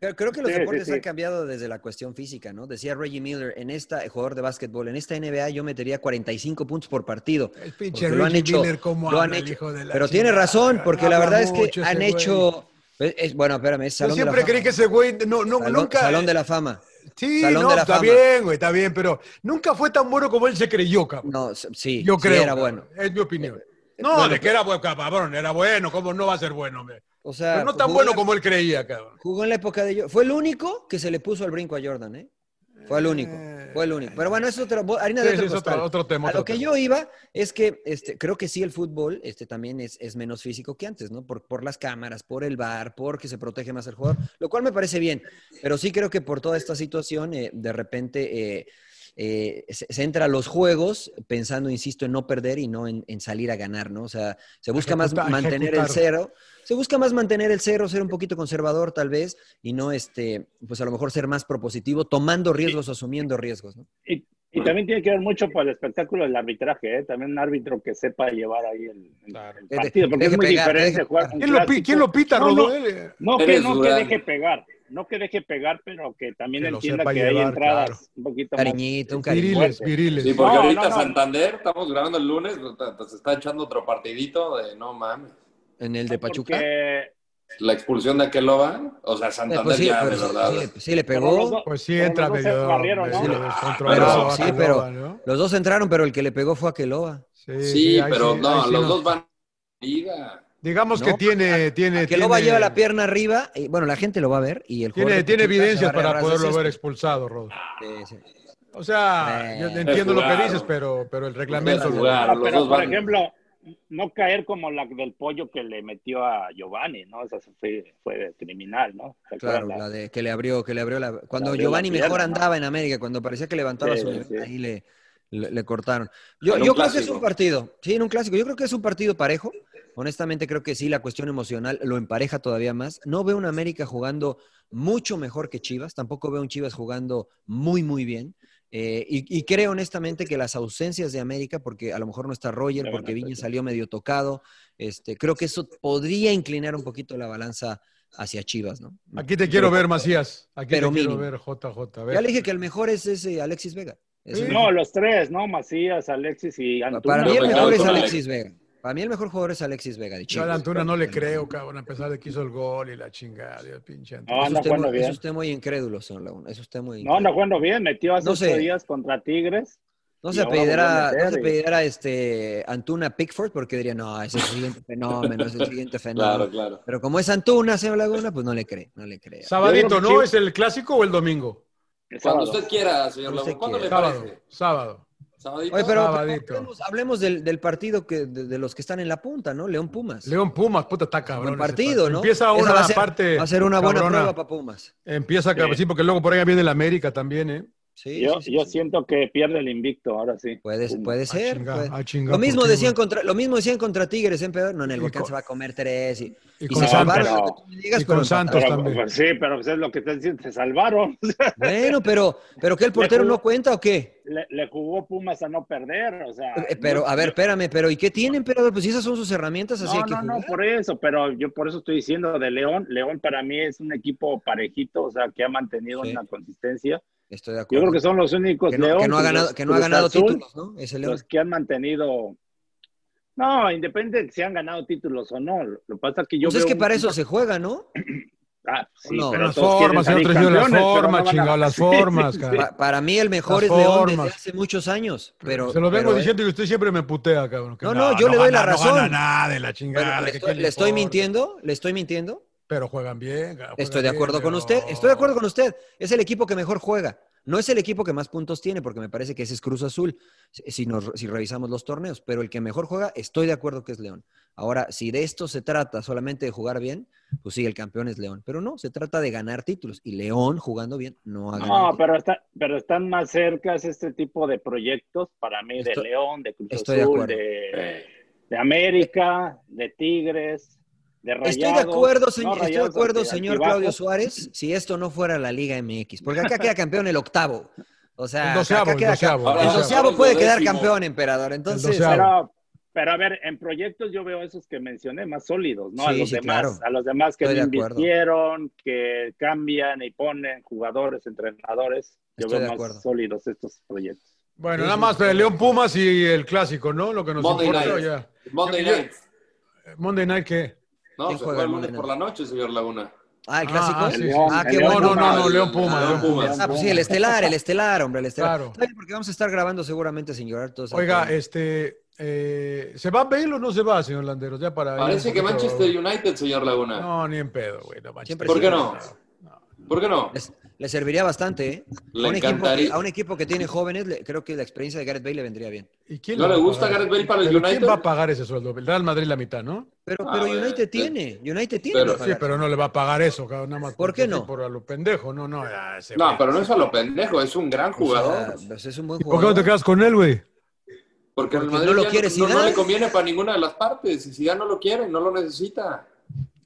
[SPEAKER 2] Creo, creo que los
[SPEAKER 4] Sí, sí,
[SPEAKER 2] deportes
[SPEAKER 4] sí.
[SPEAKER 2] han cambiado desde la cuestión física, ¿no? Decía Reggie Miller, en esta, jugador de básquetbol, en esta NBA yo metería 45 puntos por partido.
[SPEAKER 3] El
[SPEAKER 2] porque
[SPEAKER 3] pinche
[SPEAKER 2] lo han
[SPEAKER 3] Reggie
[SPEAKER 2] hecho,
[SPEAKER 3] Miller, cómo
[SPEAKER 2] lo han
[SPEAKER 3] habla el
[SPEAKER 2] hecho.
[SPEAKER 3] hijo de la
[SPEAKER 2] Pero tiene
[SPEAKER 3] chingada,
[SPEAKER 2] razón,
[SPEAKER 3] cabrón.
[SPEAKER 2] porque la
[SPEAKER 3] Habla
[SPEAKER 2] verdad es que
[SPEAKER 3] mucho ese
[SPEAKER 2] han
[SPEAKER 3] güey.
[SPEAKER 2] hecho... es- es- bueno, espérame, es
[SPEAKER 3] Yo
[SPEAKER 2] Salón de
[SPEAKER 3] siempre
[SPEAKER 2] la Fama.
[SPEAKER 3] creí que ese güey, no, no,
[SPEAKER 2] Salón-
[SPEAKER 3] nunca. eh,
[SPEAKER 2] Salón de la Fama.
[SPEAKER 3] Sí,
[SPEAKER 2] Salón
[SPEAKER 3] no,
[SPEAKER 2] de la
[SPEAKER 3] está
[SPEAKER 2] Fama.
[SPEAKER 3] bien, güey, está bien, pero nunca fue tan bueno como él se creyó, cabrón.
[SPEAKER 2] No, s- sí,
[SPEAKER 3] Yo
[SPEAKER 2] sí
[SPEAKER 3] creo.
[SPEAKER 2] era
[SPEAKER 3] cabrón.
[SPEAKER 2] bueno. Eh,
[SPEAKER 3] Es mi opinión. No,
[SPEAKER 2] bueno, pues.
[SPEAKER 3] de que era bueno, cabrón, era bueno, ¿cómo no va a ser bueno, hombre?
[SPEAKER 2] O sea, pues,
[SPEAKER 3] Pero no tan
[SPEAKER 2] jugó
[SPEAKER 3] bueno
[SPEAKER 2] en la-
[SPEAKER 3] como él creía, cabrón.
[SPEAKER 2] Jugó en la época de yo. Fue el único que se le puso al brinco a Jordan, ¿eh? Fue el único. Fue el único. Pero bueno, es otra bo- harina de
[SPEAKER 3] Sí, sí,
[SPEAKER 2] otro,
[SPEAKER 3] es otro,
[SPEAKER 2] costal.
[SPEAKER 3] otro
[SPEAKER 2] A
[SPEAKER 3] tema. otro
[SPEAKER 2] lo que
[SPEAKER 3] tema.
[SPEAKER 2] yo iba es que este, creo que sí el fútbol este, también es, es menos físico que antes, ¿no? Por, por las cámaras, por el bar, porque se protege más el jugador, lo cual me parece bien. Pero sí creo que por toda esta situación, eh, de repente eh, eh, se, se, entra a los juegos pensando, insisto, en no perder y no en, en salir a ganar, ¿no? O sea, se busca Ejecuta, más mantener ejecutar. el cero, se busca más mantener el cero, ser un poquito conservador tal vez y no, este, pues a lo mejor ser más propositivo, tomando riesgos, y, asumiendo riesgos, ¿no?
[SPEAKER 4] Y, y, también tiene que ver mucho por el espectáculo del arbitraje, ¿eh? también un árbitro que sepa llevar ahí el, el, el partido, porque deje, es muy pegar, diferente deje, jugar.
[SPEAKER 3] ¿Quién lo, ¿Quién lo, pita, eh,
[SPEAKER 4] no,
[SPEAKER 3] Rodo?
[SPEAKER 4] No, no, que, no que deje pegar no que deje pegar, pero que también que entienda que llevar, hay entradas claro. un poquito más.
[SPEAKER 2] Cariñito, un
[SPEAKER 3] cariño. Viriles, viriles.
[SPEAKER 1] Sí, porque no, ahorita no, no. Santander, estamos grabando el lunes, se está echando otro partidito de no mames.
[SPEAKER 2] ¿En
[SPEAKER 3] Ah,
[SPEAKER 2] el de Pachuca? Eh, Porque...
[SPEAKER 1] La expulsión de Aqueloba, o sea, Santander pues sí, ya, de verdad.
[SPEAKER 2] Sí, sí, le pegó.
[SPEAKER 3] Dos, pues sí, entra medio. Barrieron,
[SPEAKER 2] medio pero, sí, pero los dos entraron, pero el que le pegó fue Aqueloba.
[SPEAKER 1] Sí, sí pero no, los dos van. Liga.
[SPEAKER 3] Digamos no, que tiene, tiene,
[SPEAKER 2] que
[SPEAKER 3] tiene,
[SPEAKER 2] lo va pues, a llevar la pierna arriba, y, bueno, la gente lo va a ver y el
[SPEAKER 3] tiene, tiene evidencias para poderlo ver expulsado, Rod. Sí,
[SPEAKER 2] este,
[SPEAKER 3] sí. O sea, eh, yo entiendo jugar, lo que dices, pero, pero el reglamento.
[SPEAKER 1] Ah,
[SPEAKER 4] Jugar, lo... pero, por ejemplo, no caer como la del pollo que le metió a Giovanni, ¿no? Esa fue, fue criminal, ¿no?
[SPEAKER 2] Claro, la... la de que le abrió, que le abrió la. Cuando abrió Giovanni la pierna, mejor andaba en América, cuando parecía que levantaba sí, su nivel, ahí le, le, le, cortaron. Yo, yo creo clásico. que es un partido, sí, en un clásico. Yo creo que es un partido parejo. Honestamente, creo que sí, la cuestión emocional lo empareja todavía más. No veo un América jugando mucho mejor que Chivas, tampoco veo un Chivas jugando muy, muy bien. Eh, y, y, creo honestamente que las ausencias de América, porque a lo mejor no está Roger, no, porque no, Viña no. salió medio tocado, este, creo que eso podría inclinar un poquito la balanza hacia Chivas, ¿no?
[SPEAKER 3] Aquí te quiero pero, ver, Macías. Aquí pero te mínimo. quiero ver, JJ. Ver.
[SPEAKER 2] Ya le dije que el mejor es ese Alexis Vega.
[SPEAKER 4] Sí. No, pues, los tres, ¿no? Macías, Alexis y Antuna.
[SPEAKER 2] Para mí el mejor es Alexis Vega. Para mí el mejor jugador es Alexis Vega de Chivas.
[SPEAKER 3] Yo a Antuna no le creo, cabrón, a pesar de que hizo el gol y la chingada, Dios, pinche
[SPEAKER 4] Ah,
[SPEAKER 2] Antuna. No, no usted, jugando bien. Eso usted muy incrédulo, son Laguna. Eso usted muy
[SPEAKER 4] incrédulo. No, no jugando bien. Metió hace no ocho días contra Tigres.
[SPEAKER 2] No se pedirá, no se pedirá este Antuna Pickford porque diría, no, es el siguiente fenómeno, es el siguiente fenómeno.
[SPEAKER 1] Claro, claro.
[SPEAKER 2] Pero como es Antuna, señor Laguna, pues no le cree, no le cree.
[SPEAKER 3] Sabadito, ¿no? ¿Es el clásico o el domingo?
[SPEAKER 1] El Cuando usted quiera, señor Laguna. ¿Cuándo quiera.
[SPEAKER 3] le parece? Sábado. sábado.
[SPEAKER 2] Oye, pero, pero hablemos, hablemos del, del, partido que, de, de, los que están en la punta, ¿no? León Pumas.
[SPEAKER 3] León Pumas, puta, está cabrón.
[SPEAKER 2] El partido, ¿no?
[SPEAKER 3] Empieza una
[SPEAKER 2] va a ser,
[SPEAKER 3] parte.
[SPEAKER 2] Va a ser una buena cabrona. prueba para Pumas.
[SPEAKER 3] Empieza, sí. sí, porque luego por ahí viene el América también, ¿eh?
[SPEAKER 4] Sí, yo, sí, yo sí, siento que pierde el invicto ahora sí.
[SPEAKER 2] Puedes, puede
[SPEAKER 3] Ah,
[SPEAKER 2] ser. Chingar, puede. Chingar, lo, mismo decían contra, lo mismo decían contra Tigres en Pedro. No, en el Volcán se va a comer tres. Y,
[SPEAKER 3] y, y con, Santos,
[SPEAKER 4] pero,
[SPEAKER 3] digas, y con Santos
[SPEAKER 4] pero,
[SPEAKER 3] también.
[SPEAKER 4] Pues, sí, pero eso es lo que te diciendo. Se salvaron.
[SPEAKER 2] Bueno, pero, pero que el portero jugó, no cuenta o qué? Eh,
[SPEAKER 4] Le, le, jugó Pumas a no perder. O sea,
[SPEAKER 2] pero,
[SPEAKER 4] Ah, no,
[SPEAKER 2] a ver, espérame, pero ¿y qué tienen, Pedro? Pues esas son sus herramientas. Así
[SPEAKER 4] no,
[SPEAKER 2] que
[SPEAKER 4] no, jugar. no, por eso. Pero yo por eso estoy diciendo de León. León para mí es un equipo parejito, o sea, que ha mantenido sí. una consistencia.
[SPEAKER 2] Estoy de acuerdo.
[SPEAKER 4] Yo creo que son los únicos
[SPEAKER 2] que no,
[SPEAKER 4] León,
[SPEAKER 2] que no ha ganado, que no ha ganado Azul, títulos, ¿no?
[SPEAKER 4] Es el León. Los que han mantenido. No, independiente de si han ganado títulos o no. Lo que pasa es que yo.
[SPEAKER 2] Pues veo es que para un... eso se juega, ¿no?
[SPEAKER 4] Ah, sí,
[SPEAKER 3] no, pero las formas, señor Trujillo, las formas, no chingado, las formas, sí, sí,
[SPEAKER 2] para, para mí el mejor las es León formas. desde hace muchos años. Pero,
[SPEAKER 3] se lo vengo
[SPEAKER 2] pero, eh,
[SPEAKER 3] diciendo y usted siempre me putea, cabrón.
[SPEAKER 2] No, no, yo le doy
[SPEAKER 3] gana,
[SPEAKER 2] la razón. No
[SPEAKER 3] gana nada de la chingada.
[SPEAKER 2] le estoy, le estoy mintiendo, le estoy mintiendo.
[SPEAKER 3] Pero juegan bien. Juegan
[SPEAKER 2] estoy de acuerdo
[SPEAKER 3] bien,
[SPEAKER 2] con
[SPEAKER 3] pero...
[SPEAKER 2] usted. Estoy de acuerdo con usted. Es el equipo que mejor juega. No es el equipo que más puntos tiene, porque me parece que ese es Cruz Azul, si, nos, si revisamos los torneos. Pero el que mejor juega, estoy de acuerdo que es León. Ahora, si de esto se trata solamente de jugar bien, pues sí, el campeón es León. Pero no, se trata de ganar títulos. Y León, jugando bien, no ha ganado.
[SPEAKER 4] No, pero, está, pero están más cerca este tipo de proyectos para mí de estoy, León, de Cruz Azul, de, de,
[SPEAKER 1] Eh,
[SPEAKER 4] de América, de Tigres. De rayados,
[SPEAKER 2] estoy de acuerdo, señor, no rayados, este, estoy de acuerdo, señor altibajo. Claudio Suárez, si esto no fuera la Liga MX, porque acá queda campeón el octavo. O sea,
[SPEAKER 3] el Ah, doceavo,
[SPEAKER 2] Ah, acá queda
[SPEAKER 3] el doceavo,
[SPEAKER 2] el doceavo puede quedar campeón, emperador. Entonces,
[SPEAKER 4] pero, pero, a ver, en proyectos yo veo esos que mencioné más sólidos, ¿no? Sí, a los sí, demás, claro. a los demás que estoy invirtieron, que cambian y ponen jugadores, entrenadores. Yo estoy veo más sólidos estos proyectos.
[SPEAKER 3] Bueno, sí, nada más eh, León Pumas y el clásico, ¿no? Lo que nos Eh,
[SPEAKER 1] Monday importa night. ya. Monday yo, night.
[SPEAKER 3] Monday night qué?
[SPEAKER 1] No, se juega el lunes por la noche, señor Laguna.
[SPEAKER 2] Ah, el clásico.
[SPEAKER 3] Ah, sí, sí. ah qué bueno. No, no, no, León Puma. León Puma.
[SPEAKER 2] Ah, pues sí, el estelar, el estelar, hombre, el estelar. Claro. Está bien, porque vamos a estar grabando seguramente sin llorar todos.
[SPEAKER 3] Oiga, aquí. este. Eh, ¿Se va Bale o no se va, señor Landeros? Ya para
[SPEAKER 1] Parece que Manchester United, señor Laguna.
[SPEAKER 3] No, ni en pedo, güey. No,
[SPEAKER 1] ¿Por qué no? no? ¿Por qué no?
[SPEAKER 2] Es, Le serviría bastante, ¿eh?
[SPEAKER 1] Le
[SPEAKER 2] a, un equipo que,
[SPEAKER 1] encantaría.
[SPEAKER 2] a un equipo que tiene jóvenes, le- creo que la experiencia de Gareth Bale le vendría bien.
[SPEAKER 3] ¿Y quién
[SPEAKER 1] No
[SPEAKER 3] va
[SPEAKER 1] le
[SPEAKER 3] a
[SPEAKER 1] gusta
[SPEAKER 3] pagar?
[SPEAKER 1] Gareth Bale para el
[SPEAKER 3] ¿Pero ¿Quién
[SPEAKER 1] United?
[SPEAKER 3] va a pagar ese sueldo? El Real Madrid la mitad, ¿no?
[SPEAKER 2] Pero,
[SPEAKER 1] Ah,
[SPEAKER 2] pero
[SPEAKER 1] bueno,
[SPEAKER 2] United
[SPEAKER 1] eh,
[SPEAKER 2] tiene, United tiene.
[SPEAKER 1] pero-
[SPEAKER 2] que
[SPEAKER 3] Sí,
[SPEAKER 2] pagar.
[SPEAKER 3] pero no le va a pagar eso, cabrón, nada más.
[SPEAKER 2] ¿Por qué
[SPEAKER 3] porque
[SPEAKER 2] no?
[SPEAKER 3] sí, Por a lo pendejo, no, no. ya, ese
[SPEAKER 1] No,
[SPEAKER 3] güey.
[SPEAKER 1] pero no es a lo pendejo, es un gran
[SPEAKER 2] O sea,
[SPEAKER 1] jugador.
[SPEAKER 2] pues es un buen
[SPEAKER 3] ¿Y ¿Por qué no
[SPEAKER 2] jugador.
[SPEAKER 3] te quedas con él, güey?
[SPEAKER 1] Porque el
[SPEAKER 2] porque
[SPEAKER 1] Madrid
[SPEAKER 2] no lo
[SPEAKER 1] ya
[SPEAKER 2] quiere
[SPEAKER 1] no, no
[SPEAKER 2] Zidane.
[SPEAKER 1] le conviene para ninguna de las partes. Y Zidane no lo quiere, no lo necesita.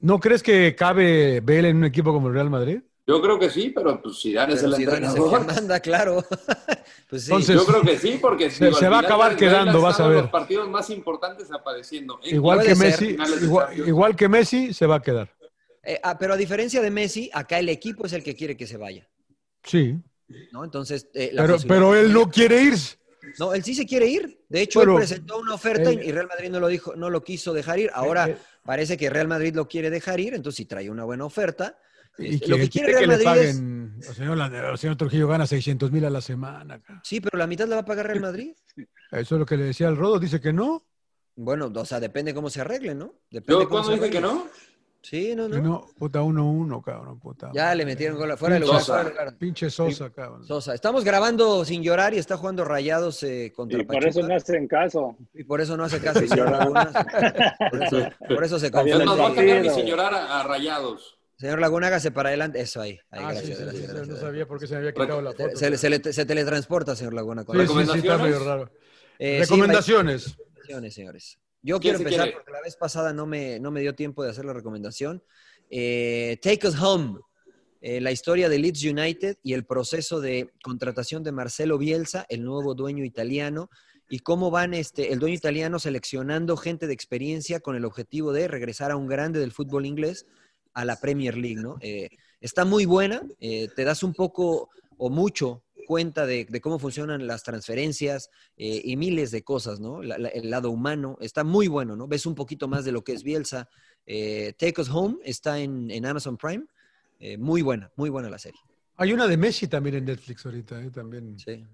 [SPEAKER 3] ¿No crees que cabe Bale en un equipo como el Real Madrid?
[SPEAKER 1] Yo creo que sí, pero pues Zidane es
[SPEAKER 2] Pero
[SPEAKER 1] el
[SPEAKER 2] Zidane es el
[SPEAKER 1] entrenador.
[SPEAKER 2] que manda, claro. Pues sí.
[SPEAKER 3] Entonces-
[SPEAKER 1] Yo creo que sí, porque
[SPEAKER 3] Se-
[SPEAKER 1] digo,
[SPEAKER 3] se
[SPEAKER 1] al
[SPEAKER 3] va a
[SPEAKER 1] final
[SPEAKER 3] acabar
[SPEAKER 1] Gareth Bale
[SPEAKER 3] quedando,
[SPEAKER 1] ha
[SPEAKER 3] vas a
[SPEAKER 1] estado en
[SPEAKER 3] ver.
[SPEAKER 1] Los partidos más importantes apareciendo. En
[SPEAKER 3] Igual que
[SPEAKER 2] puede ser,
[SPEAKER 3] Messi,
[SPEAKER 1] finales de
[SPEAKER 3] igual,
[SPEAKER 1] Champions.
[SPEAKER 3] igual que Messi se va a quedar.
[SPEAKER 2] Eh, ah, pero a diferencia de Messi, acá el equipo es el que quiere que se vaya.
[SPEAKER 3] Sí.
[SPEAKER 2] ¿no? Entonces, eh, la
[SPEAKER 3] Pero,
[SPEAKER 2] posibilidad-
[SPEAKER 3] pero él no quiere irse.
[SPEAKER 2] No, él sí se quiere ir. De hecho,
[SPEAKER 3] Bueno,
[SPEAKER 2] él presentó una oferta
[SPEAKER 3] él-
[SPEAKER 2] y Real Madrid no lo dijo, no lo quiso dejar ir. Ahora
[SPEAKER 3] Eh,
[SPEAKER 2] parece que Real Madrid lo quiere dejar ir, entonces si trae una buena oferta.
[SPEAKER 3] Y
[SPEAKER 2] este, lo que quiere Real
[SPEAKER 3] que le
[SPEAKER 2] Madrid es.
[SPEAKER 3] paguen. El señor, Lan- el señor Trujillo gana 600 mil a la semana. cara.
[SPEAKER 2] Sí, pero la mitad la va a pagar Real Madrid.
[SPEAKER 3] Eso es lo que le decía al Rodo. Dice que no.
[SPEAKER 2] Bueno, o sea, depende cómo se arregle, ¿no? Depende cómo
[SPEAKER 1] Yo cuando
[SPEAKER 2] se
[SPEAKER 1] dije que
[SPEAKER 2] arregle.
[SPEAKER 1] no,
[SPEAKER 2] Sí, no,
[SPEAKER 3] Que
[SPEAKER 2] no.
[SPEAKER 3] no, puta 1-1, cabrón, puta.
[SPEAKER 2] Ya le metieron gol fuera de
[SPEAKER 3] Pinche
[SPEAKER 2] lugar.
[SPEAKER 1] Sosa.
[SPEAKER 2] fuera de lugar.
[SPEAKER 3] Pinche Sosa, cabrón.
[SPEAKER 2] Sosa. Estamos grabando sin llorar y está jugando rayados eh, contra
[SPEAKER 4] Y por
[SPEAKER 2] Pachuca.
[SPEAKER 4] eso no hacen caso.
[SPEAKER 2] Y por eso no hace caso. señor Lagunas. Por eso, por eso se
[SPEAKER 4] Está bien
[SPEAKER 2] confunde.
[SPEAKER 1] es más,
[SPEAKER 4] el
[SPEAKER 1] voy a
[SPEAKER 4] partido.
[SPEAKER 1] sacar mi señorar a, a rayados.
[SPEAKER 2] Señor Laguna, hágase para adelante. Eso ahí. ahí,
[SPEAKER 3] Ah, sí,
[SPEAKER 2] gracias,
[SPEAKER 3] sí,
[SPEAKER 2] gracias,
[SPEAKER 3] sí,
[SPEAKER 2] gracias.
[SPEAKER 3] No sabía por qué se me había quitado la
[SPEAKER 2] Se-
[SPEAKER 3] foto.
[SPEAKER 2] Se, le- se le- se teletransporta, señor Laguna. con
[SPEAKER 3] Sí,
[SPEAKER 2] la-
[SPEAKER 3] sí, sí, está medio
[SPEAKER 1] ¿Recomendaciones?
[SPEAKER 3] raro.
[SPEAKER 2] Eh, sí,
[SPEAKER 3] Recomendaciones.
[SPEAKER 2] hay recomendaciones, señores. Yo quiero
[SPEAKER 1] ¿Quién se
[SPEAKER 2] empezar
[SPEAKER 1] quiere?
[SPEAKER 2] porque la vez pasada no me, no me dio tiempo de hacer la recomendación. Eh, Take Us Home, eh, la historia de Leeds United y el proceso de contratación de Marcelo Bielsa, el nuevo dueño italiano, y cómo van este, el dueño italiano seleccionando gente de experiencia con el objetivo de regresar a un grande del fútbol inglés a la Premier League, ¿no? Eh, está muy buena, eh, te das un poco o mucho cuenta de, de cómo funcionan las transferencias eh, y miles de cosas, ¿no? La- la- el lado humano está muy bueno, ¿no? Ves un poquito más de lo que es Bielsa. Eh, Take Us Home está en, en Amazon Prime. Eh, muy buena, muy buena la serie.
[SPEAKER 3] Hay una de Messi también en Netflix ahorita, ¿eh? también
[SPEAKER 2] Sí.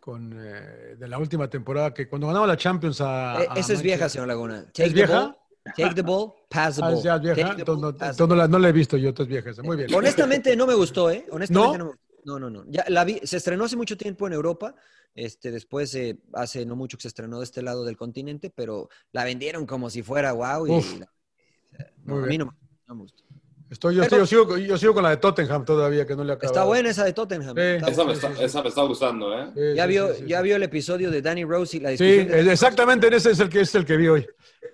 [SPEAKER 3] con eh, de la última temporada que cuando ganaba la Champions a,
[SPEAKER 2] Eh,
[SPEAKER 3] a
[SPEAKER 2] esa es vieja,
[SPEAKER 3] Manchester-
[SPEAKER 2] señor Laguna.
[SPEAKER 3] ah, ¿Es vieja?
[SPEAKER 2] Ball, take the ball, pass the
[SPEAKER 3] Ah,
[SPEAKER 2] ball.
[SPEAKER 3] ya es vieja.
[SPEAKER 2] Take the ball,
[SPEAKER 3] Entonces, no,
[SPEAKER 2] pass
[SPEAKER 3] entonces no la, no la he visto yo, entonces vieja esa. Muy bien.
[SPEAKER 2] Honestamente no me gustó, ¿eh? Honestamente no,
[SPEAKER 3] ¿No?
[SPEAKER 2] me gustó. no, no, no. Ya la vi- se estrenó hace mucho tiempo en Europa. Este, después eh, hace no mucho que se estrenó de este lado del continente, pero la vendieron como si fuera wow. Y,
[SPEAKER 3] Uf.
[SPEAKER 2] la-
[SPEAKER 3] Muy
[SPEAKER 2] no, a
[SPEAKER 3] bien.
[SPEAKER 2] mí no, no me gustó.
[SPEAKER 3] Estoy, yo,
[SPEAKER 2] Pero-
[SPEAKER 3] yo sigo, yo sigo con la de Tottenham todavía, que no le acabo.
[SPEAKER 2] Está buena esa de Tottenham.
[SPEAKER 3] Sí.
[SPEAKER 2] Está
[SPEAKER 1] Esa me,
[SPEAKER 2] buena.
[SPEAKER 1] está, esa me está gustando, ¿eh?
[SPEAKER 3] Sí,
[SPEAKER 2] ya
[SPEAKER 3] sí,
[SPEAKER 2] vio,
[SPEAKER 3] sí, sí,
[SPEAKER 2] ya
[SPEAKER 3] sí.
[SPEAKER 2] vio el episodio de Danny Rose y la
[SPEAKER 3] Sí,
[SPEAKER 2] discusión. de-
[SPEAKER 3] es- exactamente en ese es el que es el que vi hoy,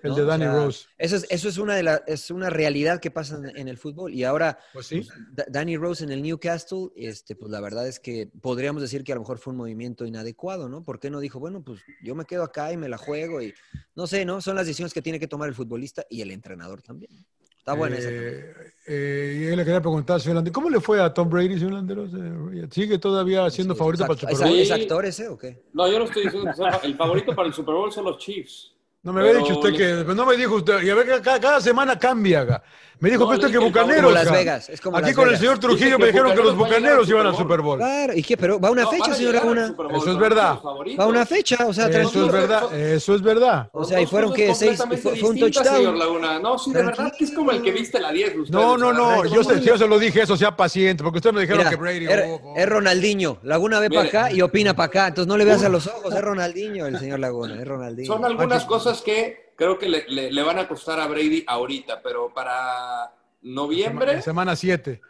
[SPEAKER 3] el
[SPEAKER 2] ¿no?
[SPEAKER 3] de
[SPEAKER 2] O
[SPEAKER 3] Danny
[SPEAKER 2] sea,
[SPEAKER 3] Rose.
[SPEAKER 2] Eso es, eso es una de la- es una realidad que pasa en- en el fútbol. Y ahora
[SPEAKER 3] Pues sí.
[SPEAKER 2] Da- Danny Rose en el Newcastle, este, pues la verdad es que podríamos decir que a lo mejor fue un movimiento inadecuado, ¿no? ¿Por qué no dijo, bueno, pues yo me quedo acá y me la juego? Y no sé, ¿no? Son las decisiones que tiene que tomar el futbolista y el entrenador también. Está buena esa. también.
[SPEAKER 3] Eh, eh, y yo le quería preguntar, señor Landeros, ¿cómo le fue a Tom Brady, señor Landeros? Eh, ¿Sigue todavía siendo
[SPEAKER 2] Sí,
[SPEAKER 3] favorito
[SPEAKER 2] es
[SPEAKER 3] para el
[SPEAKER 2] act-
[SPEAKER 3] Super
[SPEAKER 2] ¿es-
[SPEAKER 3] Bowl?
[SPEAKER 1] Bowl.
[SPEAKER 2] ¿Es actor ese o qué?
[SPEAKER 1] No, yo no estoy diciendo que sea el favorito para el Super Bowl son los Chiefs.
[SPEAKER 3] No me había
[SPEAKER 1] Pero
[SPEAKER 3] dicho usted
[SPEAKER 1] le-
[SPEAKER 3] que, no me dijo usted, y a ver, que cada, cada semana cambia. ga. Me dijo
[SPEAKER 1] No,
[SPEAKER 3] que
[SPEAKER 1] le
[SPEAKER 3] usted que
[SPEAKER 1] dije,
[SPEAKER 3] Bucaneros.
[SPEAKER 2] Como Las
[SPEAKER 3] ga.
[SPEAKER 2] Vegas. Es como
[SPEAKER 3] Aquí
[SPEAKER 2] Las
[SPEAKER 3] con
[SPEAKER 2] Vegas.
[SPEAKER 3] el señor
[SPEAKER 1] Dice
[SPEAKER 3] Trujillo
[SPEAKER 1] que
[SPEAKER 3] me dijeron que los
[SPEAKER 1] Bucaneros
[SPEAKER 3] Bucaneros
[SPEAKER 1] va a
[SPEAKER 3] iban
[SPEAKER 1] llegar al
[SPEAKER 3] al Super Bowl.
[SPEAKER 2] Claro, ¿y qué? Pero va una
[SPEAKER 1] No, van
[SPEAKER 2] fecha,
[SPEAKER 1] a
[SPEAKER 2] señor
[SPEAKER 1] llegar al
[SPEAKER 2] Laguna.
[SPEAKER 1] Super Bowl,
[SPEAKER 3] Eso es
[SPEAKER 1] son los
[SPEAKER 3] verdad.
[SPEAKER 1] favoritos.
[SPEAKER 2] Va una fecha, o sea,
[SPEAKER 3] Eso es
[SPEAKER 2] tranquilo.
[SPEAKER 1] Entonces,
[SPEAKER 3] verdad,
[SPEAKER 1] son-
[SPEAKER 3] eso es verdad.
[SPEAKER 2] O sea, y
[SPEAKER 1] Dos
[SPEAKER 2] fueron
[SPEAKER 1] cosas
[SPEAKER 2] que seis,
[SPEAKER 1] completamente
[SPEAKER 2] fue, fue un
[SPEAKER 1] distintas, señor
[SPEAKER 2] touchdown.
[SPEAKER 1] Laguna. No, sí, de verdad que es como el que viste la 10. ustedes,
[SPEAKER 3] No, no,
[SPEAKER 1] o sea,
[SPEAKER 3] no, yo, se,
[SPEAKER 1] somos-
[SPEAKER 3] yo se lo dije eso, sea paciente, porque ustedes me dijeron
[SPEAKER 2] Mira,
[SPEAKER 3] que Brady...
[SPEAKER 2] es,
[SPEAKER 3] oh, oh.
[SPEAKER 2] es Ronaldinho. Laguna ve para
[SPEAKER 1] Mire.
[SPEAKER 2] acá y opina para acá. Entonces no le veas a los ojos. Es Ronaldinho el señor Laguna. Es Ronaldinho.
[SPEAKER 1] Son algunas cosas que creo que le, le- le van a costar a Brady ahorita, pero para noviembre,
[SPEAKER 3] Semana 7.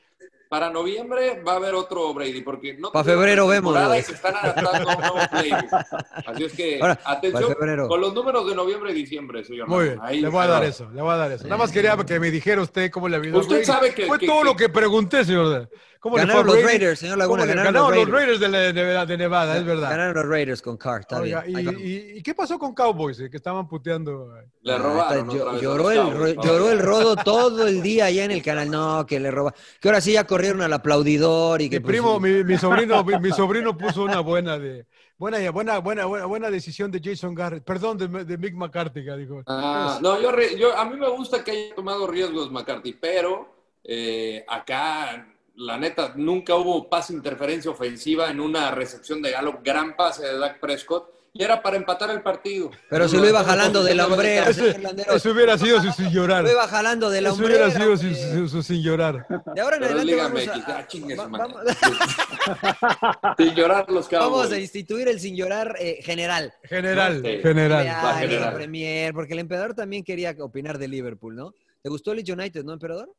[SPEAKER 1] para noviembre va a haber otro Brady, porque no
[SPEAKER 2] Pa'
[SPEAKER 1] tuvieron
[SPEAKER 2] febrero vemos,
[SPEAKER 1] temporada
[SPEAKER 2] güey.
[SPEAKER 1] Y se están adaptando a un nuevo playbook. Así es que
[SPEAKER 2] Ahora,
[SPEAKER 1] atención
[SPEAKER 2] pa' febrero.
[SPEAKER 1] con los números de noviembre y diciembre, señor.
[SPEAKER 3] Muy bien,
[SPEAKER 1] Laguna. Ahí-
[SPEAKER 3] le voy a dar
[SPEAKER 1] ahí-
[SPEAKER 3] eso, le voy a dar eso. Nada más quería que me dijera usted cómo le había ido a
[SPEAKER 1] Usted
[SPEAKER 3] Brady.
[SPEAKER 1] sabe que-
[SPEAKER 3] Fue
[SPEAKER 1] que-
[SPEAKER 3] todo
[SPEAKER 1] que-
[SPEAKER 3] lo que pregunté, señor. ¿Cómo le
[SPEAKER 2] Ganaron
[SPEAKER 3] fue a
[SPEAKER 2] los
[SPEAKER 3] Brady?
[SPEAKER 2] Raiders, señor Laguna.
[SPEAKER 3] ¿Cómo le-
[SPEAKER 2] Ganaron, los Raiders.
[SPEAKER 3] de, la- de- de Nevada, es verdad.
[SPEAKER 2] Ganaron los Raiders con Carr. Está
[SPEAKER 3] Oiga,
[SPEAKER 2] bien. Ahí
[SPEAKER 3] y,
[SPEAKER 2] vamos.
[SPEAKER 3] y- ¿y qué pasó con Cowboys? eh, que estaban puteando. eh?
[SPEAKER 1] Le
[SPEAKER 2] Ah,
[SPEAKER 1] robaron.
[SPEAKER 2] está-
[SPEAKER 1] otra
[SPEAKER 2] llo-
[SPEAKER 1] vez a
[SPEAKER 2] lloró,
[SPEAKER 1] los
[SPEAKER 2] el,
[SPEAKER 1] Cowboys,
[SPEAKER 2] ro-
[SPEAKER 1] otra
[SPEAKER 2] lloró
[SPEAKER 1] vez.
[SPEAKER 2] el rodo todo el día allá en el canal. No, que le roba. Que ahora sí ya corrieron al aplaudidor. Y que
[SPEAKER 3] Mi
[SPEAKER 2] pues,
[SPEAKER 3] primo,
[SPEAKER 2] sí.
[SPEAKER 3] mi, mi sobrino, mi, mi sobrino puso una buena de buena, buena, buena, buena, buena decisión de Jason Garrett, perdón, de, de Mick McCarthy, que dijo.
[SPEAKER 1] Ah, no, yo, re- yo- a mí me gusta que haya tomado riesgos McCarthy, pero eh, acá, la neta, nunca hubo pase interferencia ofensiva en una recepción de Galo, gran pase de Dak Prescott y era para empatar el partido.
[SPEAKER 2] Pero si lo iba jalando de la hombrera, señor Landeros.
[SPEAKER 3] Eso hubiera sido su sin llorar.
[SPEAKER 2] Lo iba jalando de la
[SPEAKER 3] Eso hubiera
[SPEAKER 2] hombrera.
[SPEAKER 3] sido su, su- su sin llorar.
[SPEAKER 2] De ahora en
[SPEAKER 1] Pero es
[SPEAKER 2] adelante
[SPEAKER 1] Liga
[SPEAKER 2] vamos a-
[SPEAKER 1] MX,
[SPEAKER 2] a-
[SPEAKER 1] ah, chingue su
[SPEAKER 2] va-
[SPEAKER 1] madre.
[SPEAKER 2] vamos-
[SPEAKER 1] Sin llorar los cabos.
[SPEAKER 2] Vamos a instituir el sin llorar eh, general.
[SPEAKER 3] General,
[SPEAKER 1] Sí.
[SPEAKER 3] general.
[SPEAKER 2] General,
[SPEAKER 1] Va, general.
[SPEAKER 2] Premier, porque el emperador también quería opinar de Liverpool, ¿no? ¿Te gustó el Leeds United, no, emperador?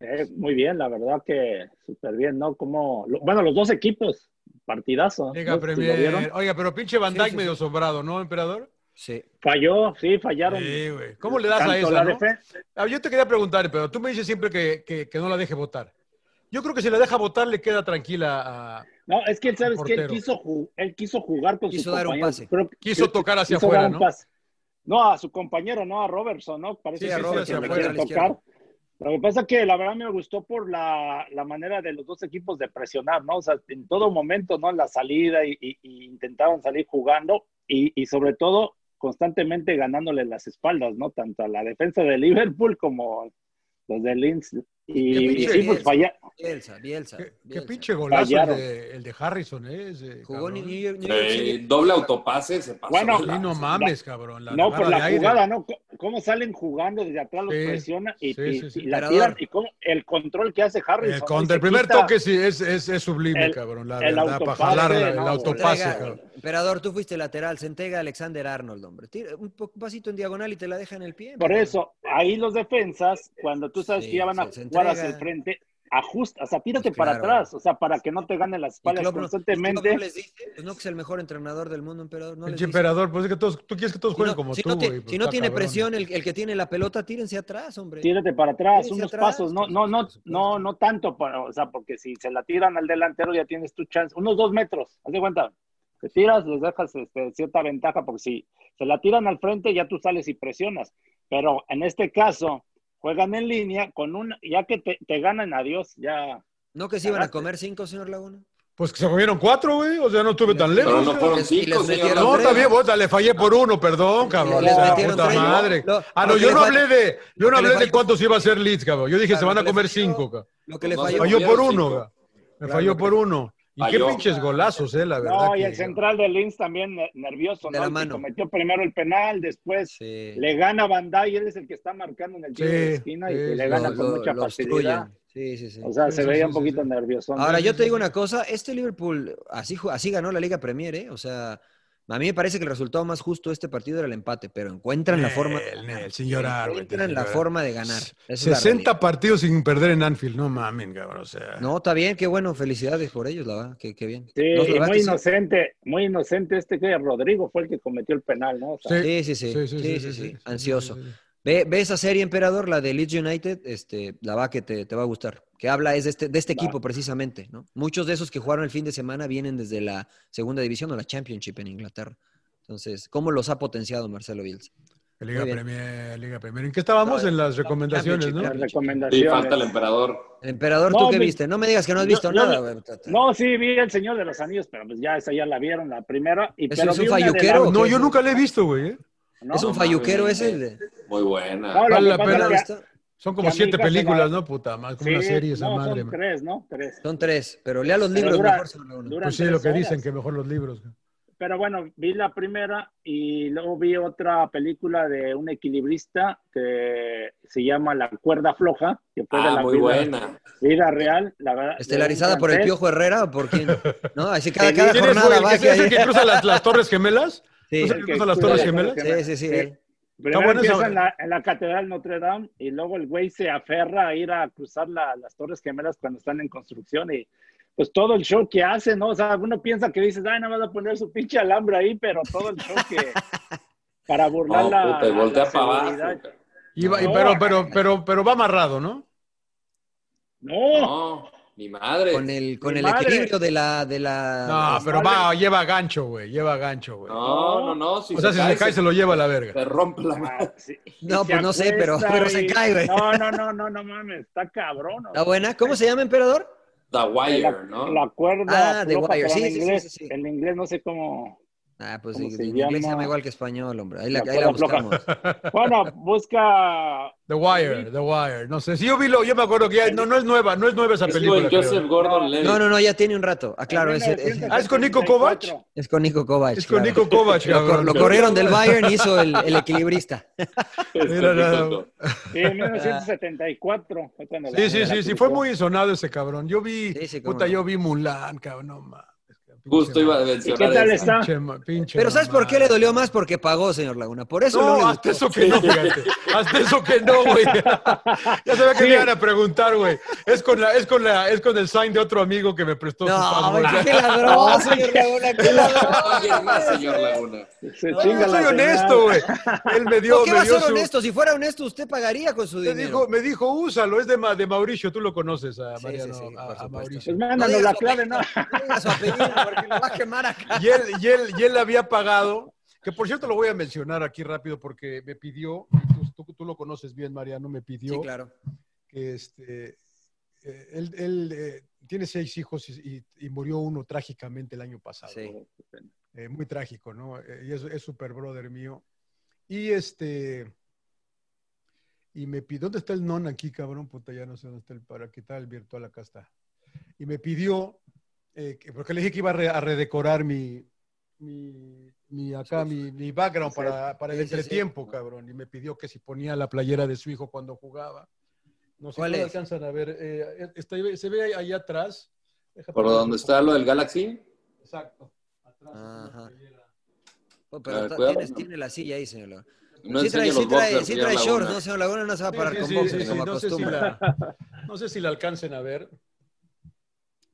[SPEAKER 4] Eh, muy bien, la verdad que súper bien, ¿no? Como, lo- bueno, los dos equipos, partidazo.
[SPEAKER 3] Liga
[SPEAKER 4] ¿no? Si lo vieron.
[SPEAKER 3] Premier. Oiga, pero pinche Van
[SPEAKER 2] Sí,
[SPEAKER 3] Dijk
[SPEAKER 2] sí,
[SPEAKER 3] medio sobrado, ¿no, emperador?
[SPEAKER 2] Sí.
[SPEAKER 4] Falló, sí, fallaron.
[SPEAKER 3] Sí, güey. ¿Cómo le das a
[SPEAKER 4] Tanto
[SPEAKER 3] esa,
[SPEAKER 4] la
[SPEAKER 3] no?
[SPEAKER 4] defensa.
[SPEAKER 3] Ah, Yo te quería preguntar, pero tú me dices siempre que, que- que no la deje votar. Yo creo que si la deja votar, le queda tranquila a.
[SPEAKER 4] No, es que él, ¿sabes que Él
[SPEAKER 3] Portero.
[SPEAKER 4] quiso, ju- él quiso jugar con
[SPEAKER 2] Quiso
[SPEAKER 4] su
[SPEAKER 2] dar un
[SPEAKER 4] compañero.
[SPEAKER 2] pase.
[SPEAKER 4] Creo que-
[SPEAKER 3] Quiso tocar hacia
[SPEAKER 4] quiso
[SPEAKER 3] afuera,
[SPEAKER 4] dar un
[SPEAKER 3] ¿no?
[SPEAKER 4] pase. No, a su compañero, no a Robertson, ¿no?
[SPEAKER 3] Sí,
[SPEAKER 4] Parece
[SPEAKER 3] a
[SPEAKER 4] que es el
[SPEAKER 3] Robertson,
[SPEAKER 4] que le
[SPEAKER 3] afuera,
[SPEAKER 4] quiere
[SPEAKER 2] a la
[SPEAKER 4] tocar. Lo que pasa es que la verdad me gustó por la, la manera de los dos equipos de presionar, ¿no? O sea, en todo momento, ¿no? En la salida y, y- y intentaban salir jugando y, y sobre todo constantemente ganándole las espaldas, ¿no? Tanto a la defensa de Liverpool como los de Linz. Y,
[SPEAKER 3] Qué
[SPEAKER 4] y
[SPEAKER 3] pinche
[SPEAKER 4] sí, pues
[SPEAKER 2] diez.
[SPEAKER 4] falla,
[SPEAKER 2] Bielsa, Bielsa.
[SPEAKER 3] Qué, qué
[SPEAKER 2] Bielsa.
[SPEAKER 3] pinche golazo el
[SPEAKER 4] Fallaron.
[SPEAKER 3] de, el de Harrison, ¿eh? Ese,
[SPEAKER 2] Jugó en
[SPEAKER 3] cabrón.
[SPEAKER 2] New York, New York
[SPEAKER 1] Eh,
[SPEAKER 2] City.
[SPEAKER 1] doble autopase se pasó.
[SPEAKER 4] Bueno,
[SPEAKER 3] Sí, no mames, cabrón. La
[SPEAKER 4] no,
[SPEAKER 3] agarra
[SPEAKER 4] por
[SPEAKER 3] de
[SPEAKER 4] la
[SPEAKER 3] aire.
[SPEAKER 4] jugada, ¿no? C- ¿Cómo salen jugando desde atrás, los
[SPEAKER 3] Sí,
[SPEAKER 4] presiona y,
[SPEAKER 3] sí,
[SPEAKER 4] y-
[SPEAKER 3] sí, sí.
[SPEAKER 4] y la
[SPEAKER 2] Emperador.
[SPEAKER 4] tiran? ¿Y cómo- el control que hace Harrison?
[SPEAKER 3] El,
[SPEAKER 4] ¿no?
[SPEAKER 3] Eh, con-
[SPEAKER 4] Y se
[SPEAKER 3] el primer
[SPEAKER 4] quita-
[SPEAKER 3] toque sí es, es, es sublime,
[SPEAKER 4] el-
[SPEAKER 3] cabrón. La
[SPEAKER 4] el
[SPEAKER 3] verdad, para
[SPEAKER 4] autopase,
[SPEAKER 3] jalar la- el
[SPEAKER 4] no,
[SPEAKER 3] autopase,
[SPEAKER 2] Ortega,
[SPEAKER 3] cabrón.
[SPEAKER 2] emperador, tú fuiste lateral, Centega, Alexander Arnold, hombre. Tira un, po- un pasito en diagonal y te la deja en el pie.
[SPEAKER 4] Por
[SPEAKER 2] emperador.
[SPEAKER 4] eso, ahí los defensas, cuando tú sabes
[SPEAKER 2] Sí,
[SPEAKER 4] que ya van a
[SPEAKER 2] se- se
[SPEAKER 4] jugar hacia
[SPEAKER 2] entrega.
[SPEAKER 4] el frente, ajusta, o sea, tírate
[SPEAKER 2] Pues
[SPEAKER 4] para
[SPEAKER 2] claro.
[SPEAKER 4] atrás, o sea, para que no te gane las
[SPEAKER 2] Y
[SPEAKER 4] espaldas
[SPEAKER 2] Klopp no- Klopp
[SPEAKER 4] constantemente.
[SPEAKER 2] no les dice, pues no que es el mejor entrenador del mundo, emperador. No les
[SPEAKER 3] Pinche
[SPEAKER 2] dice.
[SPEAKER 3] emperador, pues es que todos, tú quieres que todos
[SPEAKER 2] Si
[SPEAKER 3] jueguen
[SPEAKER 2] no,
[SPEAKER 3] como
[SPEAKER 2] si
[SPEAKER 3] tú,
[SPEAKER 2] no, ti-
[SPEAKER 3] güey, pues,
[SPEAKER 2] si no
[SPEAKER 3] está
[SPEAKER 2] tiene
[SPEAKER 3] cabrón.
[SPEAKER 2] presión el, el que tiene la pelota, tírense atrás, hombre.
[SPEAKER 4] Tírate para atrás,
[SPEAKER 2] Tírense
[SPEAKER 4] unos
[SPEAKER 2] atrás,
[SPEAKER 4] pasos, no,
[SPEAKER 2] pues,
[SPEAKER 4] no, no,
[SPEAKER 2] por supuesto.
[SPEAKER 4] no, no tanto, para- o sea, porque si se la tiran al delantero ya tienes tu chance, unos dos metros, haz de cuenta, te tiras, les dejas este, cierta ventaja, porque si se la tiran al frente ya tú sales y presionas, pero en este caso juegan en línea con un, ya que te, te ganan, adiós, ya.
[SPEAKER 2] No que se iban a
[SPEAKER 4] Cagaste.
[SPEAKER 2] comer cinco, señor Laguna.
[SPEAKER 3] Pues que se comieron cuatro, güey. O sea, no estuve tan lejos. ¿eh?
[SPEAKER 1] Pero no
[SPEAKER 3] cabrón.
[SPEAKER 1] fueron
[SPEAKER 2] les- y les
[SPEAKER 1] cinco, señor.
[SPEAKER 2] metieron
[SPEAKER 3] No,
[SPEAKER 2] tres.
[SPEAKER 3] está bien, bota, le fallé por uno, perdón, cabrón.
[SPEAKER 2] les
[SPEAKER 3] o sea,
[SPEAKER 2] metieron
[SPEAKER 3] puta
[SPEAKER 2] tres, ¿no?
[SPEAKER 3] madre.
[SPEAKER 2] Lo-
[SPEAKER 3] ah, no,
[SPEAKER 2] lo que
[SPEAKER 3] yo
[SPEAKER 2] le
[SPEAKER 3] no
[SPEAKER 2] fal-
[SPEAKER 3] hablé de,
[SPEAKER 2] lo
[SPEAKER 3] yo
[SPEAKER 2] que
[SPEAKER 3] no hablé
[SPEAKER 2] le
[SPEAKER 3] de
[SPEAKER 2] falló-
[SPEAKER 3] cuántos iba a ser Leeds, cabrón. Yo dije,
[SPEAKER 2] Claro,
[SPEAKER 3] se van
[SPEAKER 2] lo
[SPEAKER 3] a
[SPEAKER 2] que le
[SPEAKER 3] comer
[SPEAKER 2] falló-
[SPEAKER 3] cinco, cabrón.
[SPEAKER 2] Lo que le
[SPEAKER 1] No,
[SPEAKER 3] Me
[SPEAKER 2] falló.
[SPEAKER 1] falló
[SPEAKER 3] falló por
[SPEAKER 1] cinco.
[SPEAKER 3] uno, cabrón. Me
[SPEAKER 2] Claro,
[SPEAKER 3] falló
[SPEAKER 2] lo que
[SPEAKER 3] por
[SPEAKER 2] le-
[SPEAKER 3] uno. Y qué
[SPEAKER 1] Falló.
[SPEAKER 3] pinches golazos, eh, la verdad.
[SPEAKER 4] No, y
[SPEAKER 3] que-
[SPEAKER 4] el central de Linz también ne- nervioso,
[SPEAKER 2] De
[SPEAKER 4] ¿no?
[SPEAKER 2] la
[SPEAKER 4] Que
[SPEAKER 2] mano.
[SPEAKER 4] cometió primero el penal, después
[SPEAKER 2] Sí.
[SPEAKER 4] le gana Bandai, él es el que está marcando en el tiro de
[SPEAKER 3] Sí,
[SPEAKER 4] esquina y,
[SPEAKER 3] sí,
[SPEAKER 4] y
[SPEAKER 3] sí,
[SPEAKER 4] le gana
[SPEAKER 2] Lo-
[SPEAKER 4] con
[SPEAKER 2] lo-
[SPEAKER 4] mucha
[SPEAKER 2] lo
[SPEAKER 4] facilidad.
[SPEAKER 2] obstruyen. Sí, sí, sí.
[SPEAKER 4] O sea,
[SPEAKER 3] Sí,
[SPEAKER 4] se
[SPEAKER 3] sí,
[SPEAKER 4] veía
[SPEAKER 3] sí,
[SPEAKER 4] un
[SPEAKER 3] sí,
[SPEAKER 4] poquito
[SPEAKER 3] sí.
[SPEAKER 4] nervioso. ¿no?
[SPEAKER 2] Ahora, yo te digo una cosa, este Liverpool así, ju- así ganó la Liga Premier, ¿eh? O sea, a mí me parece que el resultado más justo de este partido era el empate, pero encuentran la forma de
[SPEAKER 3] Nel,
[SPEAKER 2] ganar.
[SPEAKER 3] Nel, sin llorar, güey,
[SPEAKER 2] Encuentran
[SPEAKER 3] sin
[SPEAKER 2] la
[SPEAKER 3] llorar.
[SPEAKER 2] forma de ganar. Esa es la
[SPEAKER 3] 60
[SPEAKER 2] realidad.
[SPEAKER 3] partidos sin perder en Anfield. No mamen, cabrón. O sea,
[SPEAKER 2] No, está bien, qué bueno, felicidades por ellos, la verdad, qué, qué bien.
[SPEAKER 4] Sí,
[SPEAKER 2] No, la
[SPEAKER 4] y
[SPEAKER 2] verdad
[SPEAKER 4] muy
[SPEAKER 2] que sí.
[SPEAKER 4] inocente, muy inocente este que Rodrigo fue el que cometió el penal, ¿no? O sea,
[SPEAKER 3] Sí.
[SPEAKER 2] Sí, sí, sí, sí, sí, sí, ansioso. Ve, ve esa serie, Emperador, la de Leeds United, este, la va que te, te va a gustar. Que habla es de este, de este
[SPEAKER 4] Va.
[SPEAKER 2] equipo precisamente, ¿no? Muchos de esos que jugaron el fin de semana vienen desde la segunda división o la Championship en Inglaterra. Entonces, ¿cómo los ha potenciado Marcelo Bielsa?
[SPEAKER 3] Liga
[SPEAKER 2] Muy bien.
[SPEAKER 3] Premier, Liga Premier. ¿En qué estábamos?
[SPEAKER 2] No,
[SPEAKER 3] en las recomendaciones, ¿no?
[SPEAKER 4] las
[SPEAKER 1] Sí,
[SPEAKER 4] recomendaciones.
[SPEAKER 1] falta el emperador.
[SPEAKER 2] El emperador,
[SPEAKER 4] No,
[SPEAKER 2] ¿tú qué
[SPEAKER 4] mi-
[SPEAKER 2] viste? No me digas que no has
[SPEAKER 4] yo-
[SPEAKER 2] visto
[SPEAKER 4] yo
[SPEAKER 2] nada,
[SPEAKER 4] no-
[SPEAKER 2] güey.
[SPEAKER 4] No, sí, vi El Señor de los Anillos, pero pues ya esa ya la vieron, la primera. Y,
[SPEAKER 2] Ese
[SPEAKER 4] pero
[SPEAKER 2] es un
[SPEAKER 4] vi una de la-
[SPEAKER 2] falluquero.
[SPEAKER 3] No, yo nunca la he visto, güey. ¿eh?
[SPEAKER 4] ¿no?
[SPEAKER 2] Es un
[SPEAKER 1] No
[SPEAKER 2] falluquero
[SPEAKER 1] mames.
[SPEAKER 2] ese. el de-
[SPEAKER 1] Muy buena.
[SPEAKER 4] No, lo
[SPEAKER 3] Vale
[SPEAKER 4] que
[SPEAKER 3] la
[SPEAKER 4] pasa
[SPEAKER 3] pena.
[SPEAKER 4] es que-
[SPEAKER 2] está-
[SPEAKER 3] Son como
[SPEAKER 4] Y
[SPEAKER 3] siete
[SPEAKER 4] amigas de la-
[SPEAKER 3] películas, ¿no? Puta madre, como una
[SPEAKER 4] sí,
[SPEAKER 3] serie esa
[SPEAKER 4] no,
[SPEAKER 3] madre.
[SPEAKER 4] Son tres, ¿no? Tres.
[SPEAKER 2] Son tres, pero lea los
[SPEAKER 4] Pero
[SPEAKER 2] libros
[SPEAKER 4] dura-
[SPEAKER 2] mejor, señor Laguna.
[SPEAKER 4] duran
[SPEAKER 3] Pues sí, lo
[SPEAKER 4] tres
[SPEAKER 3] que dicen,
[SPEAKER 4] horas.
[SPEAKER 3] que mejor los libros.
[SPEAKER 4] Pero bueno, vi la primera y luego vi otra película de un equilibrista que se llama La cuerda floja, que fue de
[SPEAKER 1] Ah,
[SPEAKER 4] la
[SPEAKER 1] muy
[SPEAKER 4] vida,
[SPEAKER 1] buena.
[SPEAKER 4] vida real, la verdad. de un
[SPEAKER 2] Estelarizada por el
[SPEAKER 4] francés.
[SPEAKER 2] Piojo Herrera o por quién? ¿No? Así cada,
[SPEAKER 4] Sí,
[SPEAKER 2] cada
[SPEAKER 3] ¿Quién es,
[SPEAKER 2] jornada
[SPEAKER 3] güey, el
[SPEAKER 2] va
[SPEAKER 3] que-
[SPEAKER 2] que
[SPEAKER 3] es el
[SPEAKER 2] ahí.
[SPEAKER 3] que cruza las, las Torres Gemelas?
[SPEAKER 2] Sí,
[SPEAKER 3] ¿Es el que cruza las Torres Gemelas?
[SPEAKER 2] sí, sí, sí,
[SPEAKER 4] Sí.
[SPEAKER 2] él.
[SPEAKER 4] Primero
[SPEAKER 3] buena esa-
[SPEAKER 4] empieza en la, en la Catedral Notre Dame y luego el güey se aferra a ir a cruzar la- las Torres Gemelas cuando están en construcción y pues todo el show que hace, ¿no? O sea, uno piensa que dices, ay, nada más va a poner su pinche alambre ahí, pero todo el show que... Para burlar
[SPEAKER 1] No,
[SPEAKER 4] la,
[SPEAKER 1] puta, y voltea
[SPEAKER 4] la
[SPEAKER 1] para abajo.
[SPEAKER 4] seguridad.
[SPEAKER 1] cara.
[SPEAKER 3] Y va- y- pero, pero, pero, pero va amarrado, ¿no?
[SPEAKER 4] No,
[SPEAKER 1] No, mi madre.
[SPEAKER 2] Con el, con
[SPEAKER 4] Mi
[SPEAKER 2] el
[SPEAKER 4] madre.
[SPEAKER 2] equilibrio de la. De la
[SPEAKER 3] No,
[SPEAKER 2] de-
[SPEAKER 3] pero va, lleva gancho, güey. Lleva gancho, güey.
[SPEAKER 1] No, no, no. Si
[SPEAKER 3] o sea, si se cae, se lo lleva a la verga.
[SPEAKER 1] se rompe la mano.
[SPEAKER 4] Ah, sí.
[SPEAKER 2] No,
[SPEAKER 4] Y
[SPEAKER 2] pues no sé, pero-
[SPEAKER 4] acuesta
[SPEAKER 2] pero se
[SPEAKER 4] y-
[SPEAKER 2] cae, güey.
[SPEAKER 4] No, no, no, no, no mames, está cabrón. o
[SPEAKER 2] ¿Está
[SPEAKER 4] sea,
[SPEAKER 2] buena? ¿Cómo se llama, emperador?
[SPEAKER 1] The Wire,
[SPEAKER 4] La,
[SPEAKER 1] ¿no?
[SPEAKER 4] la cuerda. pues,
[SPEAKER 2] Ah, The
[SPEAKER 4] floja,
[SPEAKER 2] Wire,
[SPEAKER 4] pero
[SPEAKER 2] sí,
[SPEAKER 4] en
[SPEAKER 2] sí, sí,
[SPEAKER 4] inglés,
[SPEAKER 2] sí, sí.
[SPEAKER 4] En inglés no sé cómo.
[SPEAKER 2] Ah, pues sí, en inglés se llama igual que español, hombre. Ahí la,
[SPEAKER 3] La
[SPEAKER 2] ahí la
[SPEAKER 3] cuerda floja.
[SPEAKER 2] buscamos.
[SPEAKER 4] Bueno, busca.
[SPEAKER 3] The Wire, The Wire. No sé, si yo vi lo, yo me acuerdo que ya, no, no es nueva, no es nueva esa
[SPEAKER 1] Es
[SPEAKER 3] película.
[SPEAKER 1] con Joseph
[SPEAKER 3] creo.
[SPEAKER 1] Gordon-Levitt.
[SPEAKER 2] No, no, no, ya tiene un rato. Aclaro, ese, ese-
[SPEAKER 3] Ah, ¿es con Nico Kovac?
[SPEAKER 2] es con Nico Kovac.
[SPEAKER 3] Es con
[SPEAKER 2] claro.
[SPEAKER 3] Nico Kovac,
[SPEAKER 2] Lo, cor-
[SPEAKER 3] cabrón.
[SPEAKER 2] lo corrieron del Bayern y hizo el, el equilibrista.
[SPEAKER 1] este
[SPEAKER 3] Mira, nada más.
[SPEAKER 4] Sí, en 1974. fue cuando
[SPEAKER 3] Sí,
[SPEAKER 4] la-
[SPEAKER 3] sí,
[SPEAKER 4] la
[SPEAKER 3] sí, sí,
[SPEAKER 4] publicó.
[SPEAKER 3] fue muy sonado ese cabrón. Yo vi,
[SPEAKER 2] Sí, sí, cómo
[SPEAKER 3] puta,
[SPEAKER 2] no.
[SPEAKER 3] yo vi Mulan, cabrón, no mames.
[SPEAKER 1] Justo iba a
[SPEAKER 4] ¿Y
[SPEAKER 1] mencionar
[SPEAKER 4] qué tal
[SPEAKER 1] esa.
[SPEAKER 4] está?
[SPEAKER 3] Pinche ma- pinche
[SPEAKER 2] Pero ¿sabes por
[SPEAKER 3] mamada.
[SPEAKER 2] qué le dolió más? Porque pagó, señor Laguna. Por eso no,
[SPEAKER 3] No,
[SPEAKER 2] le
[SPEAKER 3] hasta
[SPEAKER 2] gustó.
[SPEAKER 3] eso que no, fíjate. Hasta eso que no, güey. Ya sabía que me iban a preguntar, güey. Es con la, es con la, es con el sign de otro amigo que me prestó su
[SPEAKER 2] No,
[SPEAKER 3] password.
[SPEAKER 2] qué ladrón, señor Laguna, qué
[SPEAKER 1] Alguien más,
[SPEAKER 2] ladrón.
[SPEAKER 1] señor Laguna.
[SPEAKER 4] Se
[SPEAKER 2] No,
[SPEAKER 4] chinga
[SPEAKER 3] Yo
[SPEAKER 4] la
[SPEAKER 3] soy
[SPEAKER 4] señal.
[SPEAKER 3] honesto, güey. Él me dio,
[SPEAKER 2] ¿Por qué va
[SPEAKER 3] me
[SPEAKER 2] a
[SPEAKER 3] dio
[SPEAKER 2] ser
[SPEAKER 3] su.
[SPEAKER 2] honesto? Si fuera honesto, usted pagaría con su
[SPEAKER 3] Me
[SPEAKER 2] dinero.
[SPEAKER 3] dijo, me dijo, úsalo, es de, Ma- de Mauricio, tú lo conoces a
[SPEAKER 2] Sí,
[SPEAKER 3] Mariano,
[SPEAKER 2] sí, sí,
[SPEAKER 3] a-
[SPEAKER 2] por
[SPEAKER 3] a
[SPEAKER 2] supuesto.
[SPEAKER 3] Mauricio.
[SPEAKER 4] Pues mándanos
[SPEAKER 2] digas
[SPEAKER 4] la
[SPEAKER 2] su
[SPEAKER 4] clave, ¿no?
[SPEAKER 2] apellido, no digas su apellido, porque lo va a quemar acá.
[SPEAKER 3] Y él, y, él, y él había pagado, que por cierto lo voy a mencionar aquí rápido porque me pidió, y tú, tú- tú lo conoces bien, Mariano, me pidió
[SPEAKER 2] Sí, claro.
[SPEAKER 3] que este, eh, él, él, eh, tiene seis hijos y, y- y murió uno trágicamente el año pasado.
[SPEAKER 2] Sí.
[SPEAKER 3] Eh, muy trágico, ¿no? Eh, y es, es super brother mío. Y este, y me pidió, ¿dónde está el non aquí, cabrón? Puta, ya no sé dónde está el, para quitar el virtual, acá está. Y me pidió, eh, que- porque le dije que iba a, re- a redecorar mi, mi, mi acá, mi, mi background para, para el
[SPEAKER 2] Sí, sí, sí.
[SPEAKER 3] entretiempo, cabrón. Y me pidió que si ponía la playera de su hijo cuando jugaba. No sé,
[SPEAKER 2] ¿Cuál
[SPEAKER 3] no la
[SPEAKER 2] es?
[SPEAKER 3] alcanzan a ver. eh, está ahí- se ve ahí, ahí atrás. Deja
[SPEAKER 1] ¿Por
[SPEAKER 3] poner-
[SPEAKER 1] dónde está lo del Galaxy?
[SPEAKER 3] Exacto. Atrás.
[SPEAKER 2] Ajá.
[SPEAKER 3] una playera.
[SPEAKER 2] Oh,
[SPEAKER 1] A
[SPEAKER 2] Pero
[SPEAKER 1] ver,
[SPEAKER 2] ta-
[SPEAKER 1] cuidado,
[SPEAKER 2] tienes-
[SPEAKER 1] no.
[SPEAKER 2] tiene la silla ahí, señor Laguna.
[SPEAKER 1] No
[SPEAKER 2] sí trae,
[SPEAKER 1] enseñe
[SPEAKER 2] sí
[SPEAKER 1] los
[SPEAKER 2] trae,
[SPEAKER 1] boxers,
[SPEAKER 2] sí
[SPEAKER 1] señor
[SPEAKER 2] trae shorts,
[SPEAKER 1] Laguna.
[SPEAKER 2] ¿no, señor Laguna? No se va a
[SPEAKER 3] Sí,
[SPEAKER 2] parar
[SPEAKER 3] sí,
[SPEAKER 2] con
[SPEAKER 3] sí,
[SPEAKER 2] boxers
[SPEAKER 3] sí,
[SPEAKER 2] como
[SPEAKER 3] sí, no sé si
[SPEAKER 2] acostumbra.
[SPEAKER 3] la- No sé si la alcancen a ver.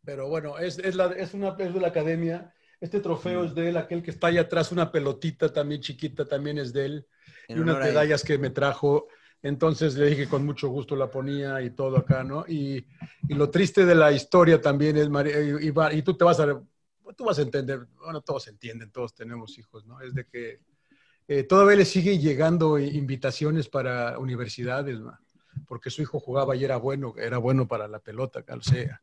[SPEAKER 3] Pero bueno, es, es, la, es una es de la academia. Este
[SPEAKER 2] Mm.
[SPEAKER 3] trofeo es de él, aquel que está ahí atrás, una pelotita también chiquita, también es de él.
[SPEAKER 2] En
[SPEAKER 3] y unas
[SPEAKER 2] honor a él.
[SPEAKER 3] medallas que me trajo. Entonces le dije que con mucho gusto la ponía y todo acá, ¿no? Y, y lo triste de la historia también es, Mari- eh, y, va- y tú te vas a, tú vas a entender, bueno, todos entienden, todos tenemos hijos, ¿no? Es de que eh, todavía le siguen llegando i- invitaciones para universidades, ¿no? porque su hijo jugaba y era bueno, era bueno para la pelota, o sea.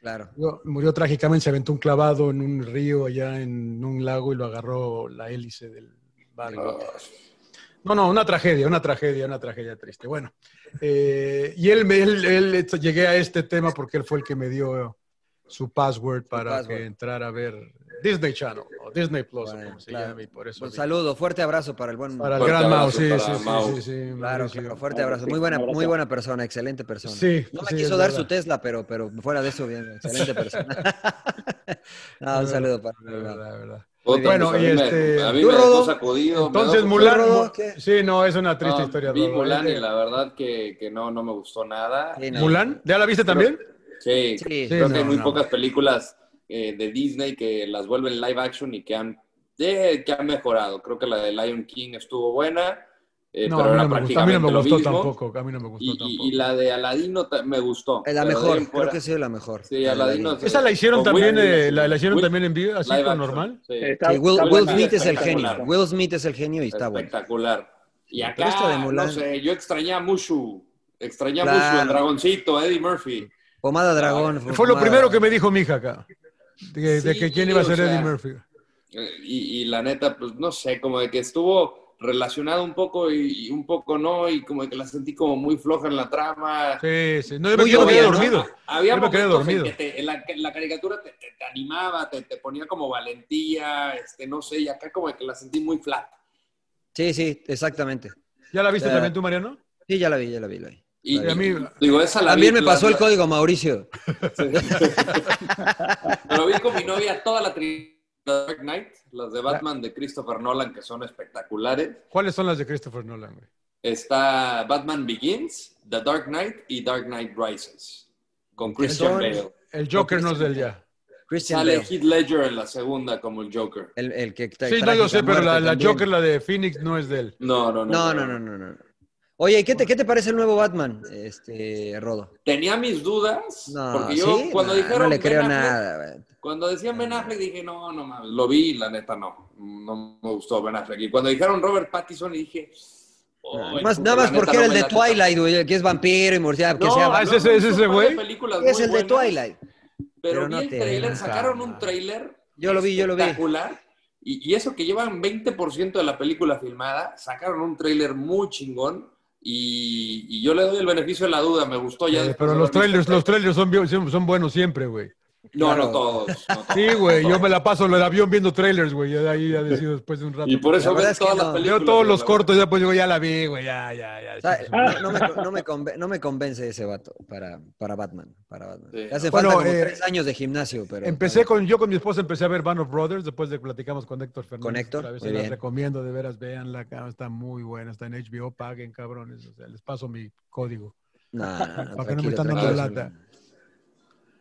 [SPEAKER 2] Claro.
[SPEAKER 3] Murió, murió trágicamente, se aventó un clavado en un río allá en un lago y lo agarró la hélice del barco. No, no, una tragedia, una tragedia, una tragedia triste. Bueno, eh, y él, me- él, él- esto- llegué a este tema porque él fue el que me dio su password para
[SPEAKER 2] password.
[SPEAKER 3] que entrara a ver Disney Channel o Disney Plus, o
[SPEAKER 2] Bueno,
[SPEAKER 3] como se
[SPEAKER 2] claro.
[SPEAKER 3] llame, y por eso.
[SPEAKER 2] Un
[SPEAKER 3] vi.
[SPEAKER 2] Pues, saludo, fuerte abrazo para el buen.
[SPEAKER 3] Para el
[SPEAKER 1] Fuerte
[SPEAKER 3] gran Mao,
[SPEAKER 1] abrazo
[SPEAKER 3] sí, sí,
[SPEAKER 1] para
[SPEAKER 3] sí,
[SPEAKER 1] Mao.
[SPEAKER 3] sí, sí,
[SPEAKER 2] Claro,
[SPEAKER 3] Mauricio.
[SPEAKER 2] claro, fuerte
[SPEAKER 4] Ah,
[SPEAKER 2] abrazo.
[SPEAKER 4] sí,
[SPEAKER 2] Muy buena,
[SPEAKER 4] un abrazo.
[SPEAKER 2] muy buena persona, excelente persona.
[SPEAKER 3] Sí,
[SPEAKER 2] no me
[SPEAKER 3] sí,
[SPEAKER 2] quiso
[SPEAKER 3] es
[SPEAKER 2] dar
[SPEAKER 3] verdad.
[SPEAKER 2] su Tesla, pero, pero fuera de eso, bien, excelente persona. No, un
[SPEAKER 3] Es
[SPEAKER 2] saludo para
[SPEAKER 3] verdad, es verdad, es verdad.
[SPEAKER 1] Otra,
[SPEAKER 3] Bueno,
[SPEAKER 1] pues, a
[SPEAKER 3] y
[SPEAKER 1] mí me-
[SPEAKER 3] este,
[SPEAKER 1] A mí
[SPEAKER 3] ¿tú,
[SPEAKER 1] me
[SPEAKER 3] Rodo?
[SPEAKER 1] dejó sacudido. me
[SPEAKER 3] Entonces,
[SPEAKER 1] dejó-
[SPEAKER 3] Mulan,
[SPEAKER 2] Rodo, ¿qué?
[SPEAKER 3] sí, no, es una triste
[SPEAKER 1] No,
[SPEAKER 3] historia.
[SPEAKER 1] Vi
[SPEAKER 3] Rodo.
[SPEAKER 1] Mulan y la verdad que, que no, no me gustó nada.
[SPEAKER 2] Sí, no.
[SPEAKER 3] ¿Mulan? ¿Ya la viste también?
[SPEAKER 1] Sí,
[SPEAKER 2] Sí,
[SPEAKER 1] creo
[SPEAKER 3] no,
[SPEAKER 1] que hay muy
[SPEAKER 2] no.
[SPEAKER 1] pocas películas eh, de Disney que las vuelven live action y que han, eh, que han mejorado. Creo que la de Lion King estuvo buena, eh,
[SPEAKER 3] no,
[SPEAKER 1] pero
[SPEAKER 3] a mí
[SPEAKER 1] era
[SPEAKER 3] no me gustó, a mí
[SPEAKER 1] prácticamente
[SPEAKER 3] no me
[SPEAKER 1] lo
[SPEAKER 3] gustó
[SPEAKER 1] mismo.
[SPEAKER 3] tampoco. A mí no me gustó
[SPEAKER 1] Y, y-
[SPEAKER 3] tampoco.
[SPEAKER 1] y la de Aladino ta- me gustó.
[SPEAKER 2] Es la
[SPEAKER 1] pero de ahí en
[SPEAKER 2] mejor,
[SPEAKER 1] fuera-
[SPEAKER 2] creo que sí es la mejor.
[SPEAKER 1] Sí, Aladino.
[SPEAKER 3] Esa la hicieron
[SPEAKER 1] con Will
[SPEAKER 3] también,
[SPEAKER 1] Smith.
[SPEAKER 3] eh, la, la hicieron
[SPEAKER 1] Will-
[SPEAKER 3] también en vivo, así
[SPEAKER 1] live
[SPEAKER 3] con
[SPEAKER 1] action,
[SPEAKER 3] normal.
[SPEAKER 1] sí.
[SPEAKER 4] Está-
[SPEAKER 2] Sí, Will,
[SPEAKER 4] está
[SPEAKER 2] Will
[SPEAKER 4] buena,
[SPEAKER 2] Smith es el
[SPEAKER 4] espectacular.
[SPEAKER 2] genio. Will Smith es el genio y está bueno.
[SPEAKER 1] Espectacular. Y acá,
[SPEAKER 2] Pero esta de Mulan.
[SPEAKER 1] no sé, yo extrañé a Mushu. Extrañé a
[SPEAKER 2] Claro.
[SPEAKER 1] Mushu, el dragoncito, Eddie Murphy.
[SPEAKER 2] Pomada Dragón.
[SPEAKER 3] Fue lo
[SPEAKER 2] pomada-
[SPEAKER 3] primero que me dijo mi hija acá. De, de
[SPEAKER 1] Sí,
[SPEAKER 3] que quién iba a
[SPEAKER 1] o
[SPEAKER 3] ser
[SPEAKER 1] sea,
[SPEAKER 3] Eddie Murphy.
[SPEAKER 1] Eh, Y, y la neta, pues no sé, como de que estuvo relacionado un poco y, y un poco no, y como de que la sentí como muy floja en la trama.
[SPEAKER 3] Sí, sí. No, yo me,
[SPEAKER 2] Muy
[SPEAKER 3] yo me quedé
[SPEAKER 2] obvia, ¿no?
[SPEAKER 3] dormido.
[SPEAKER 1] Había
[SPEAKER 3] Yo me quedé
[SPEAKER 1] momentos en
[SPEAKER 3] dormido.
[SPEAKER 1] que te- en la, en la caricatura te, te- te animaba, te, te ponía como valentía, este, no sé, y acá como de que la sentí muy flat.
[SPEAKER 2] Sí, sí, exactamente.
[SPEAKER 3] ¿Ya la viste
[SPEAKER 2] O sea,
[SPEAKER 3] también tú, Mariano?
[SPEAKER 2] Sí, ya la vi, ya la vi. la vi.
[SPEAKER 1] Y,
[SPEAKER 3] Y a mí-
[SPEAKER 1] digo, esa Ah, la
[SPEAKER 2] También
[SPEAKER 1] vi-
[SPEAKER 2] me pasó
[SPEAKER 1] la-
[SPEAKER 2] el código Mauricio.
[SPEAKER 1] Pero vi con mi novia toda la trilogía de Dark Knight, las de Batman de Christopher Nolan, que son espectaculares.
[SPEAKER 3] ¿Cuáles son las de Christopher Nolan? güey?
[SPEAKER 1] Está Batman Begins, The Dark Knight y Dark Knight Rises, con Christian
[SPEAKER 2] son-
[SPEAKER 1] Bale.
[SPEAKER 3] El Joker no es del ya.
[SPEAKER 2] Christian
[SPEAKER 1] Sale
[SPEAKER 2] Bale,
[SPEAKER 1] Heath Ledger en la segunda como el Joker.
[SPEAKER 2] el, el que tra-
[SPEAKER 3] Sí, no, yo sé,
[SPEAKER 2] trágica
[SPEAKER 3] pero la,
[SPEAKER 2] muerte
[SPEAKER 3] la
[SPEAKER 2] también.
[SPEAKER 3] Joker, la de Phoenix, no es de él.
[SPEAKER 1] No, no, no.
[SPEAKER 2] No, no, no, no, no. Oye, ¿y ¿qué te, qué te parece el nuevo Batman, este, Rodo?
[SPEAKER 1] Tenía mis dudas,
[SPEAKER 2] No,
[SPEAKER 1] porque yo
[SPEAKER 2] ¿sí?
[SPEAKER 1] cuando
[SPEAKER 2] no,
[SPEAKER 1] dijeron
[SPEAKER 2] no le
[SPEAKER 1] Ben
[SPEAKER 2] creo
[SPEAKER 1] Affleck-
[SPEAKER 2] nada. güey.
[SPEAKER 1] Cuando decían Ben Affleck dije, no, no mames, lo vi y la neta no, no me gustó Ben Affleck. Y cuando dijeron Robert Pattinson dije...
[SPEAKER 2] Nada
[SPEAKER 1] "Ay,
[SPEAKER 2] más,
[SPEAKER 1] puta,
[SPEAKER 2] nada
[SPEAKER 1] oh, la
[SPEAKER 2] más
[SPEAKER 1] neta
[SPEAKER 2] porque
[SPEAKER 1] no
[SPEAKER 2] era el
[SPEAKER 1] me
[SPEAKER 2] de
[SPEAKER 1] late".
[SPEAKER 2] Twilight, güey, el que es vampiro y murciélago, que
[SPEAKER 1] No,
[SPEAKER 2] sea
[SPEAKER 3] ah,
[SPEAKER 2] vampiro.
[SPEAKER 3] ese- ese- ese
[SPEAKER 1] hizo un par de
[SPEAKER 3] güey.
[SPEAKER 1] películas
[SPEAKER 2] Es
[SPEAKER 1] muy
[SPEAKER 2] el de
[SPEAKER 1] buenas,
[SPEAKER 2] Twilight.
[SPEAKER 1] Pero,
[SPEAKER 2] pero no
[SPEAKER 1] vi el
[SPEAKER 2] te
[SPEAKER 1] trailer,
[SPEAKER 2] deja.
[SPEAKER 1] sacaron un trailer.
[SPEAKER 2] Yo lo vi, yo lo vi.
[SPEAKER 1] Espectacular. Y, y eso que llevan 20% de la película filmada, sacaron un tráiler muy chingón y, y yo le doy el beneficio de la duda, me gustó ya.
[SPEAKER 3] Eh, Pero,
[SPEAKER 1] después de haber
[SPEAKER 3] los
[SPEAKER 1] visto
[SPEAKER 3] trailers,
[SPEAKER 1] el
[SPEAKER 3] los trailers son, bien- son son buenos siempre, güey.
[SPEAKER 1] No, no todos. no todos.
[SPEAKER 3] Sí, güey, yo me la paso en el avión viendo trailers, güey. Ya de ahí ya decido después de un rato.
[SPEAKER 1] Y por eso
[SPEAKER 3] La verdad
[SPEAKER 1] ves
[SPEAKER 3] es que
[SPEAKER 1] todas
[SPEAKER 3] no.
[SPEAKER 1] las
[SPEAKER 3] Veo
[SPEAKER 1] películas.
[SPEAKER 3] todos
[SPEAKER 1] güey,
[SPEAKER 3] los
[SPEAKER 1] la
[SPEAKER 3] cortos, ya pues digo, ya la vi, güey, ya, ya, ya.
[SPEAKER 2] O sea, ah,
[SPEAKER 1] Ah.
[SPEAKER 2] no, no me, no me conven- no me convence ese vato para, para Batman. Para Batman.
[SPEAKER 1] Sí,
[SPEAKER 2] Le hace
[SPEAKER 3] no.
[SPEAKER 2] falta
[SPEAKER 3] Bueno,
[SPEAKER 2] como
[SPEAKER 3] eh,
[SPEAKER 2] tres años de gimnasio, pero.
[SPEAKER 3] Empecé con, yo con mi esposa empecé a ver Band of Brothers después de que platicamos con Héctor Fernández.
[SPEAKER 2] Con Héctor,
[SPEAKER 3] otra vez,
[SPEAKER 2] muy
[SPEAKER 3] se las
[SPEAKER 2] bien.
[SPEAKER 3] recomiendo, de veras, véanla, cabrón, está muy buena, está en HBO, paguen, cabrones, o sea, les paso mi código.
[SPEAKER 2] Nah,
[SPEAKER 3] para que no
[SPEAKER 2] tranquilo,
[SPEAKER 3] me están dando
[SPEAKER 2] tranquilo.
[SPEAKER 3] lata.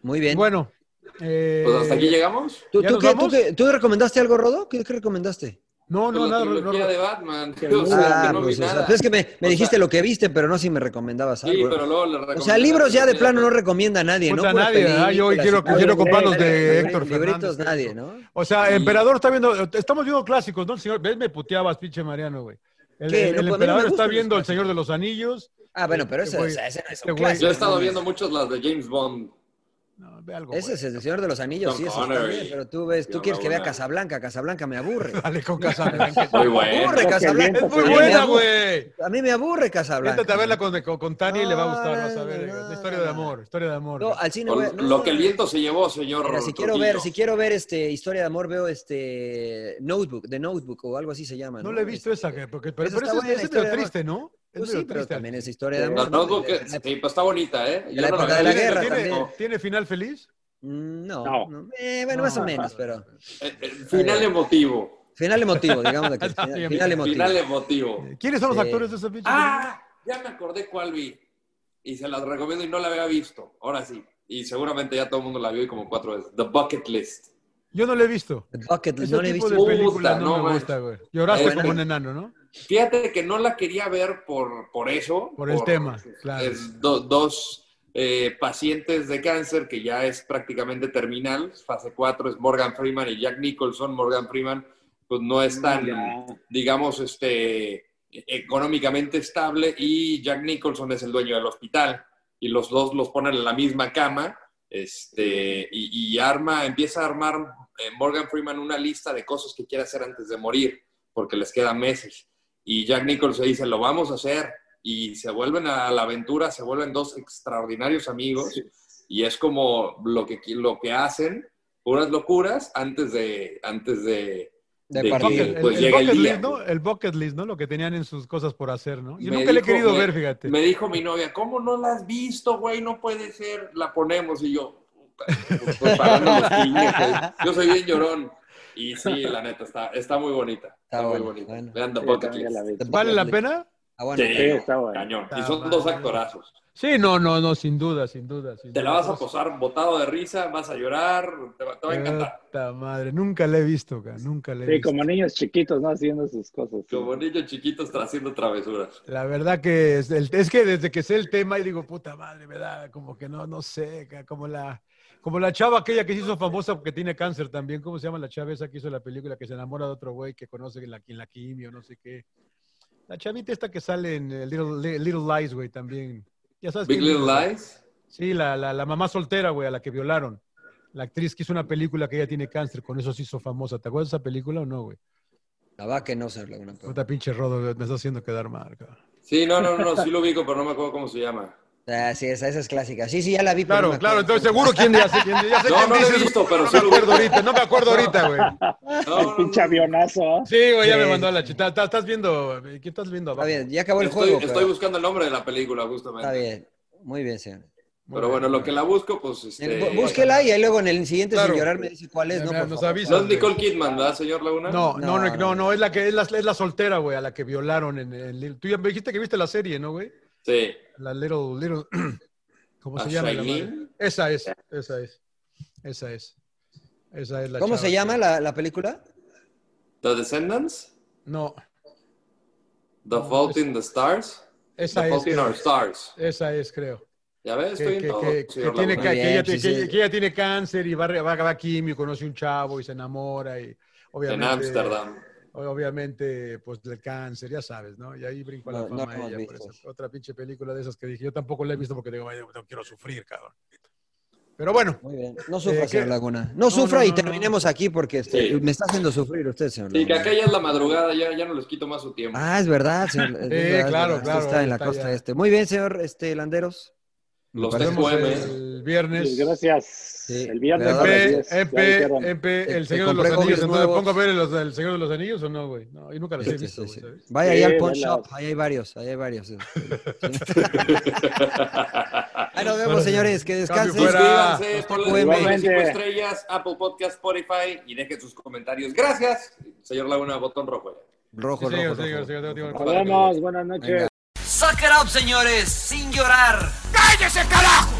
[SPEAKER 2] Muy bien.
[SPEAKER 3] Bueno.
[SPEAKER 1] verdad.
[SPEAKER 3] eh,
[SPEAKER 1] Pues hasta aquí llegamos.
[SPEAKER 2] ¿Tú,
[SPEAKER 3] ¿ya
[SPEAKER 2] tú
[SPEAKER 3] nos
[SPEAKER 2] qué, tú
[SPEAKER 3] vamos?
[SPEAKER 2] qué- tú recomendaste algo, Rodo? ¿Qué, qué recomendaste?
[SPEAKER 3] No, no,
[SPEAKER 1] Con la
[SPEAKER 3] nada, no,
[SPEAKER 1] trilogía
[SPEAKER 3] no.
[SPEAKER 1] de Batman.
[SPEAKER 4] Que
[SPEAKER 1] o sea, que
[SPEAKER 2] Ah,
[SPEAKER 1] no vi
[SPEAKER 2] pues, o sea,
[SPEAKER 1] nada.
[SPEAKER 2] pues es que me, me
[SPEAKER 1] O
[SPEAKER 2] dijiste
[SPEAKER 1] sea,
[SPEAKER 2] lo que viste, pero no si me recomendabas algo.
[SPEAKER 1] Sí, pero luego le
[SPEAKER 2] o sea, libros ya de plano no recomienda a nadie, ¿no?
[SPEAKER 3] Puta,
[SPEAKER 2] Puras
[SPEAKER 3] nadie, ¿verdad? Yo hoy
[SPEAKER 2] películas
[SPEAKER 3] quiero-
[SPEAKER 2] y tal.
[SPEAKER 3] quiero comprarlos de
[SPEAKER 2] Libros,
[SPEAKER 3] Héctor
[SPEAKER 2] Libritos
[SPEAKER 3] Fernández.
[SPEAKER 2] nadie, ¿no?
[SPEAKER 3] O sea,
[SPEAKER 1] Sí.
[SPEAKER 3] Emperador está viendo, estamos viendo clásicos, ¿no? El señor, ves, me puteabas, pinche Mariano, güey. El,
[SPEAKER 2] ¿Qué?
[SPEAKER 3] el-
[SPEAKER 2] No,
[SPEAKER 3] el
[SPEAKER 2] pues, a mí no me
[SPEAKER 3] Emperador está
[SPEAKER 2] gustan los
[SPEAKER 3] viendo El Señor de los Anillos.
[SPEAKER 2] Ah, bueno, pero ese,
[SPEAKER 3] Este güey-
[SPEAKER 2] o sea, ese no es
[SPEAKER 3] este
[SPEAKER 2] un
[SPEAKER 3] güey-
[SPEAKER 2] clásico.
[SPEAKER 1] Yo he estado viendo muchas las de James Bond.
[SPEAKER 3] No, ve algo,
[SPEAKER 2] Ese
[SPEAKER 3] güey.
[SPEAKER 2] es el Señor de los Anillos,
[SPEAKER 1] Sean
[SPEAKER 2] sí, eso está
[SPEAKER 1] Connery.
[SPEAKER 2] bien, pero tú ves, tú
[SPEAKER 1] Yo
[SPEAKER 2] quieres
[SPEAKER 1] la
[SPEAKER 2] que vea
[SPEAKER 1] buena.
[SPEAKER 2] Casablanca, Casablanca me aburre.
[SPEAKER 3] Dale con Casablanca.
[SPEAKER 1] Muy
[SPEAKER 2] Me
[SPEAKER 1] bueno.
[SPEAKER 2] aburre Casablanca.
[SPEAKER 3] Es muy
[SPEAKER 2] A mí me
[SPEAKER 3] buena,
[SPEAKER 2] aburre-
[SPEAKER 3] güey.
[SPEAKER 2] A mí me aburre Casablanca.
[SPEAKER 3] Siéntate a verla con, con, con Tania y le va a gustar,
[SPEAKER 2] No,
[SPEAKER 3] vas a ver.
[SPEAKER 2] no, no,
[SPEAKER 3] güey. historia
[SPEAKER 2] no.
[SPEAKER 3] de amor, historia de amor.
[SPEAKER 2] No,
[SPEAKER 3] güey.
[SPEAKER 2] al cine,
[SPEAKER 1] Con
[SPEAKER 2] güey. no,
[SPEAKER 1] lo
[SPEAKER 2] no,
[SPEAKER 1] que el viento se llevó, señor.
[SPEAKER 2] Mira, si quiero
[SPEAKER 1] Trujillo.
[SPEAKER 2] ver, si quiero ver este historia de amor, veo este Notebook, The Notebook o algo así se llama.
[SPEAKER 3] no le he visto esa, que- porque, pero,
[SPEAKER 2] esa
[SPEAKER 3] pero
[SPEAKER 2] está
[SPEAKER 3] ese-
[SPEAKER 2] buena,
[SPEAKER 3] ese es
[SPEAKER 2] historia
[SPEAKER 3] medio
[SPEAKER 2] de amor.
[SPEAKER 3] triste, ¿no? Es
[SPEAKER 2] Pues
[SPEAKER 3] medio
[SPEAKER 2] sí, pero
[SPEAKER 3] triste.
[SPEAKER 2] también es historia de
[SPEAKER 1] La
[SPEAKER 2] amor. ¿no?
[SPEAKER 1] notebook,
[SPEAKER 2] De-
[SPEAKER 1] sí, pues está bonita, ¿eh?
[SPEAKER 2] de
[SPEAKER 1] Yo
[SPEAKER 2] la
[SPEAKER 1] no
[SPEAKER 2] época de la
[SPEAKER 1] vi.
[SPEAKER 3] ¿Tiene-
[SPEAKER 2] guerra
[SPEAKER 3] ¿tiene,
[SPEAKER 2] también.
[SPEAKER 3] ¿Tiene final feliz?
[SPEAKER 2] Mm, No,
[SPEAKER 4] No.
[SPEAKER 2] no. Eh, bueno, más o
[SPEAKER 3] No.
[SPEAKER 2] menos, pero
[SPEAKER 1] Eh, eh, Final emotivo.
[SPEAKER 2] final emotivo, digamos. de que-
[SPEAKER 3] Está bien.
[SPEAKER 2] final, final emotivo.
[SPEAKER 1] Final em- emotivo.
[SPEAKER 3] ¿Quiénes son los
[SPEAKER 2] Sí.
[SPEAKER 3] actores de esa pinche? película?
[SPEAKER 1] Ah, ya me acordé cuál vi. Y se las recomiendo y no la había visto. Ahora sí. Y seguramente ya todo el mundo la vio y como cuatro veces. The Bucket List.
[SPEAKER 3] Yo no le he visto.
[SPEAKER 2] The Bucket List,
[SPEAKER 3] Ese
[SPEAKER 2] no le he
[SPEAKER 3] tipo
[SPEAKER 2] visto.
[SPEAKER 1] Puta,
[SPEAKER 3] de película no,
[SPEAKER 1] no,
[SPEAKER 3] me
[SPEAKER 1] güey.
[SPEAKER 3] gusta, güey. Lloraste
[SPEAKER 1] Bueno.
[SPEAKER 3] como un enano, ¿no?
[SPEAKER 1] Fíjate que no la quería ver por, por eso.
[SPEAKER 3] Por el tema, claro.
[SPEAKER 1] es do- dos eh, pacientes de cáncer que ya es prácticamente terminal. Fase 4 es Morgan Freeman y Jack Nicholson. Morgan Freeman pues no es tan,
[SPEAKER 4] Ya.
[SPEAKER 1] digamos, este, económicamente estable y Jack Nicholson es el dueño del hospital. Y los dos los ponen en la misma cama este, y, y arma, empieza a armar eh, Morgan Freeman una lista de cosas que quiere hacer antes de morir, porque les quedan meses. Y Jack Nicholson dice, lo vamos a hacer. Y se vuelven a la aventura, se vuelven dos extraordinarios amigos. Y es como lo que, lo que hacen, puras locuras, antes de, antes de,
[SPEAKER 2] De
[SPEAKER 1] de que,
[SPEAKER 2] partir.
[SPEAKER 3] El,
[SPEAKER 1] pues,
[SPEAKER 3] el
[SPEAKER 1] llega el
[SPEAKER 3] bucket
[SPEAKER 1] día.
[SPEAKER 3] list, ¿no? El bucket list, ¿no? Lo que tenían en sus cosas por hacer, ¿no? Yo
[SPEAKER 1] Me
[SPEAKER 3] nunca le he
[SPEAKER 1] dijo,
[SPEAKER 3] querido
[SPEAKER 1] me-
[SPEAKER 3] ver, fíjate.
[SPEAKER 1] Me dijo mi novia, ¿cómo no la has visto, güey? No puede ser. La ponemos y yo, puta, pues, parando los piños, güey. Yo soy bien llorón. Y sí, la neta, está, está muy bonita. Está, muy
[SPEAKER 2] bueno,
[SPEAKER 1] bonita.
[SPEAKER 2] bueno.
[SPEAKER 1] Vean The
[SPEAKER 4] Sí,
[SPEAKER 1] Bucket
[SPEAKER 4] también
[SPEAKER 1] List.
[SPEAKER 4] la vi.
[SPEAKER 2] The
[SPEAKER 3] ¿Vale
[SPEAKER 2] Bucket
[SPEAKER 3] la
[SPEAKER 2] List.
[SPEAKER 3] pena?
[SPEAKER 2] Ah, bueno.
[SPEAKER 1] Sí,
[SPEAKER 4] está bueno.
[SPEAKER 1] cañón. Y
[SPEAKER 3] Está
[SPEAKER 1] son
[SPEAKER 3] bueno.
[SPEAKER 1] dos actorazos.
[SPEAKER 3] Sí, no, no, no, sin duda, sin duda. sin
[SPEAKER 1] Te la
[SPEAKER 3] duda.
[SPEAKER 1] vas a posar botado de risa, vas a llorar, te va, te va a encantar.
[SPEAKER 3] Puta madre, nunca la he visto, cara, nunca la he
[SPEAKER 4] Sí,
[SPEAKER 3] visto.
[SPEAKER 4] como niños chiquitos, ¿no? Haciendo sus cosas. sí.
[SPEAKER 1] Como niños chiquitos tra- haciendo travesuras.
[SPEAKER 3] La verdad que es, el- es que desde que sé el tema y digo, puta madre, me da como que no, no sé, ca- como la, como la chava aquella que se hizo famosa porque tiene cáncer también, ¿cómo se llama la chava esa que hizo la película que se enamora de otro güey que conoce en la, en la quimio, no sé qué? La chavita esta que sale en eh, Little, Li- Little Lies, güey, también. Ya sabes
[SPEAKER 1] Big
[SPEAKER 3] quién
[SPEAKER 1] Little
[SPEAKER 3] es, ¿no?
[SPEAKER 1] Lies.
[SPEAKER 3] Sí, la, la, la mamá soltera, güey, a la que violaron. La actriz que hizo una película que ella tiene cáncer, con eso se hizo famosa. ¿Te acuerdas de esa película o no, güey?
[SPEAKER 2] La va que no se habla una
[SPEAKER 3] Puta pinche rodo, güey, me está haciendo quedar mal, cabrón.
[SPEAKER 1] Sí, no, no, no, sí lo ubico, pero no me acuerdo cómo se llama.
[SPEAKER 2] Ah, sí, esa, esa es clásica. Sí, sí, ya la vi. pero no
[SPEAKER 3] Claro,
[SPEAKER 2] me
[SPEAKER 3] claro,
[SPEAKER 2] acuerdo.
[SPEAKER 3] entonces seguro quién ya sé quién, ya sé
[SPEAKER 1] No, no
[SPEAKER 3] quién
[SPEAKER 1] lo he
[SPEAKER 3] dices,
[SPEAKER 1] visto, pero
[SPEAKER 3] No
[SPEAKER 1] sí
[SPEAKER 3] me
[SPEAKER 1] lo ubico.
[SPEAKER 3] acuerdo ahorita, no me acuerdo ahorita, güey.
[SPEAKER 1] No,
[SPEAKER 4] El pinche avionazo. ¿eh?
[SPEAKER 3] Sí, güey, ya
[SPEAKER 2] Sí.
[SPEAKER 3] me mandó a la chita. Estás, estás viendo, ¿qué estás viendo
[SPEAKER 2] Está
[SPEAKER 3] abajo?
[SPEAKER 2] bien, ya acabó el
[SPEAKER 1] estoy,
[SPEAKER 2] juego.
[SPEAKER 1] estoy
[SPEAKER 2] pero-
[SPEAKER 1] buscando el nombre de la película, justamente.
[SPEAKER 2] Está bien. Muy bien, señor.
[SPEAKER 3] Muy
[SPEAKER 1] Pero
[SPEAKER 3] bien.
[SPEAKER 1] bueno, lo que la busco, pues. Este,
[SPEAKER 2] Bú- Búsquela y ahí luego en el siguiente
[SPEAKER 3] Claro.
[SPEAKER 2] sin llorar me dice cuál es.
[SPEAKER 3] Ya,
[SPEAKER 2] No,
[SPEAKER 3] ya,
[SPEAKER 2] por
[SPEAKER 3] nos
[SPEAKER 2] favor.
[SPEAKER 3] avisa.
[SPEAKER 1] No es Nicole Kidman, ¿verdad, señor Laguna?
[SPEAKER 3] No, no, no,
[SPEAKER 2] No,
[SPEAKER 3] no, no, es la que es la, es la soltera, güey, a la que violaron en el Tú ya me dijiste que viste la serie, ¿no, güey?
[SPEAKER 1] Sí.
[SPEAKER 3] La Little, Little, ¿cómo
[SPEAKER 1] ¿A
[SPEAKER 3] se llama? la
[SPEAKER 1] Shailene?
[SPEAKER 3] madre? Esa es, esa es, esa es, esa es la
[SPEAKER 2] ¿Cómo
[SPEAKER 3] chava
[SPEAKER 2] se llama
[SPEAKER 3] que-
[SPEAKER 2] la, la película?
[SPEAKER 1] The Descendants,
[SPEAKER 3] No,
[SPEAKER 1] The
[SPEAKER 3] No,
[SPEAKER 1] Fault
[SPEAKER 3] es-
[SPEAKER 1] in the Stars,
[SPEAKER 3] esa
[SPEAKER 1] The
[SPEAKER 3] es,
[SPEAKER 1] Fault in
[SPEAKER 3] creo.
[SPEAKER 1] Our Stars.
[SPEAKER 3] esa es, creo.
[SPEAKER 1] Ya ves, estoy
[SPEAKER 3] que,
[SPEAKER 1] en
[SPEAKER 3] que-
[SPEAKER 1] todo.
[SPEAKER 3] que- que
[SPEAKER 1] señor
[SPEAKER 3] tiene,
[SPEAKER 1] Laguna.
[SPEAKER 3] ca- que
[SPEAKER 2] Muy
[SPEAKER 3] ella,
[SPEAKER 2] bien,
[SPEAKER 3] tiene-
[SPEAKER 2] sí,
[SPEAKER 3] que-
[SPEAKER 2] sí.
[SPEAKER 3] que ella tiene cáncer y va, a- va, va a quimio, conoce un chavo y se enamora y
[SPEAKER 1] En
[SPEAKER 3] obviamente...
[SPEAKER 1] Ámsterdam.
[SPEAKER 3] o- Obviamente, pues del cáncer, ya sabes, ¿no? Y ahí brinco a la
[SPEAKER 2] No, no lo
[SPEAKER 3] fama
[SPEAKER 2] hemos
[SPEAKER 3] ella por
[SPEAKER 2] visto.
[SPEAKER 3] eso. Otra pinche película de esas que dije, yo tampoco la he visto porque digo, "Ay, no quiero sufrir, cabrón. Pero bueno.
[SPEAKER 2] Muy bien. No sufra, eh, señor Laguna. No, no sufra no, no, y terminemos aquí porque este, sí. me está haciendo sufrir usted, señor Laguna.
[SPEAKER 1] Sí, que acá ya es la madrugada, ya, ya no les quito más su tiempo.
[SPEAKER 2] Ah, es verdad, señor. Es
[SPEAKER 3] sí,
[SPEAKER 2] verdad,
[SPEAKER 3] claro,
[SPEAKER 2] es verdad.
[SPEAKER 3] claro.
[SPEAKER 2] Usted está en la
[SPEAKER 3] está
[SPEAKER 2] costa
[SPEAKER 3] ya.
[SPEAKER 2] este. Muy bien, señor este, Landeros.
[SPEAKER 1] Los
[SPEAKER 3] Nos vemos
[SPEAKER 1] TQM.
[SPEAKER 2] ¿eh?
[SPEAKER 3] el viernes.
[SPEAKER 4] Pues gracias.
[SPEAKER 2] Sí,
[SPEAKER 4] el viernes.
[SPEAKER 2] me da
[SPEAKER 4] a las
[SPEAKER 2] la-
[SPEAKER 3] MP,
[SPEAKER 4] 10, ya dijeron.
[SPEAKER 3] MP, MP, el
[SPEAKER 2] Te- te
[SPEAKER 3] Señor de los
[SPEAKER 2] compré
[SPEAKER 3] Anillos.
[SPEAKER 2] cómics
[SPEAKER 3] ¿No le
[SPEAKER 2] nuevos.
[SPEAKER 3] pongo a ver los- el Señor de los Anillos o no, güey? No, y nunca los he
[SPEAKER 2] Sí, sí,
[SPEAKER 3] visto,
[SPEAKER 2] sí,
[SPEAKER 3] güey,
[SPEAKER 2] sí.
[SPEAKER 3] ¿sabes?
[SPEAKER 2] Vaya ahí
[SPEAKER 4] Sí,
[SPEAKER 2] al pawn
[SPEAKER 4] vela.
[SPEAKER 2] shop, ahí hay varios, ahí hay varios. ahí nos vemos, señores, que
[SPEAKER 3] Cambio
[SPEAKER 2] descansen.
[SPEAKER 3] fuera.
[SPEAKER 2] TQM.
[SPEAKER 1] Suscríbanse, ponle cinco
[SPEAKER 4] Igualmente.
[SPEAKER 1] estrellas, Apple Podcast, Spotify y dejen sus comentarios. Gracias, señor Laguna, botón rojo.
[SPEAKER 2] Rojo,
[SPEAKER 3] Sí,
[SPEAKER 2] rojo,
[SPEAKER 3] señor,
[SPEAKER 2] rojo.
[SPEAKER 3] señor, señor, tengo tiempo.
[SPEAKER 4] Nos vemos. Buenas noches.
[SPEAKER 2] Venga.
[SPEAKER 5] Suck it up, señores, sin llorar. ¡Cállese, carajo!